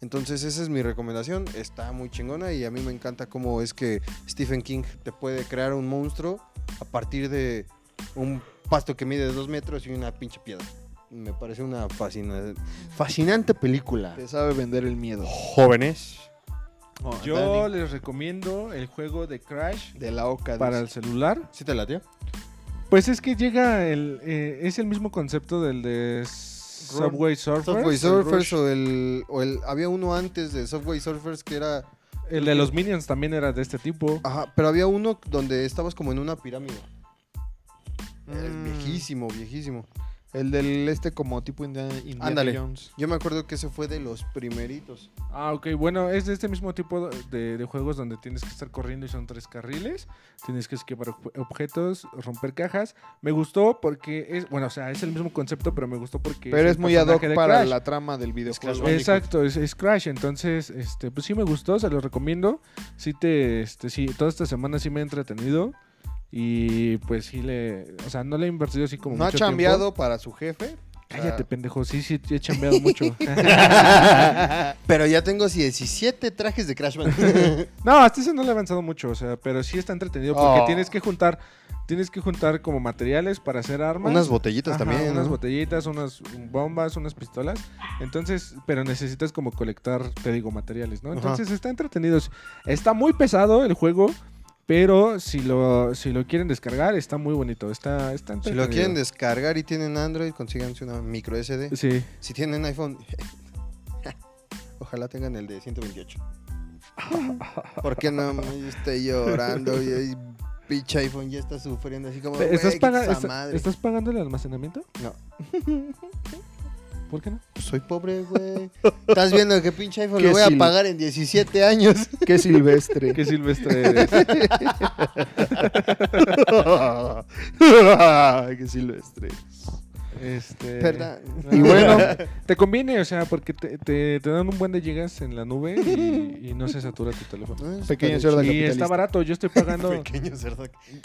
A: Entonces esa es mi recomendación, está muy chingona y a mí me encanta cómo es que Stephen King te puede crear un monstruo a partir de un pasto que mide dos metros y una pinche piedra. Me parece una fascina- fascinante película.
C: Te sabe vender el miedo.
A: Jóvenes.
B: Yo les recomiendo el juego de Crash
C: De la oca. dice.
B: para el celular.
A: ¿Sí te latió?
B: Pues es que llega el. eh, es el mismo concepto del de
C: Run-
B: Subway Surfers.
A: Subway
B: el
A: Surfers
B: Rush.
A: o el, o el... Había uno antes de Subway Surfers que era...
B: El de los Minions también era de este tipo.
C: Ah.
A: Ajá, pero había uno donde estabas como en una pirámide. Es
C: Mm.
A: viejísimo, viejísimo.
C: El del este como tipo Indiana, Indiana
A: Ándale.
C: Jones.
A: Yo me acuerdo que ese fue de los primeritos.
B: Ah, ok, bueno, es de este mismo tipo de, de juegos donde tienes que estar corriendo y son tres carriles. Tienes que esquivar ob- objetos, romper cajas. Me gustó porque es, bueno, o sea, es el mismo concepto, pero me gustó porque...
C: Pero
B: el
C: es muy ad hoc
B: personaje de
C: para
B: Crash.
C: la trama del videojuego.
A: Crash
B: Exacto, es, es Crash, entonces, este, pues sí me gustó, se lo recomiendo. Sí te, este, sí, toda esta semana sí me he entretenido y pues sí le, o sea, no le he invertido así como
C: no ha
B: mucho tiempo.
C: chambeado para su jefe.
B: Cállate,
C: Ah.
B: pendejo, sí, sí, he chambeado mucho.
A: Pero ya tengo 17 trajes de Crash
B: No, hasta ese no le he avanzado mucho, o sea, pero sí está entretenido porque
C: Oh.
B: tienes que juntar, tienes que juntar como materiales para hacer armas.
A: unas botellitas
B: Ajá,
A: también,
B: Unas
A: ¿no?
B: botellitas, unas bombas, unas pistolas. Entonces, pero necesitas como colectar, te digo, materiales, ¿no?
A: Ajá.
B: Entonces está entretenido. Está muy pesado el juego, pero si lo, si lo quieren descargar, está muy bonito. Está, está
A: Si
B: entretenido.
A: lo quieren descargar y tienen Android, consíganse una micro SD.
B: Sí.
A: Si tienen iPhone, ojalá tengan el de 128. Porque no me estoy llorando y ahí pinche iPhone ya está sufriendo así como.
B: ¿Estás,
A: Oh, "Güey,
B: paga-
A: esa
B: esta-
A: madre".
B: ¿Estás pagando el almacenamiento?
A: No.
B: ¿Por qué no?
A: Pues Soy pobre, güey. Estás viendo que pinche iPhone
C: Que
A: lo voy a
C: sí.
A: pagar en 17 años.
C: Qué silvestre.
B: Qué silvestre eres.
C: Qué silvestre.
B: Este...
A: Perdón.
B: no,
C: Y bueno,
B: Te conviene, o sea, porque te, te- te dan un buen de gigas en la nube y, y no se satura tu teléfono.
A: No, es
C: pequeño
A: para
C: cerdo
B: Y está
C: capitalista.
B: barato, yo estoy pagando.
A: Pequeño cerdo.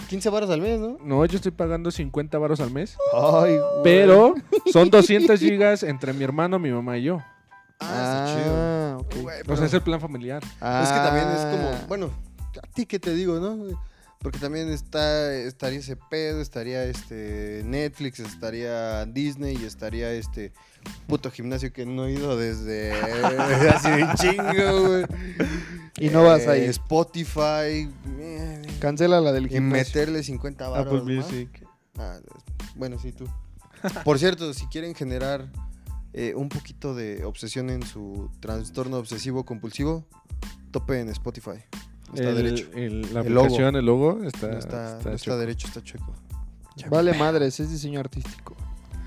A: 15 baros al mes, ¿no?
B: No, yo estoy pagando 50 varos al mes.
C: Ay, güey.
B: Pero son 200 gigas entre mi hermano, mi mamá y yo.
A: Ah,
C: Ah,
A: está
C: ok.
A: chido. Güey,
B: O
A: pero-
B: sea, es el plan familiar.
A: Pues Es que también es
C: Ah.
A: como, bueno, a ti que te digo, ¿no? Porque también está, estaría ese pedo, estaría este Netflix, estaría Disney y estaría este puto gimnasio que no he ido desde hace un chingo, güey. Eh,
C: Y no vas ahí.
A: Spotify. eh,
C: Cancela la del
A: Y
C: gimnasio. Ah, pues
A: meterle 50 baros
B: Apple
A: más.
B: Music.
A: Ah, es- bueno, sí, tú. Por cierto, si quieren generar eh, un poquito de obsesión en su trastorno obsesivo compulsivo, tope en Spotify. Está
B: El-
A: derecho.
B: el- la
A: El logo.
B: aplicación, el logo, está,
A: No está,
B: está
A: no está
B: chueco.
A: derecho, está chueco.
C: Vale madres, es diseño artístico.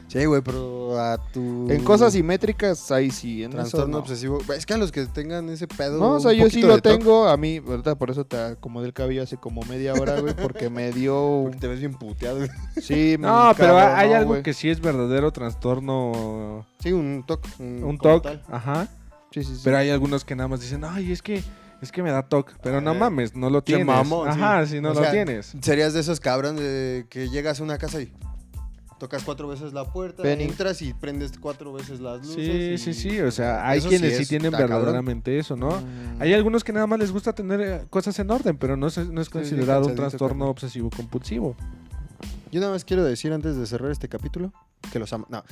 A: Sí, güey, pero a tu.
C: En cosas simétricas, ahí sí. En eso
A: Uh. Trastorno
C: no.
A: obsesivo. Es que a los que tengan ese pedo.
C: No, o sea,
A: un
C: yo sí
A: poquito
C: lo
A: de toc,
C: tengo. A mí, ¿verdad? Por eso te acomodé el cabello hace como media hora, güey. Porque me dio.
A: porque
C: un-
A: Te ves bien puteado. güey.
C: Sí, me
B: No, pero
C: encabronó,
B: hay algo
C: güey.
B: que sí es verdadero trastorno,
A: Sí, un toque.
B: un
A: Mm, como
B: TOC.
A: tal.
B: Ajá.
C: Sí, sí, sí.
B: Pero hay algunos que nada más dicen, ay, es que, es que me da toque. Pero no
A: Eh,
B: mames, no lo
A: qué
B: tienes.
A: mamón, sí.
B: Ajá, si no
A: O
B: lo
A: sea,
B: tienes.
A: Serías de esos cabrones de que llegas a una casa y. Tocas cuatro veces la puerta,
C: Penny.
A: entras y prendes cuatro veces las luces.
B: Sí,
A: y-
B: sí, sí. O sea, hay
A: Eso
B: quienes sí,
A: es-
B: tienen
A: está cabrón.
B: verdaderamente eso, ¿no?
C: Mm.
B: Hay algunos que nada más les gusta tener eh, cosas en orden, pero no es, no es
A: sí,
B: considerado un
A: cansadito
B: trastorno
A: también.
B: obsesivo-compulsivo.
A: Yo nada más quiero decir antes de cerrar este capítulo que los amo. No.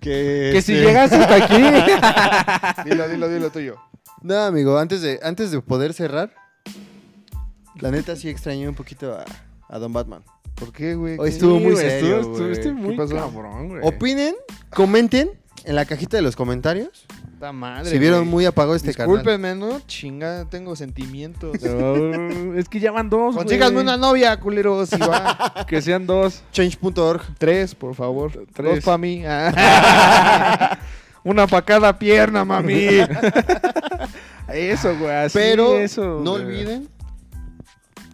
A: Que, este,
B: Que si llegas hasta aquí.
C: Dilo, dilo, dilo tuyo.
A: No, amigo, antes de, antes de poder cerrar, la neta sí extrañé un poquito a, a Don Batman.
C: ¿Por qué, güey?
A: Hoy
C: ¿Qué?
A: estuvo muy
B: güey,
A: serio,
B: estuvo-
A: güey.
B: estuviste muy
C: pasó?
B: cabrón, güey.
A: Opinen, comenten en la cajita de los comentarios.
C: Puta madre.
A: si vieron
C: güey.
A: muy apagado este canal.
C: Discúlpenme, ¿no? Chinga, tengo sentimientos.
B: No, es que ya van dos. güey.
C: Consíganme una novia, culeros. Y va.
B: Que sean dos.
A: Change.org.
C: Tres, por favor.
B: Tres.
C: Dos para mí. Ah. Una para cada pierna, mami.
B: Eso, güey. así,
A: Pero
B: eso,
A: no
B: güey.
A: olviden.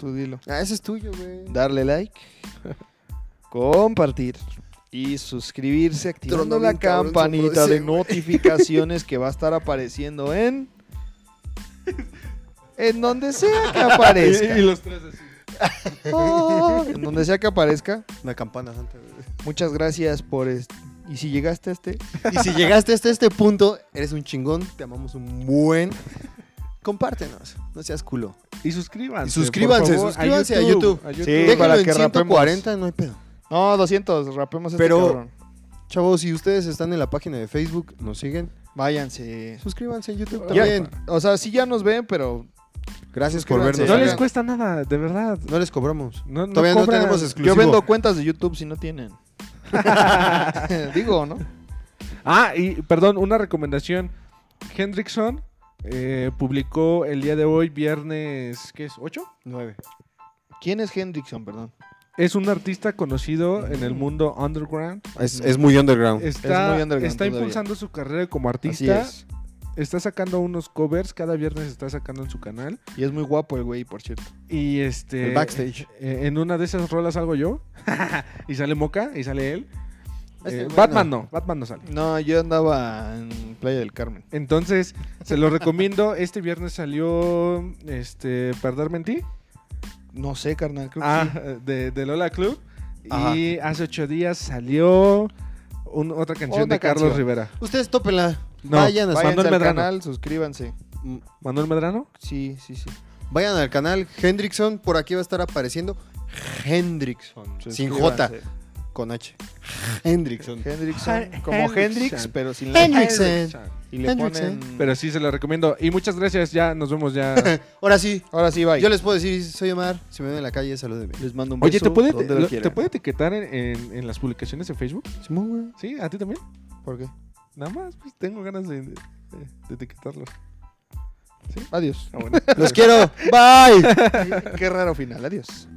C: Tú dilo.
A: Ah, ese es tuyo, güey.
C: Darle like. Compartir. Y suscribirse activando
A: Tronó
C: la
A: bien cabrón su
C: campanita de
A: frase, güey.
C: notificaciones que va a estar apareciendo en... En donde sea que aparezca.
B: los tres así.
C: Ah, en donde sea que aparezca.
A: Una campana santa, güey.
C: Muchas gracias por... es- Y si llegaste a este...
A: Y si llegaste hasta este punto, eres un chingón, te amamos un buen. Compártenos, no seas culo.
B: Y suscríbanse.
A: Y suscríbanse,
B: por favor,
A: suscríbanse a YouTube.
C: Sí,
A: Déjalo
C: para
A: en
C: que
A: 140, no hay pedo.
C: No, 200, rapemos este
A: Pero-
C: cabrón.
A: Chavos, si ustedes están en la página de Facebook, nos siguen,
C: Váyanse.
A: suscríbanse en YouTube
C: Ya-
A: también.
C: o sea, sí ya nos ven, pero
A: Gracias por
C: Suscríbanse.
A: vernos.
B: No
A: Oigan,
B: les cuesta nada, de verdad.
A: no les cobramos.
B: No, no
A: Todavía no
B: cobran.
A: tenemos exclusivo.
C: yo vendo cuentas de YouTube si no tienen. Digo, ¿no?
B: Ah, y perdón, una recomendación. Hendrickson eh, publicó el día de hoy, viernes, ¿qué es? ¿8?
A: Nueve.
C: ¿Quién es Hendrickson, perdón?
B: Es un artista conocido en el mundo underground.
A: Es, Mm. es muy underground.
B: Está,
C: muy underground
B: está
C: todavía.
B: impulsando su carrera como
C: Así
B: artista.
C: es.
B: Está sacando unos covers, cada viernes está sacando en su canal.
C: Y es muy guapo el güey, por cierto.
B: Y este.
A: El backstage.
B: eh, en una de esas rolas salgo yo. y sale Moca y sale él.
A: Este
B: Eh,
A: güey
B: Batman no, Batman no sale.
C: No, yo andaba en Playa del Carmen.
B: Entonces, se lo recomiendo. Este viernes salió este Perderme en ti.
C: No sé, carnal, creo
B: Ah,
C: que sí.
B: de, de Lola Club.
A: Ajá.
B: Y hace ocho días salió un- otra canción
C: Otra
B: de Carlos
C: canción.
B: Rivera.
A: Ustedes tópenla.
B: No,
A: Vayan, a-
C: Váyanse
B: Manuel
C: al
B: Medrano.
C: canal, suscríbanse.
B: Manuel Medrano.
C: Sí, sí, sí.
A: vayan al canal Hendrickson. Por aquí va a estar apareciendo Hendrickson. Sin J,
C: Suscríbanse.
A: con H. Hendrickson.
C: Hendrickson.
B: Hen-
C: Como Hendrix,
B: Hendrickson.
C: pero sin la...
A: Hen- Hendrickson.
C: Y le
A: Hendrickson.
C: ponen...
B: Pero sí, se lo recomiendo. Y muchas gracias. Ya nos vemos ya.
A: Ahora sí,
C: Ahora sí, bye.
A: yo les puedo decir, soy Omar. Si me ven en la calle, salúdenme.
C: Les mando un beso.
B: Oye, ¿te puede,
C: donde lo
B: lo-
C: quieran.
B: ¿te puede etiquetar en, en- en las publicaciones de Facebook?
A: Simón, güey.
B: ¿Sí? ¿A ti también?
C: ¿Por qué?
B: Nada más, pues tengo ganas de, de- de etiquetarlos.
C: Adiós.
B: Ah, bueno.
A: Los quiero. Bye.
C: Qué raro final. Adiós.